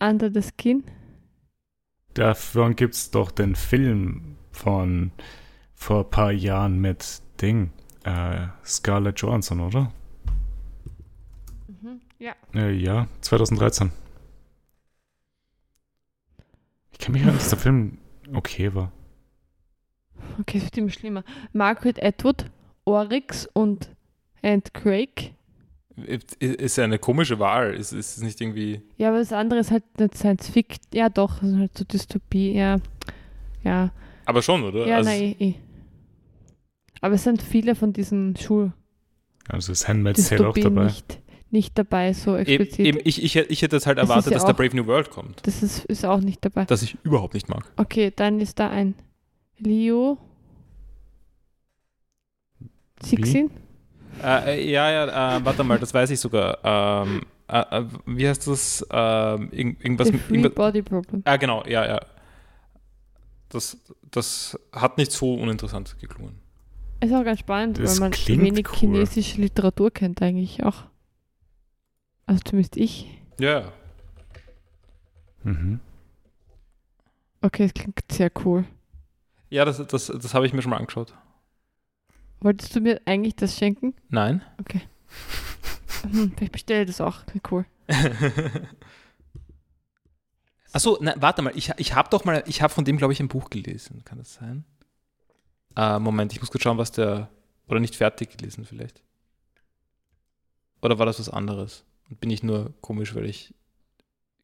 Speaker 2: Under the Skin.
Speaker 1: Davon gibt es doch den Film von vor ein paar Jahren mit Ding. Äh, Scarlett Johansson, oder?
Speaker 2: Ja.
Speaker 1: Äh, ja, 2013. Ich kann mich erinnern, dass der Film okay war.
Speaker 2: Okay, es wird immer schlimmer. Margaret Atwood, Oryx und and Craig.
Speaker 3: Ist ist ja eine komische Wahl. Ist, ist es nicht irgendwie.
Speaker 2: Ja, aber das andere ist halt nicht Science Fiction. Ja, doch, das ist halt so Dystopie. Ja, ja,
Speaker 3: Aber schon, oder?
Speaker 2: ja,
Speaker 3: Also-
Speaker 2: nein, eh, eh. Aber es sind viele von diesen
Speaker 1: Also ist Handmaid's Tale auch
Speaker 2: Schuldystopien
Speaker 1: dabei.
Speaker 2: nicht, nicht dabei, so
Speaker 3: Eben,
Speaker 2: explizit.
Speaker 3: eben, ich, ich, hätt- ich hätte jetzt halt
Speaker 2: Es ist
Speaker 3: erwartet,
Speaker 2: ja
Speaker 3: dass der
Speaker 2: auch-
Speaker 3: Brave New World kommt.
Speaker 2: Das ist, ist auch nicht dabei.
Speaker 3: Das ich überhaupt nicht mag.
Speaker 2: Okay, dann ist da ein Leo. 16?
Speaker 3: Äh, äh, ja, ja, äh, warte mal, das weiß ich sogar. Ähm, äh, äh, wie heißt das? Ähm, irg irgendwas
Speaker 2: The
Speaker 3: mit.
Speaker 2: Free
Speaker 3: Irgendwas,
Speaker 2: Body Problem.
Speaker 3: ah, genau, ja, ja. Das, das hat nicht so uninteressant geklungen.
Speaker 2: Ist auch ganz spannend,
Speaker 1: Das
Speaker 2: weil man
Speaker 1: klingt
Speaker 2: wenig
Speaker 1: cool.
Speaker 2: chinesische Literatur kennt eigentlich auch. Also zumindest ich.
Speaker 3: Ja, ja.
Speaker 1: Mhm.
Speaker 2: Okay, das klingt sehr cool.
Speaker 3: Ja, das, das, das habe ich mir schon mal angeschaut.
Speaker 2: Wolltest du mir eigentlich das schenken?
Speaker 3: Nein.
Speaker 2: Hm, <laughs> ich bestelle das auch. Klingt <laughs> cool.
Speaker 3: Achso, nein, warte mal. Ich, ich habe doch mal, ich habe von dem, glaube ich, ein Buch gelesen. Kann das sein? Äh, Moment, ich muss kurz schauen, was der. Oder nicht fertig gelesen, vielleicht. Oder war das was anderes? Und bin ich nur komisch, weil ich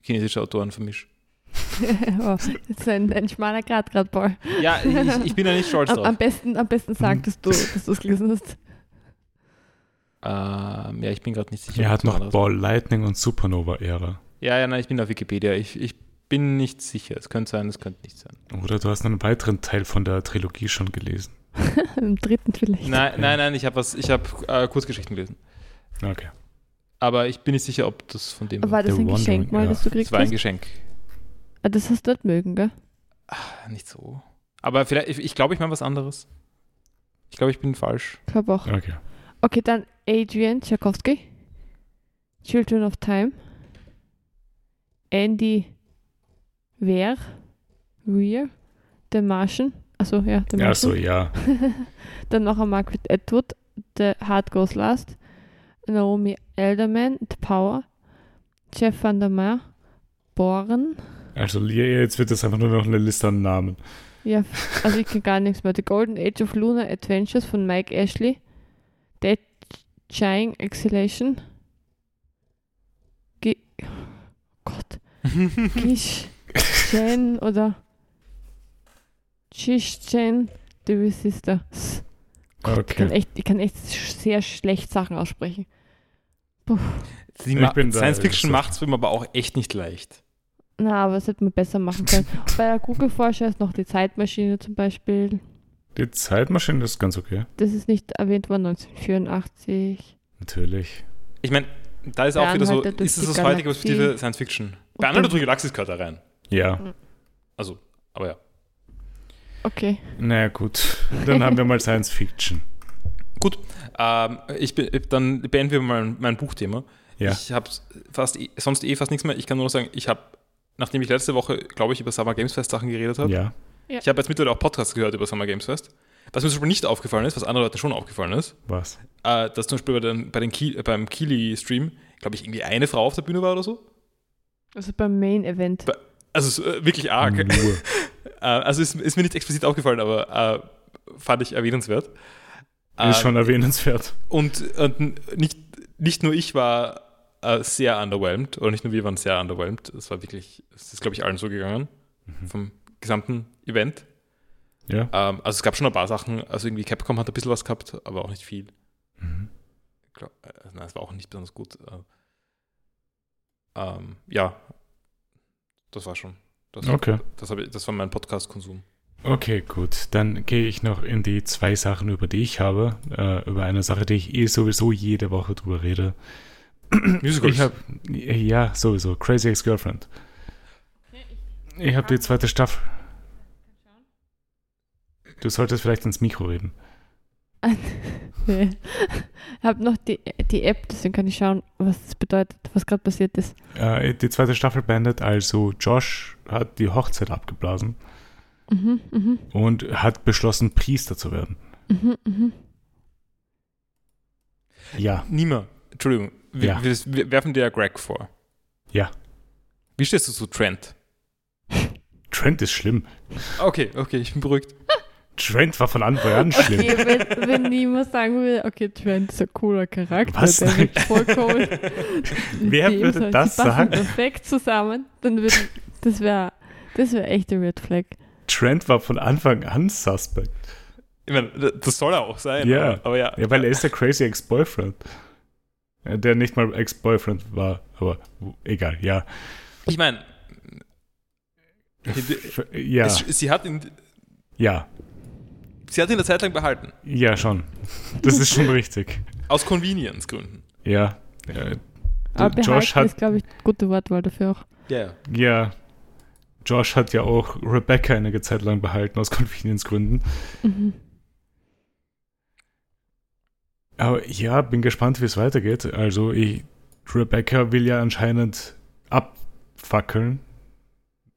Speaker 3: chinesische Autoren vermische?
Speaker 2: oh, das ist ein, ein schmaler Grad gerade, Paul.
Speaker 3: Ja, ich, ich bin da nicht stolz
Speaker 2: Am, am,
Speaker 3: drauf.
Speaker 2: besten, am besten sagtest du, dass du es gelesen hast.
Speaker 3: Ähm, ja, ich bin gerade nicht
Speaker 1: <laughs>
Speaker 3: sicher.
Speaker 1: Er
Speaker 3: ob
Speaker 1: hat
Speaker 3: das was
Speaker 1: noch
Speaker 3: anderes
Speaker 1: Ball, Lightning und Supernova-Ära.
Speaker 3: Ja, ja, nein, ich bin auf Wikipedia. Ich, ich bin nicht sicher. Es könnte sein, es könnte nicht sein.
Speaker 1: Oder du hast noch einen weiteren Teil von der Trilogie schon gelesen.
Speaker 2: <laughs> Im dritten vielleicht.
Speaker 3: Nein, nein, nein, ich habe was, ich habe äh, Kurzgeschichten gelesen.
Speaker 1: Okay.
Speaker 3: Aber ich bin nicht sicher, ob das von dem war.
Speaker 2: War das
Speaker 1: The
Speaker 2: ein
Speaker 1: Wandering
Speaker 2: Geschenk mal,
Speaker 1: Earth.
Speaker 2: das du
Speaker 3: Das
Speaker 2: kriegst?
Speaker 3: war ein Geschenk.
Speaker 2: ah, das hast du nicht mögen, gell?
Speaker 3: Ah, Nicht so. Aber vielleicht, ich, ich glaube, ich meine was anderes. Ich glaube, ich bin falsch.
Speaker 2: Ich glaube auch.
Speaker 1: Okay.
Speaker 2: Okay, dann Adrian Tchaikovsky. Children of Time. Andy Weir. Weir. The Martian. Also ja, The Martian.
Speaker 1: Also ja,
Speaker 2: Dann noch einmal Margaret Atwood, The Heart Goes Last, Naomi Elderman, The Power, Jeff Van der Meer, Born,
Speaker 1: also ja, jetzt wird das einfach nur noch eine Liste an Namen.
Speaker 2: ja, f- also ich kann gar nichts mehr. The Golden Age of Lunar Adventures von Mike Ashley, Dead Chying Exhalation, Ge Gott, Gish Chen oder Gish Chen, The Resister. Gott, ich, kann
Speaker 1: Okay.
Speaker 2: echt, ich kann echt sch- sehr schlecht Sachen aussprechen.
Speaker 3: Sie
Speaker 1: Ich
Speaker 3: ma-
Speaker 1: bin da,
Speaker 3: Science
Speaker 1: also
Speaker 3: Fiction
Speaker 1: so.
Speaker 3: macht es mir aber auch echt nicht leicht.
Speaker 2: Na, aber das hätte man besser machen <laughs> können. Bei der Google-Forscher ist noch die Zeitmaschine zum Beispiel.
Speaker 1: Die Zeitmaschine ist ganz okay.
Speaker 2: Das ist nicht erwähnt worden, 1984.
Speaker 1: Natürlich.
Speaker 3: Ich meine, da ist auch
Speaker 2: Dann
Speaker 3: wieder so,
Speaker 2: halt durch
Speaker 3: ist es
Speaker 2: die
Speaker 3: das heutige
Speaker 2: Galaxie.
Speaker 3: Perspektive Science Fiction? Bei
Speaker 2: Und
Speaker 3: Anhalter
Speaker 2: dann-
Speaker 3: durch die Galaxis gehört da rein.
Speaker 1: Ja.
Speaker 3: Also, aber ja.
Speaker 2: Okay.
Speaker 1: Naja, gut. Dann haben wir mal Science Fiction.
Speaker 3: Gut, ähm, ich bin, dann beenden wir mal mein Buchthema.
Speaker 1: Ja.
Speaker 3: Ich habe fast eh- sonst eh fast nichts mehr. Ich kann nur noch sagen, ich habe, nachdem ich letzte Woche, glaube ich, über Summer Games Fest Sachen geredet habe,
Speaker 1: Ja.
Speaker 3: ich habe jetzt mittlerweile auch Podcasts gehört über Summer Games Fest. Was mir zum Beispiel nicht aufgefallen ist, was anderen Leuten schon aufgefallen ist,
Speaker 1: Was?
Speaker 3: äh, dass zum Beispiel bei den, bei den Ki- äh, beim Kili-Stream, glaube ich, irgendwie eine Frau auf der Bühne war oder so.
Speaker 2: Also beim Main-Event. <laughs>
Speaker 3: Bei- Also es ist, äh, wirklich arg. <laughs>
Speaker 1: Nur.
Speaker 3: Äh, also ist, ist mir nicht explizit aufgefallen, aber äh, fand ich erwähnenswert. Äh,
Speaker 1: Ist schon erwähnenswert.
Speaker 3: Und, und nicht, nicht nur ich war äh, sehr underwhelmed, oder nicht nur wir waren sehr underwhelmed. Es war wirklich, es ist, glaube ich, allen so gegangen
Speaker 1: Mhm.
Speaker 3: vom gesamten Event.
Speaker 1: Ja.
Speaker 3: Ähm, also es gab schon ein paar Sachen, also irgendwie Capcom hat ein bisschen was gehabt, aber auch nicht viel.
Speaker 1: Mhm.
Speaker 3: Ich Glaub, äh, nein, es war auch nicht besonders gut. Äh, ähm, ja, das war schon. Das,
Speaker 1: Okay.
Speaker 3: das, hab ich, das war mein Podcast-Konsum.
Speaker 1: Okay, gut. Dann gehe ich noch in die zwei Sachen, über die ich habe. Äh, über eine Sache, die ich eh sowieso jede Woche drüber rede.
Speaker 3: Musicals.
Speaker 1: Ich habe ja sowieso Crazy Ex-Girlfriend. Ich habe die zweite Staffel. Du solltest vielleicht ins Mikro reden.
Speaker 2: nee. Hab noch die, die App, deswegen kann ich schauen, was das bedeutet, was gerade passiert ist.
Speaker 1: Äh, die zweite Staffel beendet also Josh hat die Hochzeit abgeblasen
Speaker 2: Mhm, mhm,
Speaker 1: und hat beschlossen Priester zu werden.
Speaker 2: mhm, mhm.
Speaker 1: Ja,
Speaker 3: Nima, Entschuldigung, wir,
Speaker 1: Ja.
Speaker 3: wir, wir werfen dir ja Greg vor.
Speaker 1: Ja.
Speaker 3: Wie stehst du zu Trent?
Speaker 1: Trent ist schlimm.
Speaker 3: Okay, okay, ich bin beruhigt.
Speaker 1: Trent war von Anfang an schlimm.
Speaker 2: Okay, wenn, wenn niemand sagen würde, okay, Trent ist ein cooler Charakter,
Speaker 1: Was?
Speaker 2: der wirkt voll cool.
Speaker 1: <laughs> Wer
Speaker 2: Dem
Speaker 1: würde
Speaker 2: soll-
Speaker 1: das
Speaker 2: die passen
Speaker 1: sagen?
Speaker 2: perfekt zusammen, dann würde das wäre das wäre echt ein Red Flag.
Speaker 1: Trent war von Anfang an suspect.
Speaker 3: Ich meine, d- das soll er auch sein. ne?
Speaker 1: Ja.
Speaker 3: Aber, aber ja.
Speaker 1: Ja, weil er ist der crazy Ex-Boyfriend. Äh, Der nicht mal Ex-Boyfriend war, aber w- egal, ja.
Speaker 3: Ich meine,
Speaker 1: F ja,
Speaker 3: es- sie, hat ihn,
Speaker 1: ja,
Speaker 3: sie hat ihn eine Zeit lang behalten.
Speaker 1: ja, schon. Das ist schon richtig.
Speaker 3: Aus Convenience-Gründen.
Speaker 1: Ja. Äh,
Speaker 2: Aber
Speaker 1: Josh
Speaker 2: behalten
Speaker 1: hat-
Speaker 2: ist, glaube ich, eine gute Wortwahl dafür auch.
Speaker 3: Ja, ja.
Speaker 1: Ja. Josh hat ja auch Rebecca einige Zeit lang behalten, aus Convenience-Gründen.
Speaker 2: Mhm.
Speaker 1: Aber ja, bin gespannt, wie es weitergeht. Also, ich, Rebecca will ja anscheinend abfackeln.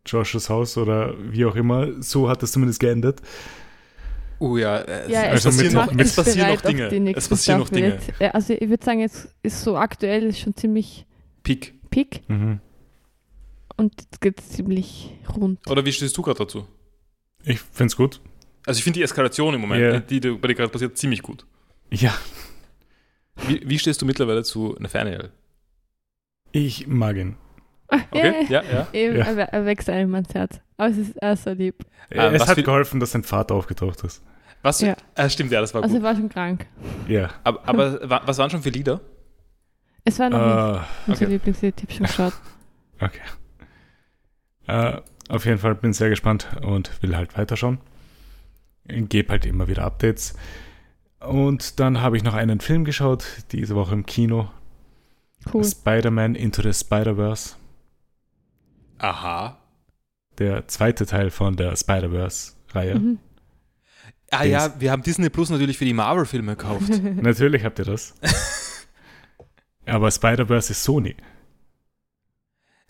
Speaker 1: Joshes Haus oder wie auch immer. So hat es zumindest geendet.
Speaker 3: Oh ja, es,
Speaker 2: Ja,
Speaker 3: es,
Speaker 1: also mit
Speaker 3: passieren,
Speaker 1: noch-
Speaker 3: noch,
Speaker 2: macht
Speaker 1: mit-
Speaker 3: es
Speaker 2: mich
Speaker 3: passieren
Speaker 2: bereit
Speaker 3: noch
Speaker 2: auf die
Speaker 3: Dinge.
Speaker 2: nächste
Speaker 3: Es passieren noch
Speaker 2: Staffel
Speaker 3: Dinge.
Speaker 2: jetzt. Ja, Also ich würde sagen, jetzt ist so aktuell ist schon ziemlich
Speaker 3: Peak.
Speaker 2: pick
Speaker 1: Mhm.
Speaker 2: und jetzt geht es ziemlich rund.
Speaker 3: Oder wie stehst du gerade dazu?
Speaker 1: Ich find's gut.
Speaker 3: Also ich finde die Eskalation im Moment,
Speaker 1: Ja.
Speaker 3: die, die bei dir gerade passiert, ziemlich gut.
Speaker 1: Ja,
Speaker 3: Wie, wie stehst du mittlerweile zu Nathaniel?
Speaker 1: ich mag ihn.
Speaker 2: <laughs>
Speaker 3: Okay,
Speaker 2: Ja,
Speaker 3: ja, ja.
Speaker 2: Eben,
Speaker 1: Ja.
Speaker 2: Äh, Er, we- er wächst einem ans Herz. Aber es ist er ist so lieb.
Speaker 3: Ah,
Speaker 1: es
Speaker 3: was
Speaker 1: hat
Speaker 3: für-
Speaker 1: geholfen, dass sein Vater aufgetaucht ist.
Speaker 3: Was?
Speaker 2: Ja.
Speaker 3: Ah, stimmt, ja, das war
Speaker 2: Also
Speaker 3: gut.
Speaker 2: er war schon krank.
Speaker 1: Ja.
Speaker 3: Aber, aber wa- was waren schon für Lieder?
Speaker 2: Es war noch nicht
Speaker 1: Äh,
Speaker 2: unser
Speaker 3: Ah, okay.
Speaker 2: Lieblingslied. Ich hab <laughs> schon geschaut.
Speaker 1: okay. Äh, auf jeden Fall bin sehr gespannt und will halt weiterschauen. Gebe halt immer wieder Updates. Und dann habe ich noch einen Film geschaut, diese Woche im Kino.
Speaker 2: Cool.
Speaker 1: Spider-Man Into the Spider-Verse.
Speaker 3: Aha.
Speaker 1: Der zweite Teil von der Spider-Verse-Reihe.
Speaker 2: Mhm.
Speaker 3: Ah
Speaker 1: Dings.
Speaker 3: ja, wir haben Disney Plus natürlich für die Marvel-Filme
Speaker 2: <laughs>
Speaker 3: gekauft.
Speaker 1: Natürlich habt ihr das. Aber Spider-Verse ist Sony.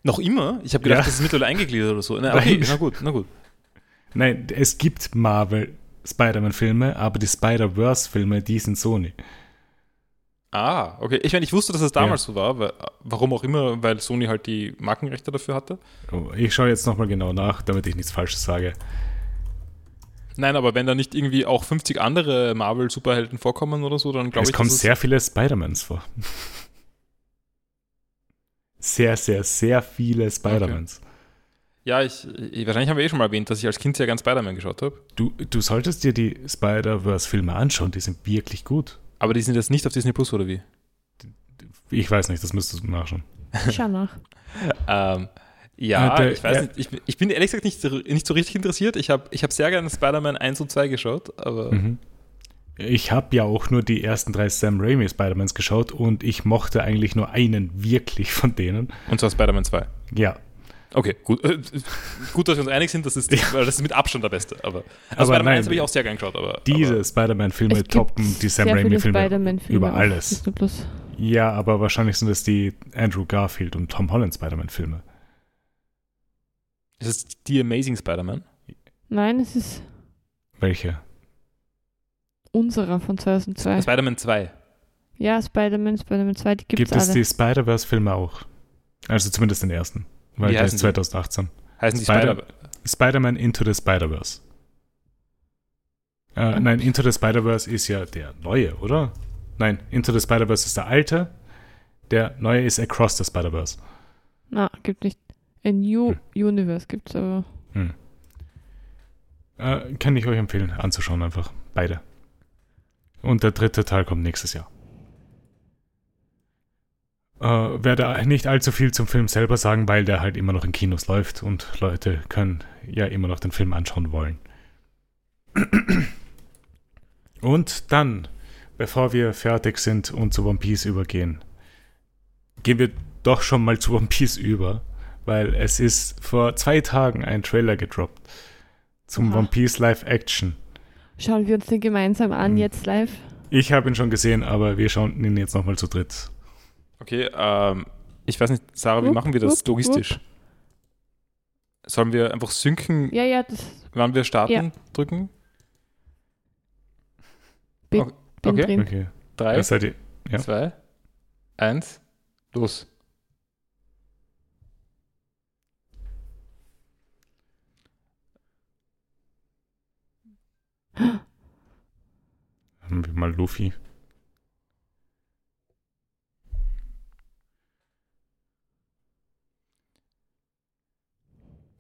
Speaker 3: Noch immer? Ich habe gedacht,
Speaker 1: Ja.
Speaker 3: das ist mittlerweile eingegliedert oder so. Na, okay,
Speaker 1: Nein.
Speaker 3: na gut, na gut.
Speaker 1: Nein, es gibt Marvel Spider-Man-Filme, aber die Spider-Verse-Filme, die sind Sony.
Speaker 3: Ah, okay. Ich meine, ich wusste, dass es damals so war, weil, warum auch immer, weil Sony halt die Markenrechte dafür hatte.
Speaker 1: Oh, Ich schaue jetzt nochmal genau nach, damit ich nichts Falsches sage.
Speaker 3: Nein, aber wenn da nicht irgendwie auch 50 andere Marvel-Superhelden vorkommen oder so, dann glaube
Speaker 1: es
Speaker 3: ich,
Speaker 1: kommen
Speaker 3: dass
Speaker 1: sehr viele Spider-Mans vor. Sehr, sehr, sehr viele Spider-Mans.
Speaker 3: Ja, ich, ich, wahrscheinlich haben wir eh schon mal erwähnt, dass ich als Kind sehr gern Spider-Man geschaut habe.
Speaker 1: Du, du solltest dir die Spider-Verse-Filme anschauen, die sind wirklich gut.
Speaker 3: Aber die sind jetzt nicht auf Disney Plus oder wie?
Speaker 1: Ich weiß nicht, das müsstest du nachschauen.
Speaker 2: Schau nach.
Speaker 3: Ähm, ja,
Speaker 1: Äh, der-
Speaker 3: ich weiß
Speaker 1: ja.
Speaker 3: nicht. Ich, bin- ich bin ehrlich gesagt nicht, so- nicht so richtig interessiert. Ich habe ich hab sehr gerne Spider-Man 1 und 2 geschaut, aber
Speaker 1: Mhm. Ich habe ja auch nur die ersten drei Sam Raimi Spider-Mans geschaut und ich mochte eigentlich nur einen wirklich von denen.
Speaker 3: und zwar Spider-Man 2.
Speaker 1: Ja,
Speaker 3: Okay, gut. Äh, gut, dass wir uns einig sind, das ist, weil das ist mit Abstand der beste. Aber,
Speaker 1: Aber
Speaker 3: also Spider-Man
Speaker 1: nein.
Speaker 3: 1 habe ich auch sehr gern geschaut, aber.
Speaker 1: diese Spider-Man-Filme
Speaker 2: gibt
Speaker 1: toppen die Sam
Speaker 2: sehr viele
Speaker 1: Raimi-Filme
Speaker 2: Spider-Man-Filme
Speaker 1: über
Speaker 2: auf
Speaker 1: alles.
Speaker 2: Disney Plus.
Speaker 1: Ja, aber wahrscheinlich sind es die Andrew Garfield und Tom Holland Spider-Man-Filme.
Speaker 3: Aber, ist es The Amazing Spider-Man?
Speaker 2: Nein, es ist
Speaker 1: Welche?
Speaker 2: unserer von
Speaker 1: Äh?
Speaker 2: 2002.
Speaker 3: Spider-Man 2.
Speaker 2: Ja, Spider-Man, Spider-Man 2, die gibt's
Speaker 1: Gibt es
Speaker 2: alle.
Speaker 1: die Spider-Verse-Filme auch? Also zumindest den ersten, weil
Speaker 3: Wie
Speaker 1: der
Speaker 3: heißen
Speaker 1: ist
Speaker 3: die?
Speaker 1: 2018.
Speaker 3: Heißen die
Speaker 1: Spider-
Speaker 3: Spider-Man?
Speaker 1: Spider-Man Into the Spider-Verse. Äh, nein, Into the Spider-Verse ist ja der neue, oder? Nein, Into the Spider-Verse ist der alte. Der neue ist Across the Spider-Verse.
Speaker 2: Na, gibt nicht. A New
Speaker 1: Hm.
Speaker 2: Universe gibt's aber.
Speaker 1: Äh, kann ich euch empfehlen, anzuschauen einfach. Beide. Und der dritte Teil kommt nächstes Jahr. Äh, werde nicht allzu viel zum Film selber sagen, weil der halt immer noch in Kinos läuft und Leute können ja immer noch den Film anschauen wollen. Und dann, bevor wir fertig sind und zu One Piece übergehen, gehen wir doch schon mal zu One Piece über, weil es ist vor zwei Tagen ein Trailer gedroppt zum
Speaker 2: Oha.
Speaker 1: One Piece Live Action.
Speaker 2: Schauen wir uns den gemeinsam an,
Speaker 1: Hm.
Speaker 2: jetzt live.
Speaker 1: Ich habe ihn schon gesehen, aber wir schauen ihn jetzt nochmal zu dritt.
Speaker 3: Okay, ähm, ich weiß nicht, Sarah, wie
Speaker 2: Wupp,
Speaker 3: machen wir das
Speaker 2: wupp,
Speaker 3: logistisch? Sollen wir einfach synken,
Speaker 2: Ja, ja, das
Speaker 3: wann wir starten,
Speaker 2: Ja.
Speaker 3: drücken?
Speaker 2: bin
Speaker 3: Okay.
Speaker 2: drin.
Speaker 1: Okay. Hm.
Speaker 3: Drei,
Speaker 1: Das seid ihr. ja.
Speaker 3: zwei, eins, los.
Speaker 1: Haben wir mal Luffy.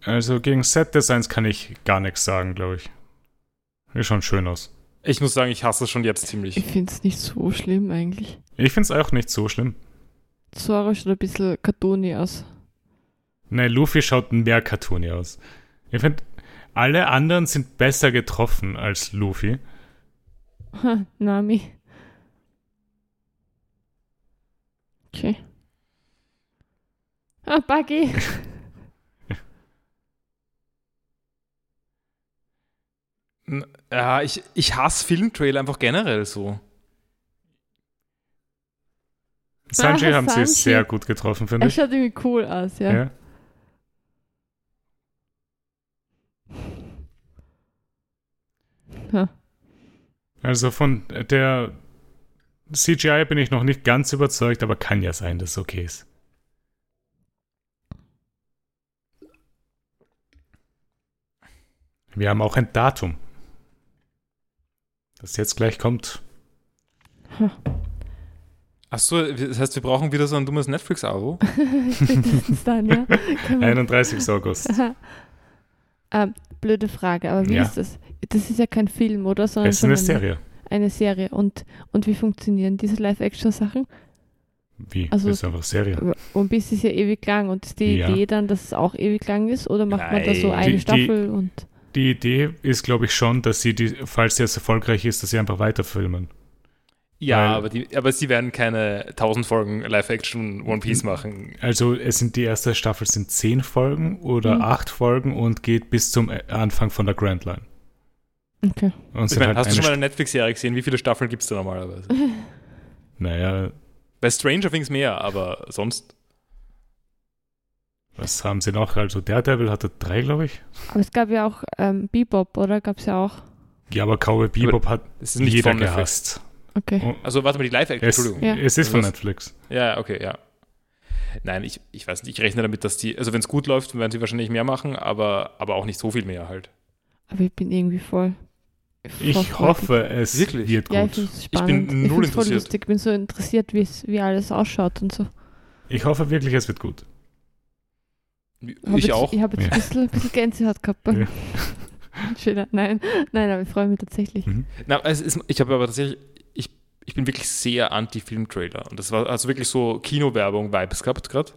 Speaker 1: Also gegen Set-Designs kann ich gar nichts sagen, glaube ich. Sieht schon schön aus.
Speaker 3: Ich muss sagen, ich hasse es schon jetzt ziemlich.
Speaker 2: Ich finde es nicht so schlimm eigentlich.
Speaker 1: Ich finde es auch nicht so schlimm.
Speaker 2: Zoro schaut ein bisschen cartoony aus.
Speaker 1: Nein, Luffy schaut mehr cartoony aus. Ich finde, alle anderen sind besser getroffen als Luffy.
Speaker 2: Ha, Nami. Okay. Ah, Buggy.
Speaker 3: Ja, ich, ich hasse Filmtrailer einfach generell so.
Speaker 1: Sanji
Speaker 2: Ah,
Speaker 1: haben sie
Speaker 2: Sanji.
Speaker 1: sehr gut getroffen, finde
Speaker 2: Er
Speaker 1: ich.
Speaker 2: schaut irgendwie cool aus, ja.
Speaker 1: Ja.
Speaker 2: Ha. <laughs>
Speaker 1: Also von der CGI bin ich noch nicht ganz überzeugt, aber kann ja sein, dass es okay ist. Wir haben auch ein Datum, das jetzt gleich kommt.
Speaker 3: Achso, das heißt, wir brauchen wieder so ein dummes Netflix-Abo.
Speaker 2: Spätestens dann, ja. Kann <laughs> man-
Speaker 1: 31. August.
Speaker 2: Also ähm, blöde Frage, aber wie
Speaker 1: Ja.
Speaker 2: ist das? Das ist ja kein Film, oder? Sondern
Speaker 1: Es ist eine
Speaker 2: schon
Speaker 1: Serie.
Speaker 2: Eine Serie. Und, und wie funktionieren diese Live-Action-Sachen?
Speaker 1: Wie?
Speaker 2: Also-
Speaker 1: das ist einfach Serie.
Speaker 2: Und bis ist ja ewig lang. Und ist die
Speaker 1: Ja.
Speaker 2: Idee dann, dass es auch ewig lang ist? Oder macht man da so
Speaker 3: Nein.
Speaker 2: eine
Speaker 1: Die- die-
Speaker 2: Staffel und.
Speaker 1: Die Idee ist, glaube ich, schon, dass sie, die, falls sie jetzt erfolgreich ist, dass sie einfach weiterfilmen.
Speaker 3: Ja,
Speaker 1: Weil-
Speaker 3: aber, die, aber sie werden keine 1000 Folgen Live-Action One Piece machen.
Speaker 1: Also es sind die erste Staffel sind zehn Folgen oder
Speaker 2: Mhm.
Speaker 1: acht Folgen und geht bis zum äh, Anfang von der Grand Line.
Speaker 2: Okay.
Speaker 1: Und
Speaker 3: Ich
Speaker 1: sind
Speaker 3: meine,
Speaker 1: halt
Speaker 3: hast du
Speaker 1: eine
Speaker 3: schon mal eine Netflix-Serie gesehen? Wie viele Staffeln gibt es da normalerweise?
Speaker 1: St- Naja,
Speaker 3: Bei Stranger Things mehr, aber sonst.
Speaker 1: was haben sie noch? Also Daredevil hatte drei, glaube ich.
Speaker 2: Aber es gab ja auch ähm, Bebop, oder? Gab es ja auch.
Speaker 1: Ja, aber Cowboy Bebop hat
Speaker 3: Es ist nicht
Speaker 1: jeder
Speaker 3: von Netflix.
Speaker 1: gehasst.
Speaker 2: Okay.
Speaker 1: Und
Speaker 3: Also warte mal, die Live-Action,
Speaker 1: es,
Speaker 3: Entschuldigung.
Speaker 2: Ja.
Speaker 1: es ist von
Speaker 3: Also das-
Speaker 1: Netflix.
Speaker 3: Ja, okay, ja. Nein, ich, ich weiß nicht, ich rechne damit, dass die, also wenn es gut läuft, werden sie wahrscheinlich mehr machen, aber, aber auch nicht so viel mehr halt.
Speaker 2: Aber ich bin irgendwie voll.
Speaker 1: Ich
Speaker 2: voll-
Speaker 1: hoffe, es
Speaker 3: Wirklich?
Speaker 1: wird
Speaker 2: Ja, ich
Speaker 1: gut.
Speaker 2: finde es
Speaker 3: bin
Speaker 2: spannend.
Speaker 3: null
Speaker 2: ich find's voll
Speaker 3: interessiert.
Speaker 2: lustig. Ich bin so interessiert, wie es- wie alles ausschaut und so.
Speaker 1: Ich, hoffe wirklich, es wird gut.
Speaker 2: Hab
Speaker 3: ich
Speaker 2: jetzt,
Speaker 3: auch.
Speaker 2: Ich habe jetzt
Speaker 1: Ja.
Speaker 2: ein bisschen, ein bisschen
Speaker 1: <laughs>
Speaker 2: Gänsehaut gehabt.
Speaker 1: Ja.
Speaker 2: Schöner. Nein, nein, aber ich freue mich tatsächlich.
Speaker 1: Mhm.
Speaker 3: Na, es ist, ich habe aber tatsächlich, ich, ich bin wirklich sehr anti-Film-Trailer. Und das war also wirklich so Kinowerbung-Vibes gehabt gerade.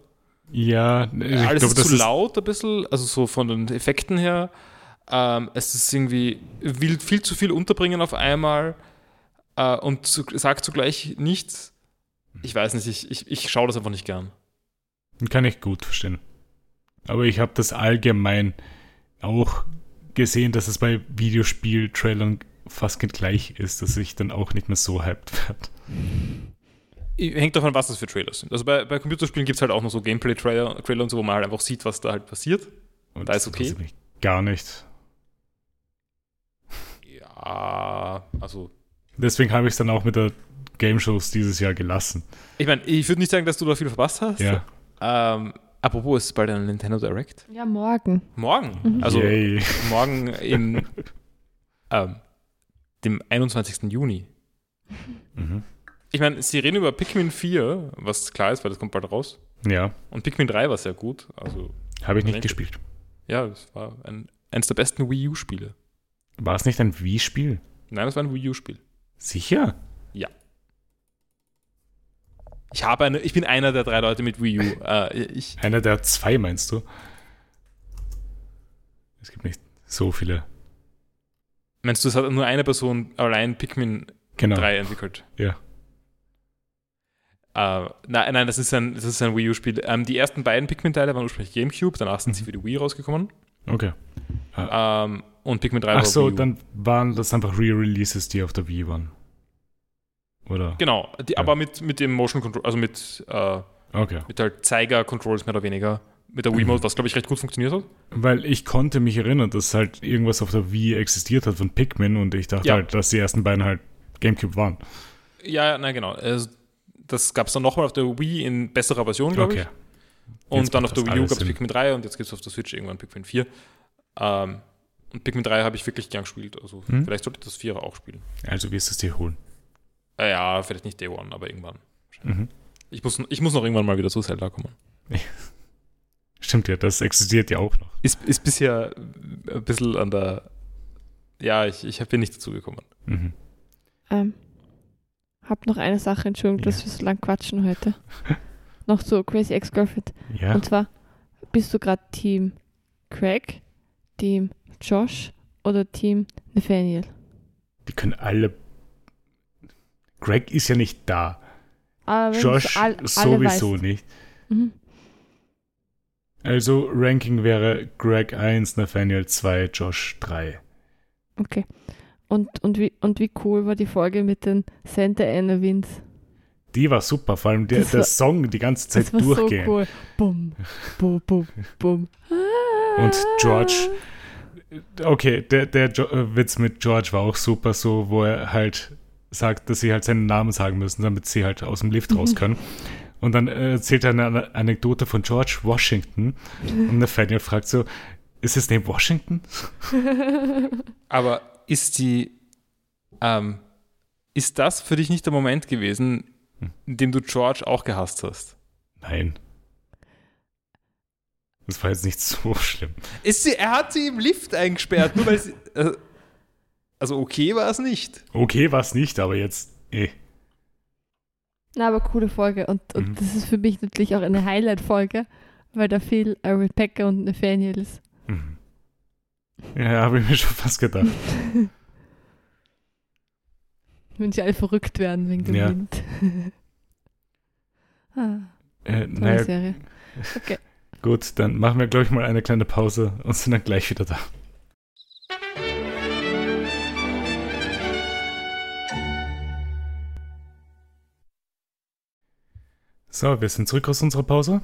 Speaker 1: Ja, ich
Speaker 3: Alles
Speaker 1: glaube,
Speaker 3: ist
Speaker 1: das
Speaker 3: zu
Speaker 1: ist
Speaker 3: laut ein bisschen, also so von den Effekten her. Ähm, es ist irgendwie, will viel zu viel unterbringen auf einmal äh, und zu, sagt zugleich nichts. Ich weiß nicht, ich, ich, ich schaue das einfach nicht gern.
Speaker 1: Kann ich gut verstehen. Aber ich habe das allgemein auch gesehen, dass es bei Videospiel-Trailern fast gleich ist, dass ich dann auch nicht mehr so hyped werde.
Speaker 3: Hängt davon, was das für Trailers sind. Also bei, bei Computerspielen gibt es halt auch noch so Gameplay-Trailer Trailer und so, wo man halt einfach sieht, was da halt passiert.
Speaker 1: Und
Speaker 3: Da ist
Speaker 1: das
Speaker 3: okay.
Speaker 1: interessiert mich Gar nicht.
Speaker 3: Ja, also.
Speaker 1: Deswegen habe ich es dann auch mit der Game Shows dieses Jahr gelassen.
Speaker 3: Ich meine, ich würde nicht sagen, dass du da viel verpasst hast.
Speaker 1: Ja.
Speaker 3: Ähm, apropos, es ist bald ein Nintendo Direct.
Speaker 2: Ja, morgen.
Speaker 3: Morgen. Also
Speaker 1: Yay.
Speaker 3: morgen im, ähm, dem 21. Juni.
Speaker 1: <laughs> Mhm.
Speaker 3: Ich meine, sie reden über Pikmin 4, was klar ist, weil das kommt bald raus.
Speaker 1: Ja,
Speaker 3: Und Pikmin 3 war sehr gut. Also,
Speaker 1: habe ich nicht
Speaker 3: Danke.
Speaker 1: gespielt.
Speaker 3: ja, das war ein, eines der besten Wii U-Spiele.
Speaker 1: War es nicht ein Wii-Spiel?
Speaker 3: Nein, das war ein Wii U-Spiel.
Speaker 1: Sicher?
Speaker 3: Ich, habe eine, ich bin einer der drei Leute mit <laughs> Wii U. Äh, ich,
Speaker 1: Einer der zwei, meinst du? Es gibt nicht so viele.
Speaker 3: meinst du, es hat nur eine Person allein Pikmin
Speaker 1: Genau.
Speaker 3: 3 entwickelt?
Speaker 1: Ja.
Speaker 3: Äh, nein, nein, das ist ein, das ist ein Wii U-Spiel. Ähm, die ersten beiden Pikmin-Teile waren ursprünglich Gamecube, danach sind sie
Speaker 1: Mhm.
Speaker 3: für die Wii rausgekommen.
Speaker 1: Okay.
Speaker 3: Ähm, und Pikmin 3
Speaker 1: Ach so,
Speaker 3: Wii U.
Speaker 1: dann waren das einfach Re-Releases, die auf der Wii waren. Oder?
Speaker 3: Genau, die, aber mit, mit dem Motion Control, also mit, äh,
Speaker 1: Okay.
Speaker 3: mit halt Zeiger-Controls mehr oder weniger. Mit der Wiimote, was glaube ich recht gut funktioniert hat.
Speaker 1: Weil ich konnte mich erinnern, dass halt irgendwas auf der Wii existiert hat von Pikmin und ich dachte
Speaker 3: Ja.
Speaker 1: halt, dass die ersten beiden halt Gamecube waren.
Speaker 3: Ja, ja, nein, genau. Also, das gab es dann nochmal auf der Wii in besserer Version, glaube ich. Und
Speaker 1: Jetzt
Speaker 3: dann auf
Speaker 1: macht
Speaker 3: der
Speaker 1: das
Speaker 3: Wii U
Speaker 1: alles
Speaker 3: gab es
Speaker 1: Sinn.
Speaker 3: Pikmin 3 und jetzt gibt es auf der Switch irgendwann Pikmin 4. Ähm, und Pikmin 3 habe ich wirklich gern gespielt. Also
Speaker 1: Hm?
Speaker 3: vielleicht sollte ich das 4 auch spielen.
Speaker 1: Also wirst du es dir holen.
Speaker 3: Äh, ja, vielleicht nicht Day One, aber irgendwann.
Speaker 1: Mhm.
Speaker 3: Ich muss, ich muss noch irgendwann mal wieder zu Zelda kommen.
Speaker 1: Stimmt ja, das existiert ja auch noch.
Speaker 3: Ist, ist bisher ein bisschen an der. Ja, ich, ich bin nicht dazu gekommen.
Speaker 1: Mhm.
Speaker 2: Ähm, hab noch eine Sache, Entschuldigung,
Speaker 1: Ja.
Speaker 2: dass wir so lang quatschen heute. <laughs> noch so Crazy Ex-Girlfriend.
Speaker 1: Ja.
Speaker 2: Und zwar, bist du gerade Team Craig, Team Josh oder Team Nathaniel?
Speaker 1: die können alle. Greg ist ja nicht da.
Speaker 2: Aber wenn du
Speaker 1: Josh
Speaker 2: all- alle
Speaker 1: sowieso
Speaker 2: weißt.
Speaker 1: nicht.
Speaker 2: Mhm.
Speaker 1: Also Ranking wäre Greg 1, Nathaniel 2, Josh 3.
Speaker 2: Und, und, wie, und wie cool war die Folge mit den Santa Ana Winds?
Speaker 1: Die war super, vor allem der,
Speaker 2: Das
Speaker 1: der
Speaker 2: war-
Speaker 1: Song die ganze Zeit
Speaker 2: Das war so
Speaker 1: durchgehend.
Speaker 2: cool. Bum, bum, bum, bum.
Speaker 1: Und George Okay, der, der jo äh, Witz mit George war auch super, so, wo er halt sagt, dass sie halt seinen Namen sagen müssen, damit sie halt aus dem
Speaker 2: Mhm.
Speaker 1: Lift raus können. Und dann äh, erzählt er eine Ana- Anekdote von George
Speaker 2: <laughs>
Speaker 1: Washington. Und Nathaniel fragt so, ist his name Washington?
Speaker 2: Ah. <laughs>
Speaker 3: Aber ist die, ähm, ist das für dich nicht der Moment gewesen, in dem du George auch gehasst hast?
Speaker 1: Nein. Das war jetzt nicht <laughs> so schlimm.
Speaker 3: Ist sie, er hat sie im Lift eingesperrt, nur weil sie, äh, also okay war es nicht.
Speaker 1: Okay, war es nicht, aber jetzt, eh.
Speaker 2: Na, aber coole Folge. Und, und
Speaker 1: Mhm.
Speaker 2: das ist für mich natürlich auch eine Highlight-Folge, weil da viel äh, Rebecca und Nathaniel ist.
Speaker 1: Mhm. Ja, habe ich mir schon fast gedacht.
Speaker 2: Wenn sie alle verrückt werden wegen dem
Speaker 1: Ja.
Speaker 2: Wind. <laughs> ah,
Speaker 1: Äh,
Speaker 2: tolle
Speaker 1: naja,
Speaker 2: Serie.
Speaker 1: Gut, dann machen wir, glaube ich, mal eine kleine Pause und sind dann gleich wieder da. So, wir sind zurück aus unserer Pause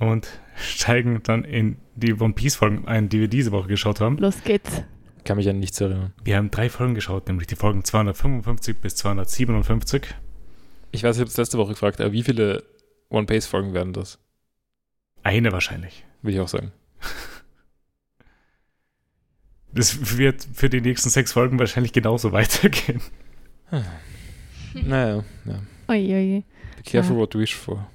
Speaker 1: und steigen dann in die One Piece-Folgen ein, die wir diese Woche geschaut haben.
Speaker 2: Los geht's.
Speaker 3: Kann mich an nichts erinnern.
Speaker 1: Wir haben drei Folgen geschaut, nämlich die Folgen 255 bis 257.
Speaker 3: Ich weiß, ich habe es letzte Woche gefragt, aber wie viele One-Pace-Folgen werden das?
Speaker 1: Eine wahrscheinlich.
Speaker 3: Will ich auch sagen.
Speaker 1: Das wird für die nächsten sechs Folgen wahrscheinlich genauso <laughs> weitergehen.
Speaker 3: <laughs> Naja, ja.
Speaker 2: Oje, oje.
Speaker 3: Be careful
Speaker 2: Ja.
Speaker 3: what you wish for.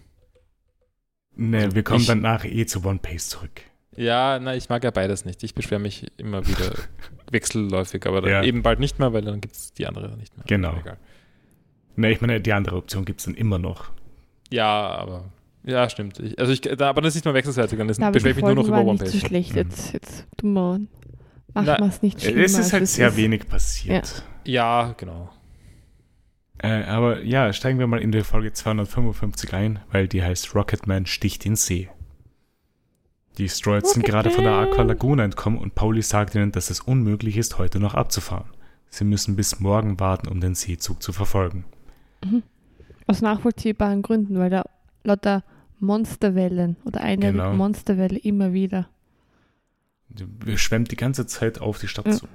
Speaker 1: Ne, wir kommen
Speaker 3: Ich-
Speaker 1: danach eh zu One Piece zurück.
Speaker 3: Ja, na, ich mag ja beides nicht. Ich beschwere mich immer <laughs> wieder wechselläufig, aber dann
Speaker 1: Ja.
Speaker 3: eben bald nicht mehr, weil dann gibt es die andere nicht mehr.
Speaker 1: Genau.
Speaker 3: Egal.
Speaker 1: Ne, ich meine, die andere Option gibt es dann immer noch.
Speaker 3: Ja, aber. Ja, stimmt. Ich, also ich, da, aber das ist nicht mal wechselseitig, dann ist-
Speaker 2: Na, aber
Speaker 3: beschwere
Speaker 2: die
Speaker 3: ich mich nur
Speaker 2: Folgen
Speaker 3: noch über
Speaker 2: waren
Speaker 3: One
Speaker 2: nicht so
Speaker 3: Piece.
Speaker 2: schlecht.
Speaker 1: Mhm.
Speaker 2: Jetzt, jetzt, du Mann. Mach
Speaker 3: Na,
Speaker 2: mal's nicht schlimmer.
Speaker 1: es ist
Speaker 2: als
Speaker 1: halt
Speaker 2: es
Speaker 1: sehr
Speaker 2: ist.
Speaker 1: wenig passiert.
Speaker 3: Ja, genau.
Speaker 1: Äh, aber ja, steigen wir mal in die Folge 255 ein, weil die heißt Rocketman sticht in See. Die Stroids sind gerade von der Aqua
Speaker 2: Rocketman.
Speaker 1: Laguna entkommen und Pauli sagt ihnen, dass es unmöglich ist, heute noch abzufahren. Sie müssen bis morgen warten, um den Seezug zu verfolgen.
Speaker 2: Aus nachvollziehbaren Gründen, weil da lauter Monsterwellen oder eine
Speaker 1: Genau.
Speaker 2: Monsterwelle immer wieder.
Speaker 1: schwemmt die ganze Zeit auf die Stadt
Speaker 2: Ja.
Speaker 1: zu.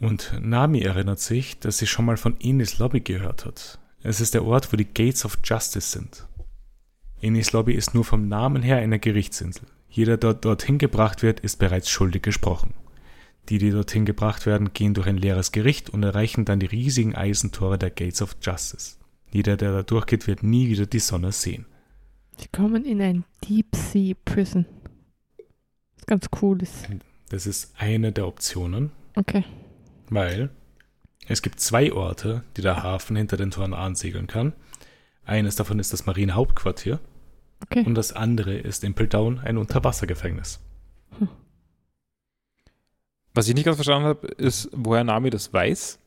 Speaker 1: Und Nami erinnert sich, dass sie schon mal von Enis Lobby gehört hat. Es ist der Ort, wo die Gates of Justice sind. Enis Lobby ist nur vom Namen her eine Gerichtsinsel. Jeder, der dorthin gebracht wird, ist bereits schuldig gesprochen. Die, die dorthin gebracht werden, gehen durch ein leeres Gericht und erreichen dann die riesigen Eisentore der Gates of Justice. Jeder, der da durchgeht, wird nie wieder die Sonne sehen.
Speaker 2: Sie kommen in ein Deep Sea Prison. Was ganz cool ist.
Speaker 1: Das ist eine der Optionen.
Speaker 2: Okay.
Speaker 1: Weil es gibt zwei Orte, die der Hafen hinter den Toren ansegeln kann. Eines davon ist das Marinehauptquartier
Speaker 2: Okay.
Speaker 1: und das andere ist Impeldown, ein Unterwassergefängnis.
Speaker 3: Was ich nicht ganz verstanden habe, ist, woher Nami das weiß.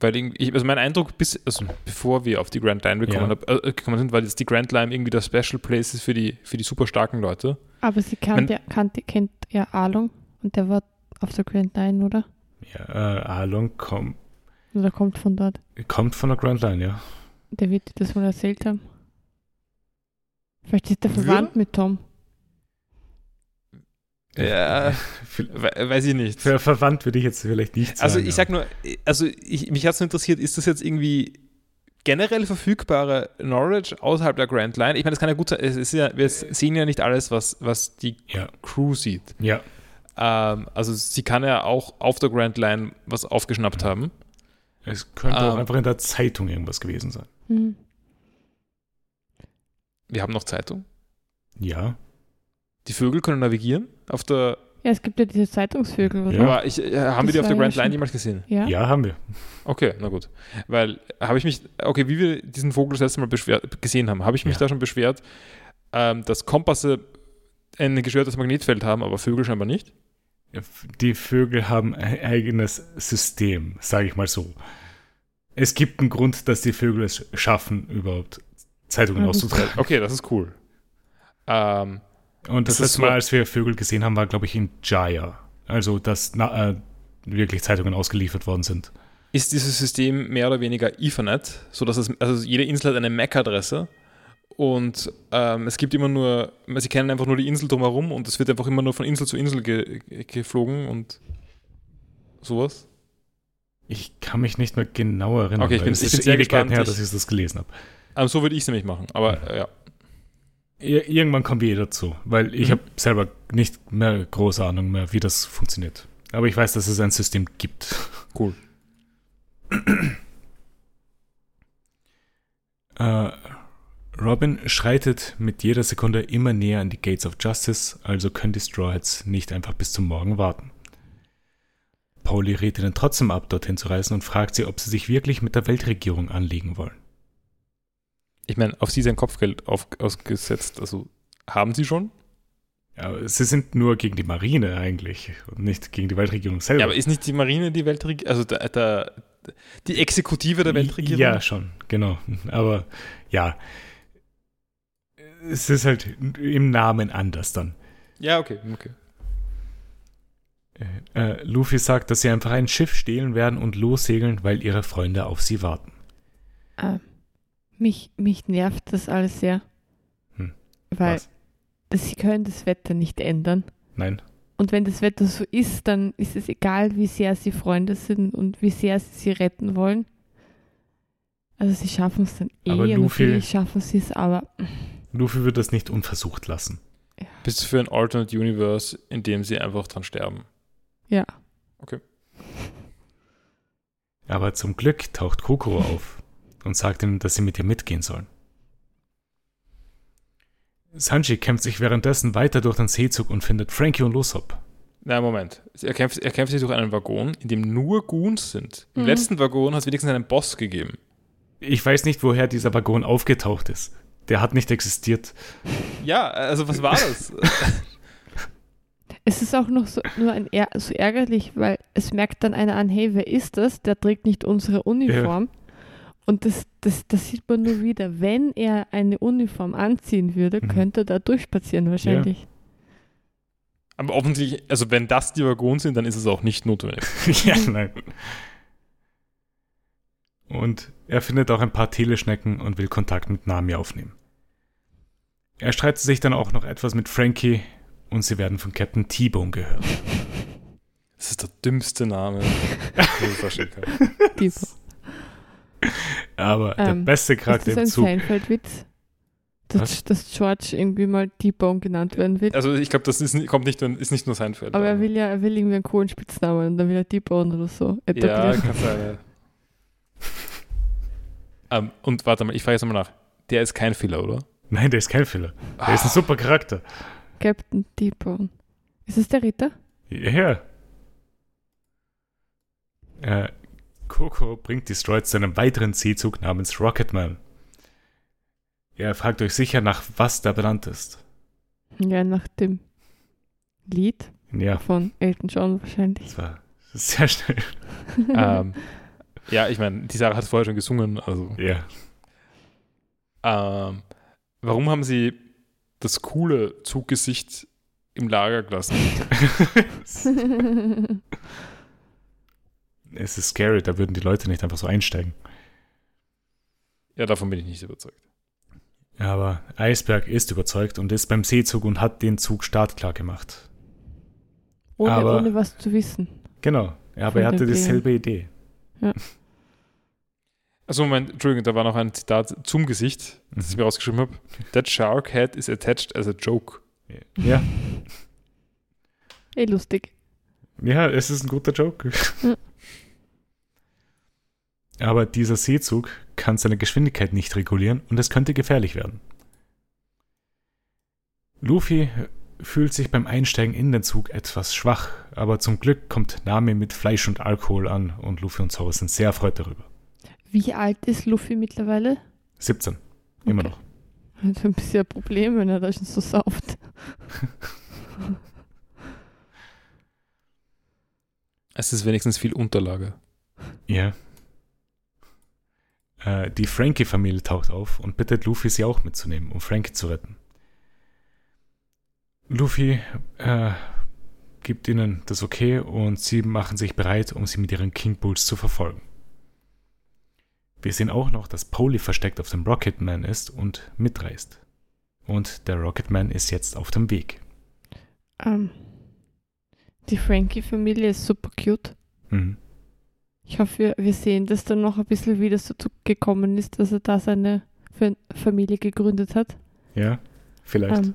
Speaker 3: Weil irgendwie- ich, also mein Eindruck, bis, also bevor wir auf die Grand Line
Speaker 1: Ja.
Speaker 3: gekommen, hab, äh, gekommen sind, weil jetzt die Grand Line irgendwie das Special Place ist für die, für die super starken Leute.
Speaker 2: Aber sie kannte, kannte, kennt ja Alung und der war auf der Grand Line, oder?
Speaker 1: Ja, äh, Along komm,
Speaker 2: Oder kommt von dort.
Speaker 1: kommt von der Grand Line, ja.
Speaker 2: Der wird dir das mal erzählt haben. Vielleicht ist der
Speaker 3: Würde?
Speaker 2: verwandt mit Tom.
Speaker 3: Ja,
Speaker 1: Ver-
Speaker 3: <laughs> we weiß ich nicht.
Speaker 1: Ver verwandt würde ich jetzt vielleicht nicht sagen.
Speaker 3: Also ich sag nur, also ich, mich hat es interessiert, ist das jetzt irgendwie generell verfügbare Knowledge außerhalb der Grand Line? Ich meine, das kann ja gut sein, es ist ja, wir sehen ja nicht alles, was, was die
Speaker 1: Ja.
Speaker 3: Crew sieht.
Speaker 1: Ja,
Speaker 3: Ähm, also sie kann ja auch auf der Grand Line was aufgeschnappt haben.
Speaker 1: es könnte auch
Speaker 3: Ähm.
Speaker 1: einfach in der Zeitung irgendwas gewesen sein.
Speaker 2: Hm.
Speaker 3: Wir haben noch Zeitung.
Speaker 1: Ja,
Speaker 3: Die Vögel können navigieren auf der,
Speaker 2: Ja, es gibt ja diese Zeitungsvögel, oder?
Speaker 1: Ja.
Speaker 3: aber ich, äh, haben wir
Speaker 2: Das
Speaker 3: die auf der
Speaker 2: war ja
Speaker 3: Grand Line
Speaker 2: schon-
Speaker 3: jemals gesehen?
Speaker 2: Ja.
Speaker 1: ja, haben wir.
Speaker 3: Okay, na gut. Weil habe ich mich, okay, wie wir diesen Vogel das letzte Mal beschwer, gesehen haben, habe ich mich
Speaker 1: Ja.
Speaker 3: da schon beschwert, ähm, dass Kompasse ein gestörtes Magnetfeld haben, aber Vögel scheinbar nicht.
Speaker 1: Die Vögel haben ein eigenes System, sage ich mal so. Es gibt einen Grund, dass die Vögel es schaffen, überhaupt Zeitungen
Speaker 2: Mhm.
Speaker 1: auszutreiben.
Speaker 3: Okay, das ist cool. Ähm,
Speaker 1: Und das,
Speaker 3: Das ist
Speaker 1: letzte Mal,
Speaker 3: so-
Speaker 1: als wir Vögel gesehen haben, war, glaube ich, in Jaya. Also, dass na, äh, wirklich Zeitungen ausgeliefert worden sind.
Speaker 3: ist dieses System mehr oder weniger Ethernet, sodass es, also jede Insel hat eine MAC-Adresse Und ähm, es gibt immer nur, sie kennen einfach nur die Insel drumherum und es wird einfach immer nur von Insel zu Insel ge ge- geflogen und sowas.
Speaker 1: Ich kann mich nicht mehr genau erinnern.
Speaker 3: Okay, ich
Speaker 1: weil
Speaker 3: bin-
Speaker 1: es
Speaker 3: ich
Speaker 1: ist
Speaker 3: bin sehr
Speaker 1: Ewigkeiten
Speaker 3: gespannt.
Speaker 1: her,
Speaker 3: Ich-
Speaker 1: dass ich das gelesen habe.
Speaker 3: Ähm, so würde ich es nämlich machen, aber äh, ja.
Speaker 1: Ir irgendwann kommt jeder zu, weil ich
Speaker 3: Mhm.
Speaker 1: habe selber nicht mehr große Ahnung mehr, wie das funktioniert. Aber ich weiß, dass es ein System gibt.
Speaker 3: Cool.
Speaker 1: <clears throat> Äh, Robin schreitet mit jeder Sekunde immer näher an die Gates of Justice, also können die Straw Hats nicht einfach bis zum Morgen warten. Pauli rät ihnen trotzdem ab, dorthin zu reisen und fragt sie, ob sie sich wirklich mit der Weltregierung anlegen wollen.
Speaker 3: Ich meine, auf sie sein Kopfgeld auf, ausgesetzt, also haben sie schon?
Speaker 1: Ja, sie sind nur gegen die Marine eigentlich und nicht gegen die Weltregierung selber.
Speaker 3: Ja, aber ist nicht die Marine die Weltregierung, also der, der, die Exekutive der Weltregierung?
Speaker 1: Ja, schon, genau. Aber ja, es ist halt im Namen anders dann.
Speaker 3: Ja, okay, okay.
Speaker 1: Äh, Luffy sagt, dass sie einfach ein Schiff stehlen werden und lossegeln, weil ihre Freunde auf sie warten.
Speaker 2: Ähm, mich, mich nervt das alles sehr.
Speaker 1: Hm,
Speaker 2: Weil
Speaker 1: Was?
Speaker 2: sie können das Wetter nicht ändern.
Speaker 1: Nein.
Speaker 2: Und wenn das Wetter so ist, dann ist es egal, wie sehr sie Freunde sind und wie sehr sie sie retten wollen. Also sie schaffen es dann eh.
Speaker 1: Aber Luffy-
Speaker 2: Natürlich schaffen sie es, aber
Speaker 1: Luffy wird das nicht unversucht lassen.
Speaker 3: Bist du für ein Alternate Universe, in dem sie einfach dran sterben?
Speaker 2: ja.
Speaker 1: Aber zum Glück taucht
Speaker 3: <laughs>
Speaker 1: Kokoro auf und sagt ihm, dass sie mit ihr mitgehen sollen. Sanji kämpft sich währenddessen weiter durch den Seezug und findet Frankie und Losop.
Speaker 3: Nein, Moment. Er kämpft, er kämpft sich durch einen Waggon, in dem nur Goons sind. Im
Speaker 2: Mhm.
Speaker 3: letzten Waggon hat es wenigstens einen Boss gegeben.
Speaker 1: Ich weiß nicht, woher dieser Waggon aufgetaucht ist. Der hat nicht existiert.
Speaker 3: Ja, also was war das?
Speaker 2: Es ist auch noch so, nur ein, Är- so ärgerlich, weil es merkt dann einer an, hey, wer ist das? Der trägt nicht unsere Uniform. Und das, das, das sieht man nur wieder. Wenn er eine Uniform anziehen würde,
Speaker 1: Mhm.
Speaker 2: könnte er da durchspazieren wahrscheinlich.
Speaker 3: <laughs> Aber offensichtlich, also wenn das die Waggons sind, dann ist es auch nicht notwendig.
Speaker 1: <laughs> ja, nein. Und er findet auch ein paar Teleschnecken und will Kontakt mit Nami aufnehmen. Er streitet sich dann auch noch etwas mit Frankie und sie werden von Captain T-Bone
Speaker 2: <laughs>
Speaker 1: gehört.
Speaker 3: Das ist der dümmste Name, den ich verstehen kann.
Speaker 2: Die-
Speaker 1: Aber der
Speaker 2: Ähm,
Speaker 1: beste
Speaker 2: Ist
Speaker 1: Charakter
Speaker 2: das
Speaker 1: im
Speaker 2: ein
Speaker 1: Zug.
Speaker 2: Seinfeld-Witz?
Speaker 1: Was?
Speaker 2: Dass, dass George irgendwie mal T-Bone genannt werden will.
Speaker 3: Also ich glaube, das ist, ni- kommt nicht, nur- ist nicht nur sein Feld.
Speaker 2: Aber er will ja, er will irgendwie einen coolen Spitznamen und dann will er T-Bone oder so.
Speaker 3: Ja,
Speaker 2: etablieren.
Speaker 3: kann sein. ja. ähm, und warte mal, ich frage jetzt nochmal nach. Der ist kein Fehler,
Speaker 2: <laughs>
Speaker 3: oder?
Speaker 1: Nein, der ist kein Fehler. Der ist ein super Charakter.
Speaker 2: Captain T-Bone. Ist es der Ritter?
Speaker 1: Ja. Äh, Coco bringt die Stroids zu einem weiteren Seezug namens Rocketman. Ihr fragt euch sicher, nach was der benannt ist.
Speaker 2: Ja, nach dem Lied
Speaker 1: Ja,
Speaker 2: von Elton John wahrscheinlich. <laughs>
Speaker 1: das war sehr schnell.
Speaker 3: ähm, ja, ich meine, die Sarah hat es vorher schon gesungen. Also,
Speaker 1: Ja.
Speaker 3: ähm, warum haben sie das coole Zuggesicht im Lager gelassen?
Speaker 1: es ist scary, da würden die Leute nicht einfach so einsteigen.
Speaker 3: Ja, davon bin ich nicht überzeugt.
Speaker 1: Aber Eisberg ist überzeugt und ist beim Seezug und hat den Zug startklar gemacht.
Speaker 2: ohne,
Speaker 1: Aber-
Speaker 2: ohne was zu wissen.
Speaker 1: Genau, aber
Speaker 2: Von
Speaker 1: er
Speaker 2: der
Speaker 1: hatte
Speaker 2: Idee.
Speaker 1: dieselbe Idee.
Speaker 3: Also Moment, Entschuldigung, da war noch ein Zitat zum Gesicht, das ich mir rausgeschrieben habe. That shark head is attached as a joke.
Speaker 1: Ja,
Speaker 2: Eh, lustig.
Speaker 1: ja, es ist ein guter Joke.
Speaker 2: Ja.
Speaker 1: aber dieser Seezug kann seine Geschwindigkeit nicht regulieren und es könnte gefährlich werden. Luffy fühlt sich beim Einsteigen in den Zug etwas schwach, aber zum Glück kommt Nami mit Fleisch und Alkohol an und Luffy und Zoro sind sehr erfreut darüber.
Speaker 2: Wie alt ist Luffy mittlerweile? <laughs>
Speaker 1: 17, immer noch.
Speaker 2: Hat ein bisschen ein Problem, wenn er da schon so sauft.
Speaker 3: Es ist wenigstens viel Unterlage.
Speaker 1: Ja. Äh, die Frankie-Familie taucht auf und bittet Luffy, sie auch mitzunehmen, um Frankie zu retten. Luffy äh, gibt ihnen das Okay und sie machen sich bereit, um sie mit ihren King Bulls zu verfolgen. Wir sehen auch noch, dass Polly versteckt auf dem Rocketman ist und mitreist. Und der Rocketman ist jetzt auf dem Weg.
Speaker 2: Ähm, die Frankie-Familie ist super cute.
Speaker 1: Mhm.
Speaker 2: Ich hoffe, wir, wir sehen das dann noch ein bisschen, wie das dazu gekommen ist, dass er da seine Fa- Familie gegründet hat.
Speaker 1: Ja, vielleicht.
Speaker 2: Ähm,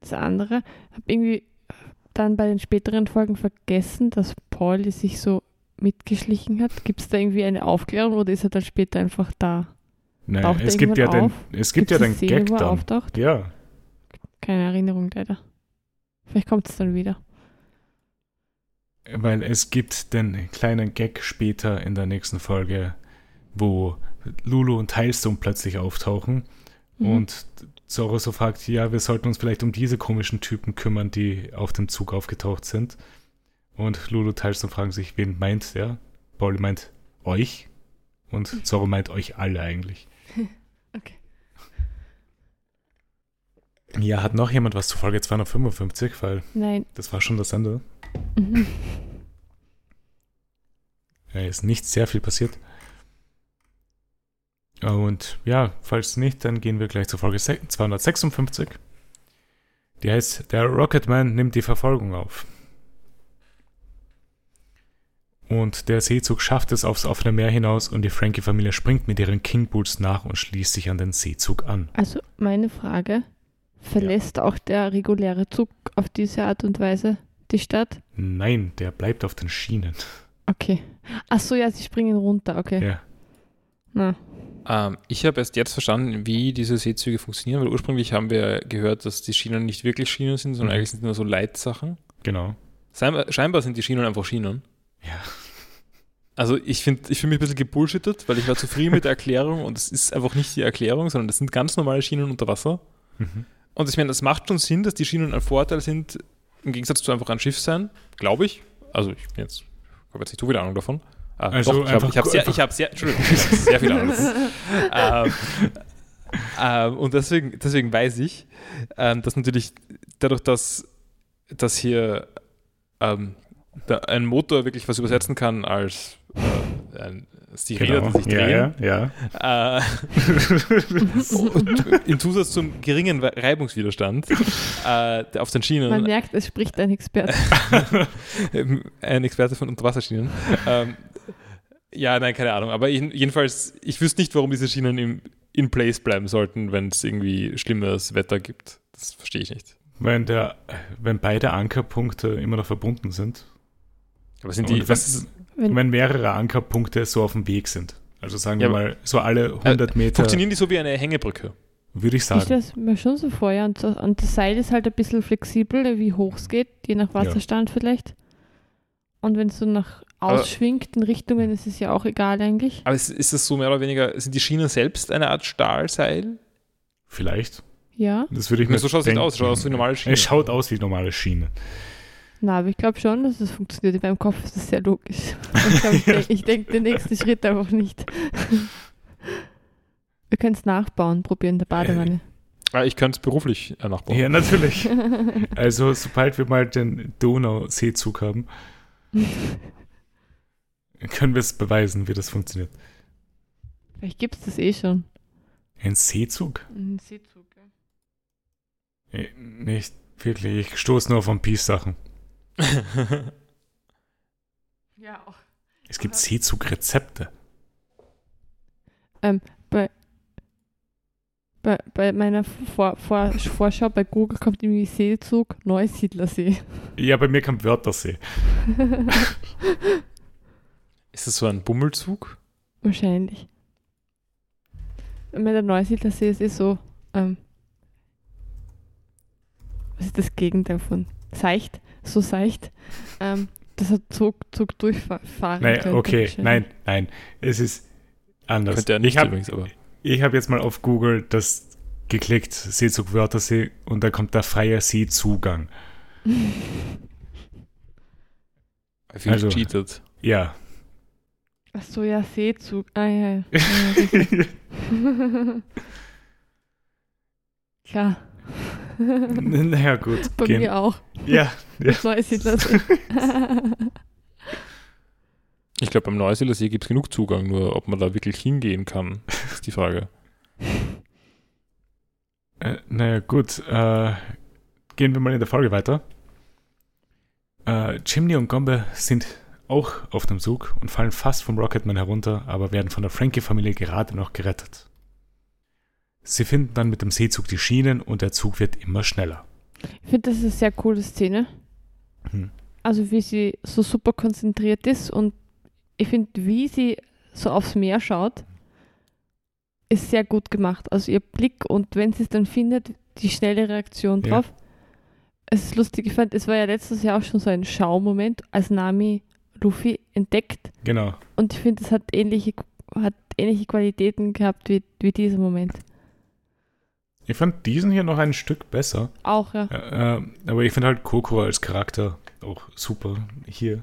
Speaker 2: das andere, habe irgendwie äh, dann bei den späteren Folgen vergessen, dass Pauli sich so mitgeschlichen hat. Gibt es da irgendwie eine Aufklärung oder ist er dann später einfach da?
Speaker 1: naja,
Speaker 2: taucht er
Speaker 1: es gibt ja den,
Speaker 2: irgendwann auf?
Speaker 1: es gibt ja
Speaker 2: Gibt's
Speaker 1: den
Speaker 2: eine Szene,
Speaker 1: Gag
Speaker 2: wo er
Speaker 1: dann.
Speaker 2: auftaucht?
Speaker 1: Ja,
Speaker 2: Keine Erinnerung leider. Vielleicht kommt es dann wieder.
Speaker 1: weil es gibt den kleinen Gag später in der nächsten Folge, wo Lulu und Heilstone plötzlich auftauchen
Speaker 2: Mhm.
Speaker 1: und Zorro so fragt, ja, wir sollten uns vielleicht um diese komischen Typen kümmern, die auf dem Zug aufgetaucht sind. Und Lulu und Heilstone fragen sich, wen meint der? Pauli meint euch und Zorro meint euch alle eigentlich.
Speaker 2: Okay.
Speaker 1: Ja, hat noch jemand was zu Folge 255, weil
Speaker 2: Nein.
Speaker 1: das war schon das Ende.
Speaker 2: Mhm.
Speaker 1: Ja, ist nicht sehr viel passiert. Und ja, falls nicht, dann gehen wir gleich zur Folge se- 256. Die heißt, der Rocketman nimmt die Verfolgung auf. Und der Seezug schafft es aufs offene Meer hinaus und die Frankie-Familie springt mit ihren King Boots nach und schließt sich an den Seezug an.
Speaker 2: Also meine Frage, verlässt auch der reguläre Zug auf diese Art und Weise die Stadt?
Speaker 1: Nein, der bleibt auf den Schienen.
Speaker 2: Okay. Ach so, ja, sie springen runter, okay.
Speaker 1: Ja.
Speaker 2: Na,
Speaker 3: Ähm, ich habe erst jetzt verstanden, wie diese Seezüge funktionieren, weil ursprünglich haben wir gehört, dass die Schienen nicht wirklich Schienen sind, sondern
Speaker 1: Mhm.
Speaker 3: eigentlich sind nur so Leitsachen.
Speaker 1: Genau.
Speaker 3: Scheinbar, scheinbar sind die Schienen einfach Schienen.
Speaker 1: Ja.
Speaker 3: Also ich finde ich find mich ein bisschen gebullshittet, weil ich war zufrieden mit der Erklärung und es ist einfach nicht die Erklärung, sondern das sind ganz normale Schienen unter Wasser.
Speaker 1: Mhm.
Speaker 3: Und ich meine, das macht schon Sinn, dass die Schienen ein Vorteil sind, im Gegensatz zu einfach ein Schiff sein, glaube ich. Also ich bin jetzt, ich habe jetzt nicht so viel Ahnung davon. Ah,
Speaker 1: Also
Speaker 3: doch, ich habe
Speaker 1: einfach-
Speaker 3: ich hab sehr, ich hab sehr, Entschuldigung, ich hab sehr viel Ahnung davon. ähm, ähm, und deswegen, deswegen weiß ich, ähm, dass natürlich dadurch, dass, dass hier ähm, da ein Motor wirklich was übersetzen kann als, äh, ein, als die Räder, die sich
Speaker 1: Genau,
Speaker 3: drehen,
Speaker 1: ja, ja, ja.
Speaker 3: äh, <laughs> und Im Zusatz zum geringen We- Reibungswiderstand äh, der auf den
Speaker 2: man
Speaker 3: Schienen,
Speaker 2: merkt, es spricht ein
Speaker 1: Äh,
Speaker 2: Experte.
Speaker 3: ähm, <laughs> ein Experte von Unterwasserschienen. Ähm, ja, nein, keine Ahnung. Aber jeden- jedenfalls, ich wüsste nicht, warum diese Schienen im, in place bleiben sollten, wenn es irgendwie schlimmes Wetter gibt. Das verstehe ich nicht.
Speaker 1: Wenn, der, wenn beide Ankerpunkte immer noch verbunden sind.
Speaker 3: Aber sind
Speaker 1: Und
Speaker 3: die,
Speaker 1: wenn-
Speaker 3: was ist,
Speaker 2: Wenn,
Speaker 1: wenn mehrere Ankerpunkte so auf dem Weg sind. Also sagen
Speaker 3: Ja, Äh,
Speaker 1: wir mal, so alle 100 Meter,
Speaker 3: funktionieren die so wie eine Hängebrücke?
Speaker 1: würde ich
Speaker 2: ich
Speaker 1: sagen.
Speaker 2: stelle mir schon so vor, ja. Und, das- und das Seil ist halt ein bisschen flexibel, wie hoch es geht, je nach
Speaker 1: Ja.
Speaker 2: Wasserstand vielleicht. Und wenn es so nach
Speaker 3: Aber-
Speaker 2: ausschwingt in Richtungen, ist es ja auch egal eigentlich.
Speaker 3: Aber ist, ist das so mehr oder weniger, sind die Schienen selbst eine Art Stahlseil?
Speaker 1: Vielleicht.
Speaker 2: Ja.
Speaker 1: Das würde ich
Speaker 3: Ich meine,
Speaker 1: mir
Speaker 3: so schaut es nicht
Speaker 1: denken.
Speaker 3: aus, schaut aus wie normale Schienen.
Speaker 1: Es schaut aus wie normale Schiene.
Speaker 2: Na, aber ich glaube schon, dass es funktioniert. In meinem Kopf ist das sehr logisch. Und Ich, glaub, ich denke ich denk den nächsten Schritt einfach nicht. <laughs> Wir können es nachbauen, probieren in der Badewanne.
Speaker 3: Ah, Ich könnte es beruflich äh, nachbauen.
Speaker 1: Ja, natürlich.
Speaker 3: <laughs>
Speaker 1: also sobald wir mal den Donauseezug haben, können wir es beweisen, wie das funktioniert.
Speaker 2: Vielleicht gibt es das eh schon.
Speaker 1: Ein Seezug?
Speaker 2: Ein Seezug,
Speaker 1: Äh, Nicht wirklich. Ich stoße nur auf One Piece-Sachen.
Speaker 3: <laughs>
Speaker 2: ja. auch.
Speaker 1: Es gibt Seezugrezepte.
Speaker 2: Bei, bei meiner Vor Vor Vorschau bei Google kommt irgendwie Seezug Neusiedlersee.
Speaker 1: Ja, bei mir kam Wörthersee.
Speaker 3: Ist das so ein Bummelzug?
Speaker 2: Wahrscheinlich. Und Mit der Neusiedlersee ist eh so. Ähm, was ist das Gegenteil von seicht? So seicht, ähm, dass er Zug, Zug durchfahren
Speaker 1: Nein,
Speaker 2: könnte
Speaker 1: okay,
Speaker 2: wahrscheinlich.
Speaker 1: nein, nein. Es ist anders.
Speaker 3: Könnte er nicht
Speaker 1: ich habe
Speaker 3: übrigens, aber.
Speaker 1: ich hab jetzt mal auf Google das geklickt, Seezug Wörthersee, und da kommt der freie Seezugang.
Speaker 3: I feel
Speaker 1: Also-
Speaker 3: cheated.
Speaker 1: Ja.
Speaker 2: <laughs> Ach so, ja, Seezug. Ah, ja,
Speaker 1: <laughs>
Speaker 2: ja. <laughs> Klar,
Speaker 1: naja, gut.
Speaker 2: bei
Speaker 1: gehen- <laughs>
Speaker 2: <laughs> mir auch.
Speaker 1: Ja, ja.
Speaker 2: Neusiedlersee.
Speaker 3: Ich glaube, beim Neuseeler See gibt es genug Zugang, nur ob man da wirklich hingehen kann, ist die Frage.
Speaker 1: Äh, naja, gut. Äh, gehen wir mal in der Folge weiter. Äh, Chimney und Gombe sind auch auf dem Zug und fallen fast vom Rocketman herunter, aber werden von der Frankie-Familie gerade noch gerettet. Sie finden dann mit dem Seezug die Schienen und der Zug wird immer schneller.
Speaker 2: Ich finde, das ist eine sehr coole Szene.
Speaker 1: Hm.
Speaker 2: Also wie sie so super konzentriert ist und ich finde, wie sie so aufs Meer schaut, ist sehr gut gemacht. Also ihr Blick und wenn sie es dann findet, die schnelle Reaktion
Speaker 1: Ja.
Speaker 2: drauf. Es ist lustig, ich fand, es war ja letztes Jahr auch schon so ein Schaumoment, als Nami Luffy entdeckt
Speaker 1: Genau.
Speaker 2: und ich finde, es hat ähnliche, hat ähnliche Qualitäten gehabt wie, wie dieser Moment.
Speaker 1: Ich fand diesen hier noch ein Stück besser.
Speaker 2: Auch, ja.
Speaker 1: Äh, äh, aber ich finde halt Kokoro als Charakter auch super hier.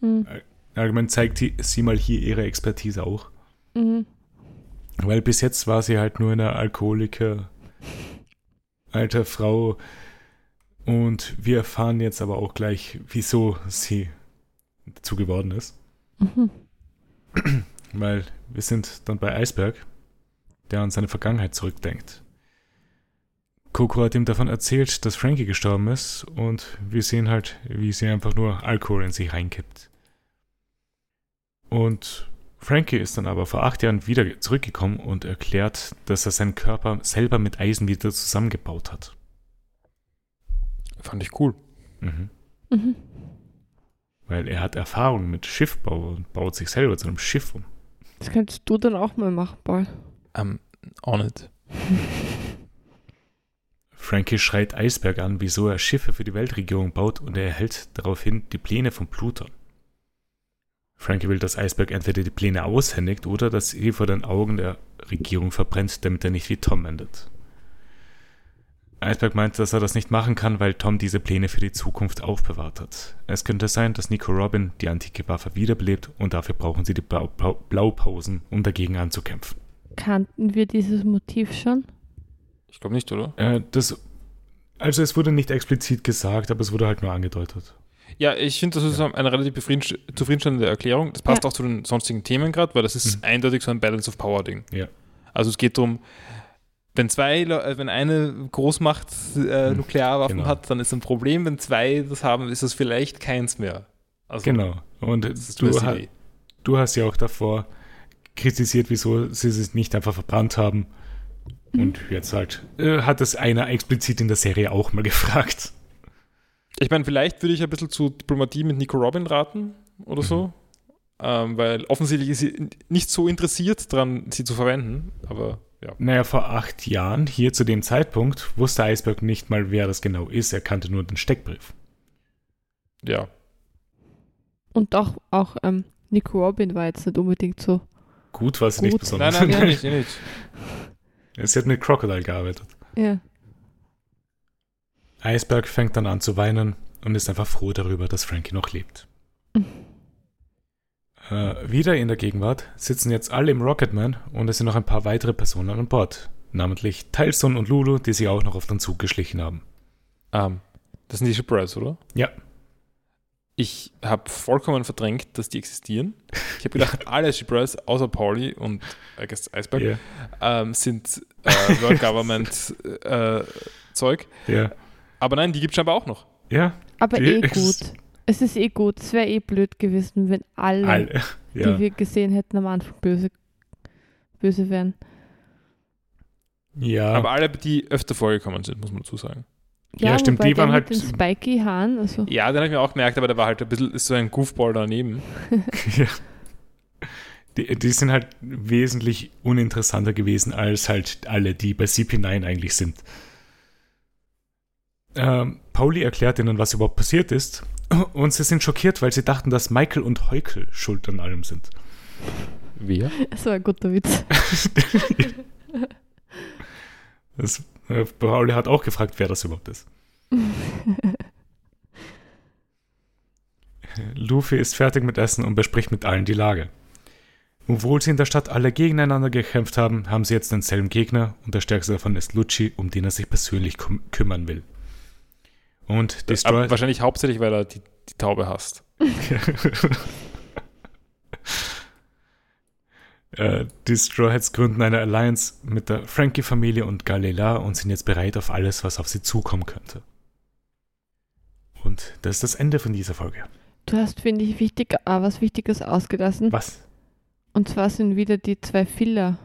Speaker 2: Mhm.
Speaker 1: Allgemein zeigt die, sie mal hier ihre Expertise auch.
Speaker 2: Mhm.
Speaker 1: Weil bis jetzt war sie halt nur eine Alkoholiker, alter Frau. Und wir erfahren jetzt aber auch gleich, wieso sie dazu geworden ist.
Speaker 2: Mhm.
Speaker 1: <clears throat> Weil wir sind dann bei Eisberg, der an seine Vergangenheit zurückdenkt. Coco hat ihm davon erzählt, dass Frankie gestorben ist und wir sehen halt, wie sie einfach nur Alkohol in sich reinkippt. Und Frankie ist dann aber vor acht Jahren wieder zurückgekommen und erklärt, dass er seinen Körper selber mit Eisen wieder zusammengebaut hat.
Speaker 3: <laughs> Fand ich cool.
Speaker 1: Mhm.
Speaker 2: Mhm.
Speaker 1: Weil er hat Erfahrung mit Schiffbau und baut sich selber zu einem Schiff um.
Speaker 2: Das könntest du dann auch mal machen, <laughs> Paul.
Speaker 3: I'm on it.
Speaker 1: Frankie schreit Eisberg an, wieso er Schiffe für die Weltregierung baut und er erhält daraufhin die Pläne von Pluton. Frankie will, dass Eisberg entweder die Pläne aushändigt oder dass sie vor den Augen der Regierung verbrennt, damit er nicht wie Tom endet. Eisberg meint, dass er das nicht machen kann, weil Tom diese Pläne für die Zukunft aufbewahrt hat. Es könnte sein, dass Nico Robin die antike Waffe wiederbelebt und dafür brauchen sie die Blau Blau Blaupausen, um dagegen anzukämpfen.
Speaker 2: Kannten wir dieses Motiv schon?
Speaker 3: Ich glaube nicht, oder?
Speaker 1: Äh, das, also es wurde nicht explizit gesagt, aber es wurde halt nur angedeutet.
Speaker 3: Ja, ich finde, das ist eine relativ befrieden- zufriedenstellende Erklärung. Das passt auch zu den sonstigen Themen gerade, weil das ist
Speaker 1: Mhm.
Speaker 3: eindeutig so ein Balance of Power-Ding.
Speaker 1: Ja.
Speaker 3: Also es geht darum, wenn zwei, Le- äh, wenn eine Großmacht äh,
Speaker 1: Mhm.
Speaker 3: Nuklearwaffen
Speaker 1: Genau.
Speaker 3: hat, dann ist ein Problem. Wenn zwei das haben, ist das vielleicht keins mehr. Also
Speaker 1: Genau. Und
Speaker 3: das ist
Speaker 1: du,
Speaker 3: zumindest
Speaker 1: ha
Speaker 3: die Idee.
Speaker 1: du hast ja auch davor kritisiert, wieso sie es nicht einfach verbrannt haben. Und jetzt halt äh, hat es einer explizit in der Serie auch mal <laughs> gefragt.
Speaker 3: Ich meine, vielleicht würde ich ein bisschen zu Diplomatie mit Nico Robin raten oder
Speaker 1: Mhm.
Speaker 3: so. Ähm, weil offensichtlich ist sie n- nicht so interessiert dran, sie zu verwenden. Aber ja.
Speaker 1: Naja, vor acht Jahren, hier zu dem Zeitpunkt, wusste Eisberg nicht mal, wer das genau ist. Er kannte nur den Steckbrief.
Speaker 3: ja.
Speaker 2: Und auch, auch ähm, Nico Robin war jetzt nicht unbedingt so.
Speaker 1: Gut war sie nicht
Speaker 2: Gut.
Speaker 1: besonders.
Speaker 3: Nein, <laughs> nein,
Speaker 1: <laughs>
Speaker 3: ja nicht, ja nicht.
Speaker 1: sie hat mit Crocodile gearbeitet.
Speaker 2: Ja.
Speaker 1: Eisberg fängt dann an zu weinen und ist einfach froh darüber, dass Frankie noch lebt. Äh, wieder in der Gegenwart sitzen jetzt alle im Rocketman und es sind noch ein paar weitere Personen an Bord, namentlich Tyleson und Lulu, die sich auch noch auf den Zug geschlichen haben.
Speaker 3: Ähm, das sind die Shipwrights, oder?
Speaker 1: Ja.
Speaker 3: Ich habe vollkommen verdrängt, dass die existieren. Ich habe gedacht, alle Shipwrights außer Pauli und I guess Iceberg
Speaker 1: Ja,
Speaker 3: ähm, sind äh, World Government äh, Zeug.
Speaker 1: ja,
Speaker 3: Aber nein, die gibt es scheinbar auch noch.
Speaker 1: ja,
Speaker 2: Aber
Speaker 1: Die
Speaker 2: eh
Speaker 1: ist-
Speaker 2: gut. Es ist eh gut. Es wäre eh blöd gewesen, wenn alle,
Speaker 1: alle. <laughs>
Speaker 2: die
Speaker 1: Ja,
Speaker 2: wir gesehen hätten, am Anfang böse, böse wären.
Speaker 1: ja.
Speaker 3: Aber alle, die öfter vorgekommen sind, muss man dazu sagen.
Speaker 1: Ja, stimmt,
Speaker 2: wobei
Speaker 1: die
Speaker 2: der
Speaker 1: waren
Speaker 2: mit
Speaker 1: halt-
Speaker 2: Den spiky Haaren, also.
Speaker 3: Ja, den habe ich mir auch gemerkt, aber der war halt ein bisschen ist so ein Goofball daneben.
Speaker 1: <laughs> ja. Die, die sind halt wesentlich uninteressanter gewesen als halt alle, die bei CP9 eigentlich sind. Ähm, Pauli erklärt ihnen, was überhaupt passiert ist. Und sie sind schockiert, weil sie dachten, dass Michael und Heukel schuld an allem sind.
Speaker 3: Wer?
Speaker 2: Das war ein guter Witz.
Speaker 1: <laughs> Das, äh, Pauli hat auch gefragt, wer das überhaupt ist. <laughs> Luffy ist fertig mit Essen und bespricht mit allen die Lage. Obwohl sie in der Stadt alle gegeneinander gekämpft haben, haben sie jetzt denselben Gegner und der stärkste davon ist Lucci, um den er sich persönlich küm kümmern will. Und Destroy.
Speaker 3: Wahrscheinlich hauptsächlich, weil er die, die Taube hasst.
Speaker 1: <laughs> Äh, die Strawheads gründen eine Alliance mit der Frankie-Familie und Galila und sind jetzt bereit auf alles, was auf sie zukommen könnte. Und das ist das Ende von dieser Folge.
Speaker 2: Du hast, finde ich, wichtig, ah, was Wichtiges ausgelassen.
Speaker 1: Was?
Speaker 2: Und zwar sind wieder die zwei Filler,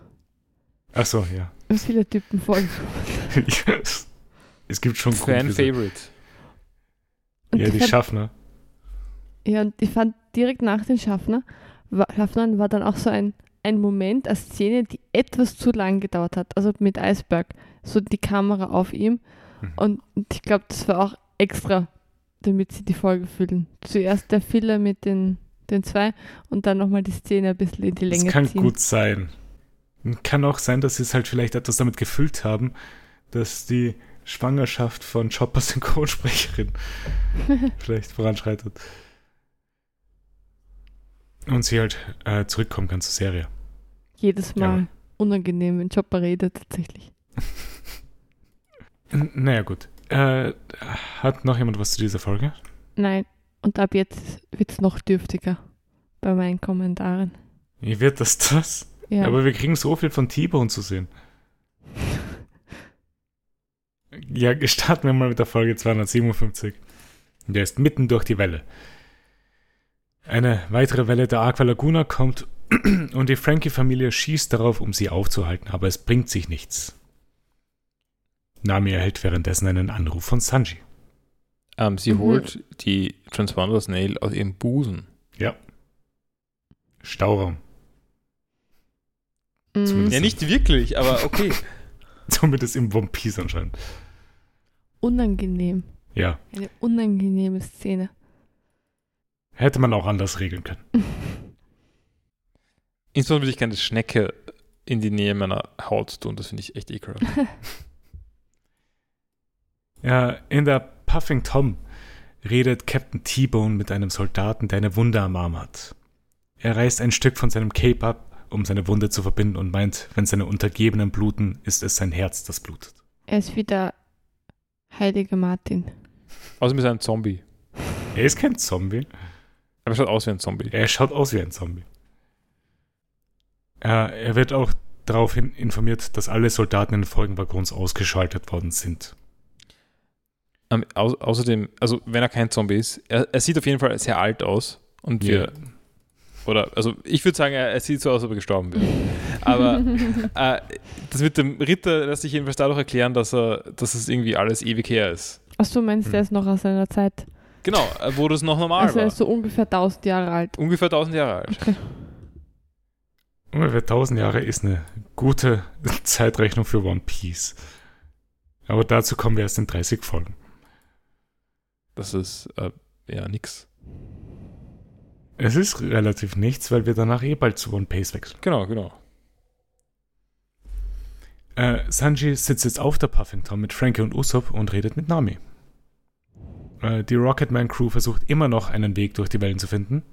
Speaker 1: Ach so, ja. <laughs>
Speaker 2: Filler-Typen vorgekommen.
Speaker 1: Yes. es gibt schon gute-
Speaker 3: Fan-Favorite.
Speaker 2: Und
Speaker 1: Ja,
Speaker 2: ich
Speaker 1: die ne?
Speaker 2: fand-
Speaker 1: Schaffner.
Speaker 2: Ja, und ich fand direkt nach den Schaffner, wa- Schaffnern war dann auch so ein, ein Moment, eine Szene, die etwas zu lang gedauert hat. Also mit Eisberg, so die Kamera auf ihm.
Speaker 1: Mhm.
Speaker 2: Und ich glaube, das war auch extra, damit sie die Folge füllen. Zuerst der Filler mit den, den zwei und dann nochmal die Szene ein bisschen in die Länge
Speaker 1: Das kann
Speaker 2: ziehen.
Speaker 1: gut sein. Kann auch sein, dass sie es halt vielleicht etwas damit gefüllt haben, dass die Schwangerschaft von Chopper <laughs>
Speaker 2: <laughs>
Speaker 1: Synchronsprecherin vielleicht voranschreitet. Und sie halt äh, zurückkommen kann zur
Speaker 2: <laughs>
Speaker 1: Serie.
Speaker 2: Jedes
Speaker 1: Ja.
Speaker 2: Mal unangenehm, wenn Chopper redet tatsächlich.
Speaker 1: N naja, gut. Äh, hat noch jemand was zu dieser Folge?
Speaker 2: Nein, und ab jetzt wird es noch dürftiger bei meinen Kommentaren.
Speaker 1: Wie wird das das?
Speaker 2: Ja. <laughs>
Speaker 1: Aber wir kriegen so viel von T-Bone zu sehen. Ja, starten wir mal mit der Folge 257. Der ist mitten durch die Welle. Eine weitere Welle der Aqua Laguna kommt <clears throat> und die Frankie-Familie schießt darauf, um sie aufzuhalten, aber es bringt sich nichts. Nami erhält währenddessen einen Anruf von Sanji.
Speaker 3: Ähm, sie
Speaker 2: Mhm.
Speaker 3: holt die Transponders Nail aus ihrem Busen.
Speaker 1: Stauraum. <laughs>
Speaker 2: Mhm.
Speaker 1: zumindest
Speaker 3: Ja, nicht wirklich, aber okay.
Speaker 1: Zumindest im One Piece anscheinend.
Speaker 2: unangenehm.
Speaker 1: Ja,
Speaker 2: Eine unangenehme Szene.
Speaker 1: hätte man auch anders regeln können.
Speaker 3: <laughs> Insbesondere will ich keine Schnecke in die Nähe meiner Haut tun. Das finde ich echt ekelhaft.
Speaker 1: Ja, in der Puffing Tom redet Captain T-Bone mit einem Soldaten, der eine Wunde am Arm hat. Er reißt ein Stück von seinem Cape ab, um seine Wunde zu verbinden und meint, wenn seine Untergebenen bluten, ist es sein Herz, das blutet.
Speaker 2: <laughs> er ist wieder Heilige Martin.
Speaker 3: Außerdem ist er ein Zombie.
Speaker 1: Er ist kein Zombie.
Speaker 3: Aber er schaut aus wie ein Zombie.
Speaker 1: Er schaut aus wie ein Zombie. Ja, er wird auch daraufhin informiert, dass alle Soldaten in den Folgenwaggons ausgeschaltet worden sind.
Speaker 3: Ähm, au außerdem, also wenn er kein Zombie ist, er, er sieht auf jeden Fall sehr alt aus. Und wir, oder, also ich würde sagen, er, er sieht so aus, als ob er gestorben wäre. Aber äh, das mit dem Ritter lässt sich jedenfalls dadurch erklären, dass er, dass es irgendwie alles ewig her ist.
Speaker 2: <laughs> Ach, du meinst, er ist noch aus seiner Zeit.
Speaker 3: Genau, äh, wo das noch normal
Speaker 2: also er
Speaker 3: war.
Speaker 2: ist so ungefähr 1000 Jahre alt.
Speaker 3: Ungefähr 1000 Jahre alt.
Speaker 1: Ungefähr 1000 Jahre ist eine gute <laughs> Zeitrechnung für One Piece. Aber dazu kommen wir erst in 30 Folgen.
Speaker 3: Das ist äh, ja nix.
Speaker 1: Es ist relativ nichts, weil wir danach eh bald zu One Piece wechseln.
Speaker 3: Genau, genau.
Speaker 1: Äh, Sanji sitzt jetzt auf der Puffington mit Frankie und Usopp und redet mit Nami. Äh, die Rocketman Crew versucht immer noch einen Weg durch die Wellen zu finden.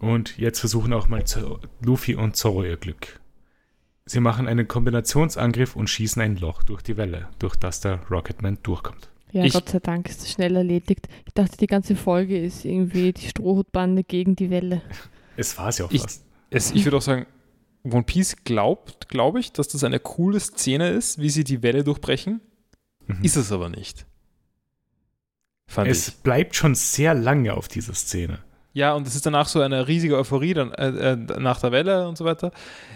Speaker 1: Und jetzt versuchen auch mal Zo- Luffy und Zoro ihr Glück. Sie machen einen Kombinationsangriff und schießen ein Loch durch die Welle, durch das der Rocketman durchkommt.
Speaker 2: Ja,
Speaker 3: Ich-
Speaker 2: Gott sei Dank ist es schnell erledigt. Ich dachte, die ganze Folge ist irgendwie die Strohhutbande gegen die Welle.
Speaker 1: Es war es ja auch
Speaker 3: Ich-
Speaker 1: fast.
Speaker 3: Es, ich würde auch sagen, One Piece glaubt, glaube ich, dass das eine coole Szene ist, wie sie die Welle durchbrechen.
Speaker 1: Mhm.
Speaker 3: Ist es aber nicht. Fand
Speaker 1: Es
Speaker 3: ich.
Speaker 1: bleibt schon sehr lange auf dieser Szene.
Speaker 3: Ja, und es ist danach so eine riesige Euphorie dann, äh, äh, nach der Welle und so weiter.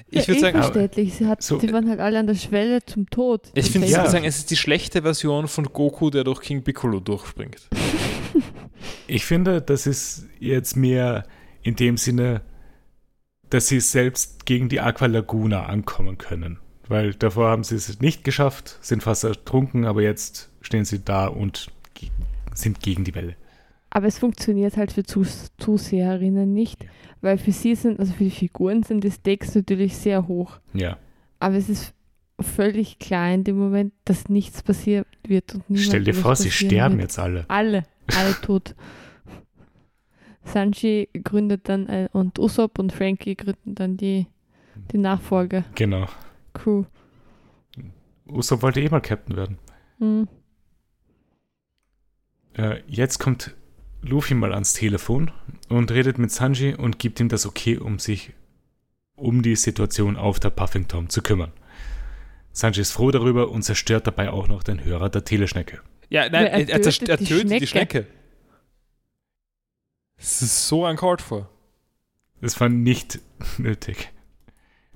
Speaker 3: Ich
Speaker 2: ja,
Speaker 3: würde
Speaker 2: eh
Speaker 3: sagen, äh
Speaker 2: verständlich. Sie hat,
Speaker 1: So-
Speaker 2: die waren halt alle an der Schwelle zum Tod.
Speaker 3: ich finde, ich
Speaker 1: Ja.
Speaker 3: würde sagen, es ist die schlechte Version von Goku, der durch King Piccolo durchspringt.
Speaker 1: Ich finde, das ist jetzt mehr in dem Sinne, dass sie selbst gegen die Aqua Laguna ankommen können. Weil davor haben sie es nicht geschafft, sind fast ertrunken, aber jetzt stehen sie da und ge sind gegen die Welle.
Speaker 2: Aber es funktioniert halt für Zus Zuseherinnen nicht,
Speaker 1: Ja.
Speaker 2: weil für sie sind, also für die Figuren sind die Stakes natürlich sehr hoch.
Speaker 1: Ja.
Speaker 2: Aber es ist völlig klar in dem Moment, dass nichts passiert wird und niemand
Speaker 1: Stell dir
Speaker 2: was
Speaker 1: vor, sie
Speaker 2: passieren ne?
Speaker 1: sterben
Speaker 2: wird.
Speaker 1: jetzt alle.
Speaker 2: Alle, alle tot. <laughs> Sanji gründet dann ein, und Usopp und Frankie gründen dann die, die Nachfolge-Crew.
Speaker 1: Genau. Usopp wollte eh mal Captain werden.
Speaker 2: Hm.
Speaker 1: Äh, jetzt kommt Luffy mal ans Telefon und redet mit Sanji und gibt ihm das Okay, um sich um die Situation auf der Puffington zu kümmern. Sanji ist froh darüber und zerstört dabei auch noch den Hörer der Teleschnecke.
Speaker 3: Ja, nein,
Speaker 2: Wer
Speaker 3: er, er, zerst-
Speaker 2: tötet
Speaker 3: er
Speaker 2: die
Speaker 3: tötet
Speaker 2: Schnecke?
Speaker 3: die Schnecke. Das ist so uncalled for.
Speaker 1: Das war nicht <laughs> nötig.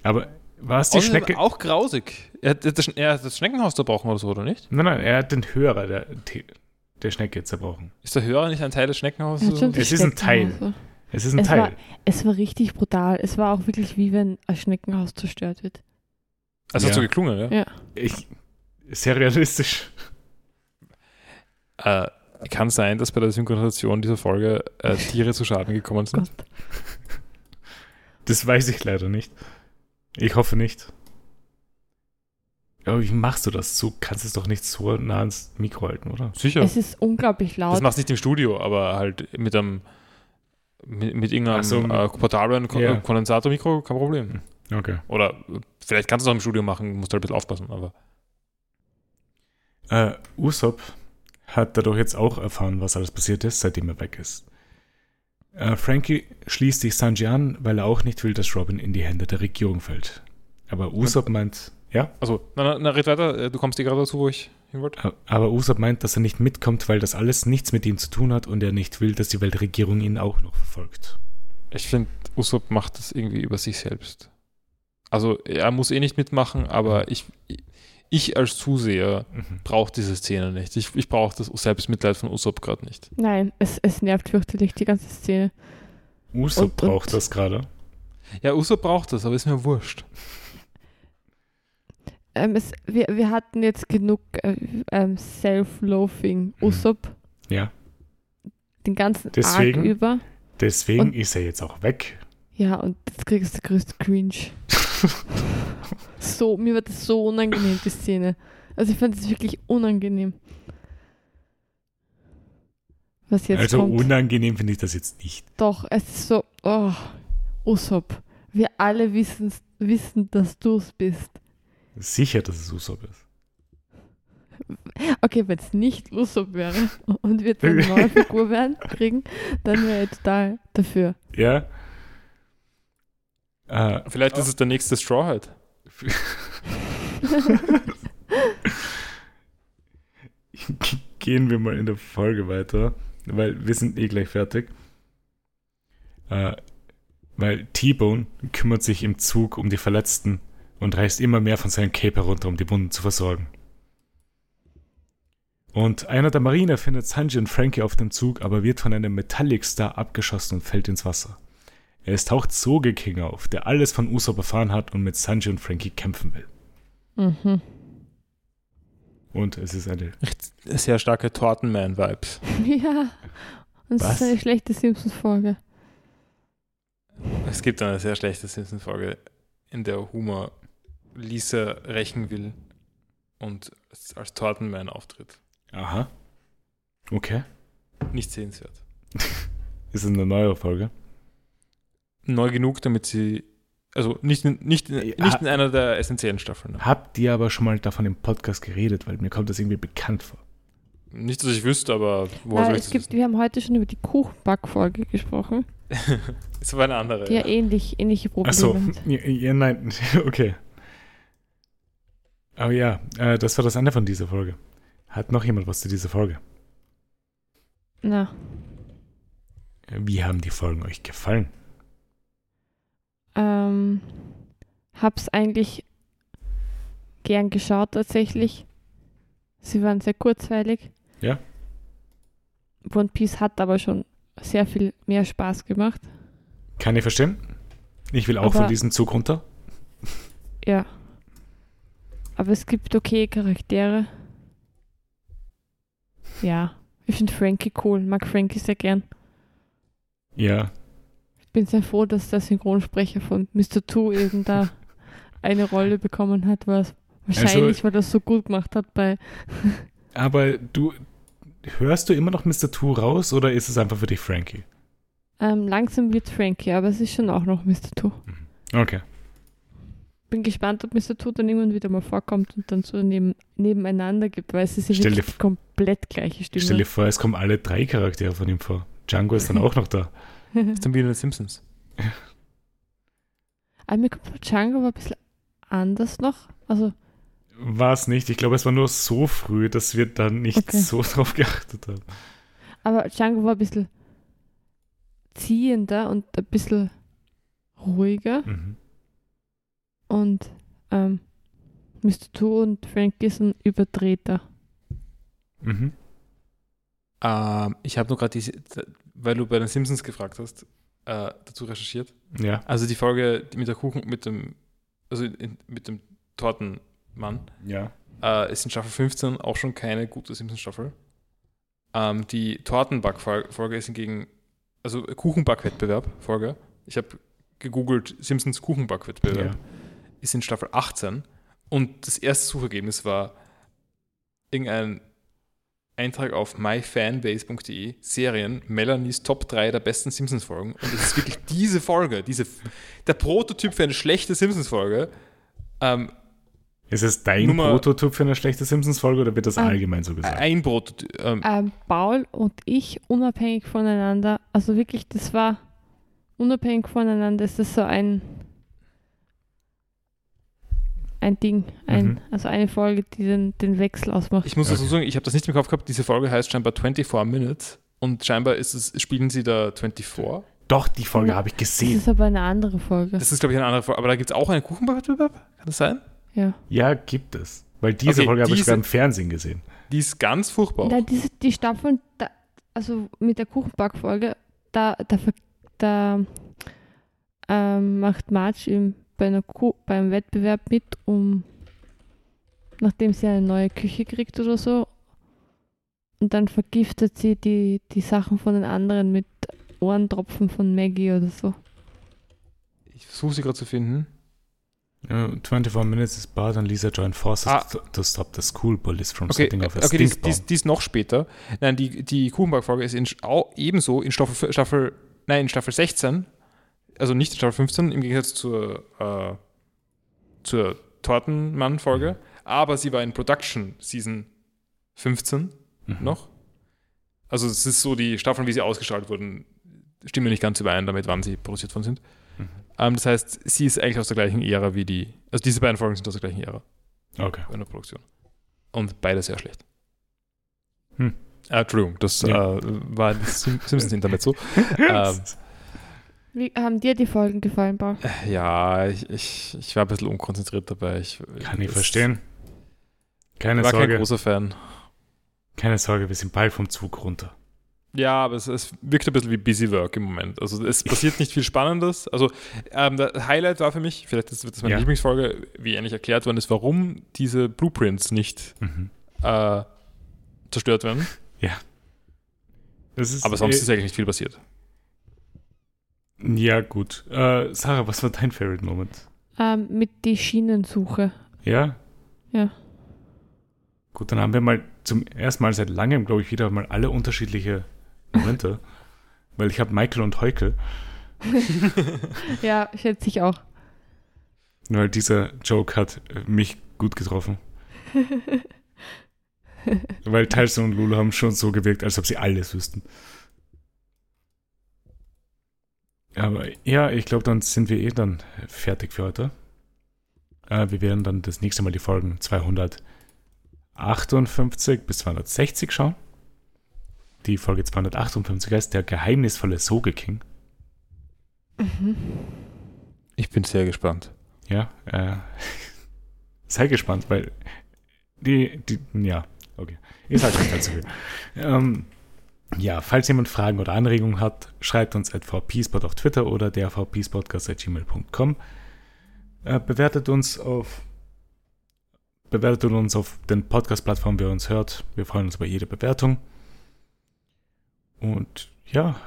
Speaker 1: Aber war es die
Speaker 3: Außerdem
Speaker 1: Schnecke?
Speaker 3: Auch grausig. Er hat, das, Sch- er hat das Schneckenhaus zerbrochen oder so, oder nicht?
Speaker 1: Nein, nein, er hat den Hörer der, Te- der Schnecke zerbrochen.
Speaker 3: Ist der Hörer nicht ein Teil des Schneckenhauses?
Speaker 2: Er hat schon
Speaker 1: Es
Speaker 2: die
Speaker 1: ist ein
Speaker 2: Schnecken
Speaker 1: Teil.
Speaker 2: raus.
Speaker 1: Es ist ein
Speaker 2: Es
Speaker 1: Teil.
Speaker 2: war- Es war richtig brutal. Es war auch wirklich wie wenn ein Schneckenhaus zerstört wird.
Speaker 3: Also hast du
Speaker 1: Ja.
Speaker 3: geklungen, ja?
Speaker 1: ich, sehr realistisch.
Speaker 3: Äh, kann sein, dass bei der Synchronisation dieser Folge äh, Tiere zu Schaden gekommen sind?
Speaker 2: Gott.
Speaker 1: Das weiß ich leider nicht. Ich hoffe nicht. Aber wie machst du das? Du kannst es doch nicht so nah ans Mikro halten, oder?
Speaker 3: Sicher.
Speaker 2: Es ist unglaublich
Speaker 3: Das
Speaker 2: laut.
Speaker 3: machst du nicht im Studio, aber halt mit einem mit, mit
Speaker 1: Ach
Speaker 3: irgendeinem
Speaker 1: so, mit-
Speaker 3: äh, portablen Kon
Speaker 1: Ja.
Speaker 3: Kondensatormikro, kein Problem.
Speaker 1: Okay.
Speaker 3: Oder äh, vielleicht kannst du es auch im Studio machen, musst halt ein bisschen aufpassen, aber
Speaker 1: Äh, Usopp hat dadurch jetzt auch erfahren, was alles passiert ist, seitdem er weg ist. Äh, Frankie schließt sich Sanji an, weil er auch nicht will, dass Robin in die Hände der Regierung fällt. Aber Usopp meint, ja,
Speaker 3: also, na, na, na red weiter, äh, du kommst dir gerade dazu, wo ich hin wollte.
Speaker 1: äh, aber Usopp meint, dass er nicht mitkommt, weil das alles nichts mit ihm zu tun hat und er nicht will, dass die Weltregierung ihn auch noch verfolgt.
Speaker 3: Ich finde, Usopp macht das irgendwie über sich selbst. Also er muss eh nicht mitmachen, aber ich, ich als Zuseher
Speaker 1: Mhm.
Speaker 3: brauche diese Szene nicht. Ich, ich brauche das Selbstmitleid von Usopp gerade nicht.
Speaker 2: Nein, es, es nervt fürchterlich die ganze Szene.
Speaker 1: Usopp
Speaker 2: Und- und-
Speaker 1: braucht das gerade.
Speaker 3: Ja, Usopp braucht das, aber ist mir wurscht.
Speaker 2: Ähm, es, wir, wir hatten jetzt genug äh, ähm, Self-Loafing Usopp.
Speaker 1: Mhm. Ja.
Speaker 2: Den ganzen
Speaker 1: Deswegen?
Speaker 2: Arc über.
Speaker 1: Deswegen
Speaker 2: Und-
Speaker 1: ist er jetzt auch weg.
Speaker 2: Ja, und jetzt kriegst du größten
Speaker 1: <laughs>
Speaker 2: Cringe. so, mir war das so unangenehm, die Szene. Also ich fand es wirklich unangenehm. Was jetzt
Speaker 1: also
Speaker 2: kommt.
Speaker 1: unangenehm finde ich das jetzt nicht.
Speaker 2: Doch, es ist so, oh, Usopp, wir alle wissen's, wissen, dass du es bist.
Speaker 1: Sicher, dass es Usopp ist.
Speaker 2: Okay, wenn es nicht Usopp wäre <laughs> und wir jetzt eine neue Figur werden, kriegen, dann wäre ich total dafür.
Speaker 1: Ja. Äh,
Speaker 3: Vielleicht ist es der nächste Straw halt.
Speaker 1: <laughs> Gehen wir mal in der Folge weiter, weil wir sind eh gleich fertig. Äh, weil T-Bone kümmert sich im Zug um die Verletzten und reißt immer mehr von seinem Cape herunter, um die Wunden zu versorgen. Und einer der Marine findet Sanji und Frankie auf dem Zug, aber wird von einem Metallic Star abgeschossen und fällt ins Wasser. Es taucht Soge King auf, der alles von Usopp erfahren hat und mit Sanji und Frankie kämpfen will.
Speaker 2: Mhm.
Speaker 1: Und es ist eine
Speaker 3: Echt Sehr starke Tortenman-Vibes.
Speaker 2: <laughs> Ja, und es
Speaker 1: Was?
Speaker 2: ist eine schlechte Simpsons-Folge.
Speaker 3: Es gibt eine sehr schlechte Simpson-Folge, in der Humor Lisa rächen will und als Tortenman auftritt.
Speaker 1: Aha. Okay.
Speaker 3: Nicht sehenswert.
Speaker 1: Ist eine neue Folge.
Speaker 3: Neu genug, damit sie. Also nicht, in- nicht, in-
Speaker 1: Ja.
Speaker 3: nicht in einer der essentiellen Staffeln.
Speaker 1: Habt ihr aber schon mal davon im Podcast geredet, weil mir kommt das irgendwie bekannt vor.
Speaker 3: Nicht, dass ich wüsste, aber woher
Speaker 2: Nein,
Speaker 3: soll ich
Speaker 2: Äh, es
Speaker 3: das
Speaker 2: gibt,
Speaker 3: wissen?
Speaker 2: wir haben heute schon über die Kuchenback-Folge gesprochen,
Speaker 3: <laughs> Es war eine andere.
Speaker 2: die ja ähnlich, ähnliche Probleme
Speaker 1: Achso,
Speaker 2: hat.
Speaker 1: ja, ja, nein, <laughs> okay. Aber ja, äh, das war das Ende von dieser Folge. Hat noch jemand was zu dieser Folge?
Speaker 2: Na,
Speaker 1: Äh, Wie haben die Folgen euch gefallen?
Speaker 2: ähm, hab's eigentlich gern geschaut tatsächlich. Sie waren sehr kurzweilig.
Speaker 1: Ja.
Speaker 2: One Piece hat aber schon sehr viel mehr Spaß gemacht.
Speaker 1: Kann ich verstehen. Ich will auch
Speaker 2: Aber-
Speaker 1: von diesem Zug runter.
Speaker 2: Ja. Aber es gibt okay Charaktere. Ja. Ich finde Frankie cool, mag Frankie sehr gern.
Speaker 1: Ja,
Speaker 2: Ich bin sehr froh, dass der Synchronsprecher von Mr. Two eben da eine Rolle bekommen hat, was wahrscheinlich, weil er das so gut gemacht hat bei.
Speaker 1: aber du hörst du immer noch Mr. Two raus oder ist es einfach für dich Frankie?
Speaker 2: Ähm, langsam wird Frankie, aber es ist schon auch noch Mr. Two.
Speaker 1: Okay.
Speaker 2: Bin gespannt, ob Mr. Two dann irgendwann wieder mal vorkommt und dann so neben, nebeneinander gibt, weil es ist ja
Speaker 1: Stell dir
Speaker 2: wirklich die
Speaker 1: f-
Speaker 2: komplett gleiche Stimme.
Speaker 1: Stell dir vor, es kommen alle drei Charaktere von ihm vor. Django ist dann auch noch da.
Speaker 3: Ist dann wieder in den Simpsons.
Speaker 2: Aber mir kommt Django war ein bisschen anders noch. Also,
Speaker 1: War es nicht. Ich glaube, es war nur so früh, dass wir da nicht
Speaker 2: Okay.
Speaker 1: so <laughs> drauf geachtet haben.
Speaker 2: aber Django war ein bisschen ziehender und ein bisschen ruhiger.
Speaker 1: Mhm.
Speaker 2: Und ähm, Mr. Two und Frankie sind überdrehter.
Speaker 1: Mhm.
Speaker 3: Ähm, ich habe nur gerade, die- weil du bei den Simpsons gefragt hast, äh, dazu recherchiert.
Speaker 1: Ja.
Speaker 3: Also die Folge die mit der Kuchen, mit dem, also in, mit dem Tortenmann,
Speaker 1: Ja.
Speaker 3: äh, ist in Staffel 15 auch schon keine gute Simpsons-Staffel. Ähm, die Tortenback-Folge ist hingegen, also Kuchenback-Wettbewerb-Folge. Ich habe gegoogelt Simpsons Kuchenback-Wettbewerb
Speaker 1: ja.
Speaker 3: ist in Staffel 18 und das erste Suchergebnis war irgendein Eintrag auf myfanbase.de Serien Melanies Top 3 der besten Simpsons-Folgen und es ist wirklich diese Folge, diese, der Prototyp für eine schlechte Simpsons-Folge. Ähm,
Speaker 1: Ist es dein
Speaker 3: Nummer-
Speaker 1: Prototyp für eine schlechte Simpsons-Folge oder wird das
Speaker 2: Ah.
Speaker 1: allgemein so gesagt?
Speaker 3: ein Prototyp. Ähm,
Speaker 2: ähm, Paul und ich unabhängig voneinander, also wirklich, das war unabhängig voneinander, ist das so ein ein Ding, ein,
Speaker 1: Mhm.
Speaker 2: also eine Folge, die den, den Wechsel ausmacht.
Speaker 3: ich muss dazu
Speaker 1: Okay.
Speaker 3: sagen, ich habe das nicht im Kopf gehabt. Diese Folge heißt scheinbar 24 Minutes und scheinbar ist es, spielen sie da 24.
Speaker 1: Doch, die Folge
Speaker 2: Ja.
Speaker 1: habe ich
Speaker 2: Das
Speaker 1: gesehen.
Speaker 2: ist aber eine andere Folge.
Speaker 3: Das ist, glaube ich, eine andere Folge. Aber da gibt es auch einen Kuchenbackwettbewerb? Kann das sein?
Speaker 2: ja.
Speaker 1: Ja, gibt es. Weil diese
Speaker 3: Okay,
Speaker 1: Folge habe ich
Speaker 3: diese-
Speaker 1: sogar im Fernsehen gesehen.
Speaker 3: Die ist ganz furchtbar.
Speaker 2: Na, diese, die Staffeln, da, also mit der Kuchenbackfolge, da, da, ver- da ähm, macht Marge im, bei einer Ku beim Wettbewerb mit, um nachdem sie eine neue Küche kriegt oder so. Und dann vergiftet sie die, die Sachen von den anderen mit Ohrentropfen von Maggie oder so.
Speaker 3: Ich versuche sie gerade zu finden.
Speaker 1: Ja, 24 Äh, Minutes is bad and Lisa joined forces
Speaker 3: Ah.
Speaker 1: to, to stop the school bullies from
Speaker 3: Okay,
Speaker 1: setting off a
Speaker 3: okay die,
Speaker 1: stink
Speaker 3: ist- die,
Speaker 1: bomb.
Speaker 3: ist- die ist noch später. Nein, die, die Kuchenberg-Folge ist in, Sch- au- ebenso in Staffel, Staffel, nein, in Staffel 16, also nicht in Staffel 15, im Gegensatz zur, äh, zur Tortenmann-Folge, aber sie war in Production Season 15
Speaker 1: Mhm.
Speaker 3: noch. Also es ist so, die Staffeln, wie sie ausgestrahlt wurden, stimmen nicht ganz überein damit, wann sie produziert worden sind.
Speaker 1: Mhm.
Speaker 3: Ähm, das heißt, sie ist eigentlich aus der gleichen Ära wie die, also diese beiden Folgen sind aus der gleichen Ära
Speaker 1: Okay.
Speaker 3: in der Produktion. Und beide sehr schlecht.
Speaker 1: Hm.
Speaker 3: Ah, Entschuldigung, das
Speaker 1: Ja.
Speaker 3: äh, war das <laughs> Sim Simpsons Internet so.
Speaker 1: <laughs>
Speaker 3: ähm,
Speaker 2: Wie haben dir die Folgen gefallen, Paul?
Speaker 3: ja, ich, ich, ich war ein bisschen unkonzentriert dabei. Ich,
Speaker 1: Kann ich
Speaker 3: es-
Speaker 1: verstehen. Keine
Speaker 3: Ich war kein
Speaker 1: Sorge,
Speaker 3: großer Fan.
Speaker 1: keine Sorge, wir sind bald vom Zug runter.
Speaker 3: Ja, aber es, es wirkt ein bisschen wie Busy Work im Moment. Also es passiert nicht viel Spannendes. Also ähm, das Highlight war für mich, vielleicht ist- wird das meine
Speaker 1: Ja.
Speaker 3: Lieblingsfolge, wie ähnlich erklärt worden ist, warum diese Blueprints nicht
Speaker 1: Mhm.
Speaker 3: äh, zerstört werden.
Speaker 1: Das ist, äh,
Speaker 3: Aber sonst ist eigentlich nicht viel passiert.
Speaker 1: Ja, gut. Äh, Sarah, was war dein Favorite Moment?
Speaker 2: Ähm, mit die Schienensuche.
Speaker 1: Ja?
Speaker 2: Ja.
Speaker 1: Gut, dann haben wir mal zum ersten Mal seit langem, glaube ich, wieder mal alle unterschiedliche Momente. <laughs> weil ich habe Michael und Heukel.
Speaker 2: Ja, schätze ich auch.
Speaker 1: Weil halt dieser Joke hat äh, mich gut getroffen. Weil Tyson und Lulu haben schon so gewirkt, als ob sie alles wüssten. Aber ja, ich glaube, dann sind wir eh dann fertig für heute. Äh, wir werden dann das nächste Mal die Folgen 258 bis 260 schauen. Die Folge 258 heißt Der geheimnisvolle Soge King.
Speaker 2: Mhm.
Speaker 3: Ich bin sehr gespannt.
Speaker 1: Ja, äh, <laughs> sei gespannt, weil die, die, ja, okay. Ich sage nicht allzu viel. ähm, ja, falls jemand Fragen oder Anregungen hat, schreibt uns at vpspot auf Twitter oder der gmail.com. Äh, bewertet uns auf bewertet uns auf den Podcast-Plattformen, wer uns hört. Wir freuen uns über jede Bewertung. Und ja,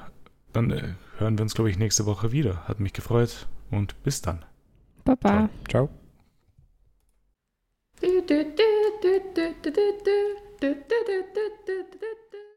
Speaker 1: dann äh, hören wir uns, glaube ich, nächste Woche wieder. Hat mich gefreut und bis dann.
Speaker 2: Baba.
Speaker 3: Ciao.
Speaker 4: Do do do do do do do do do do do do do do.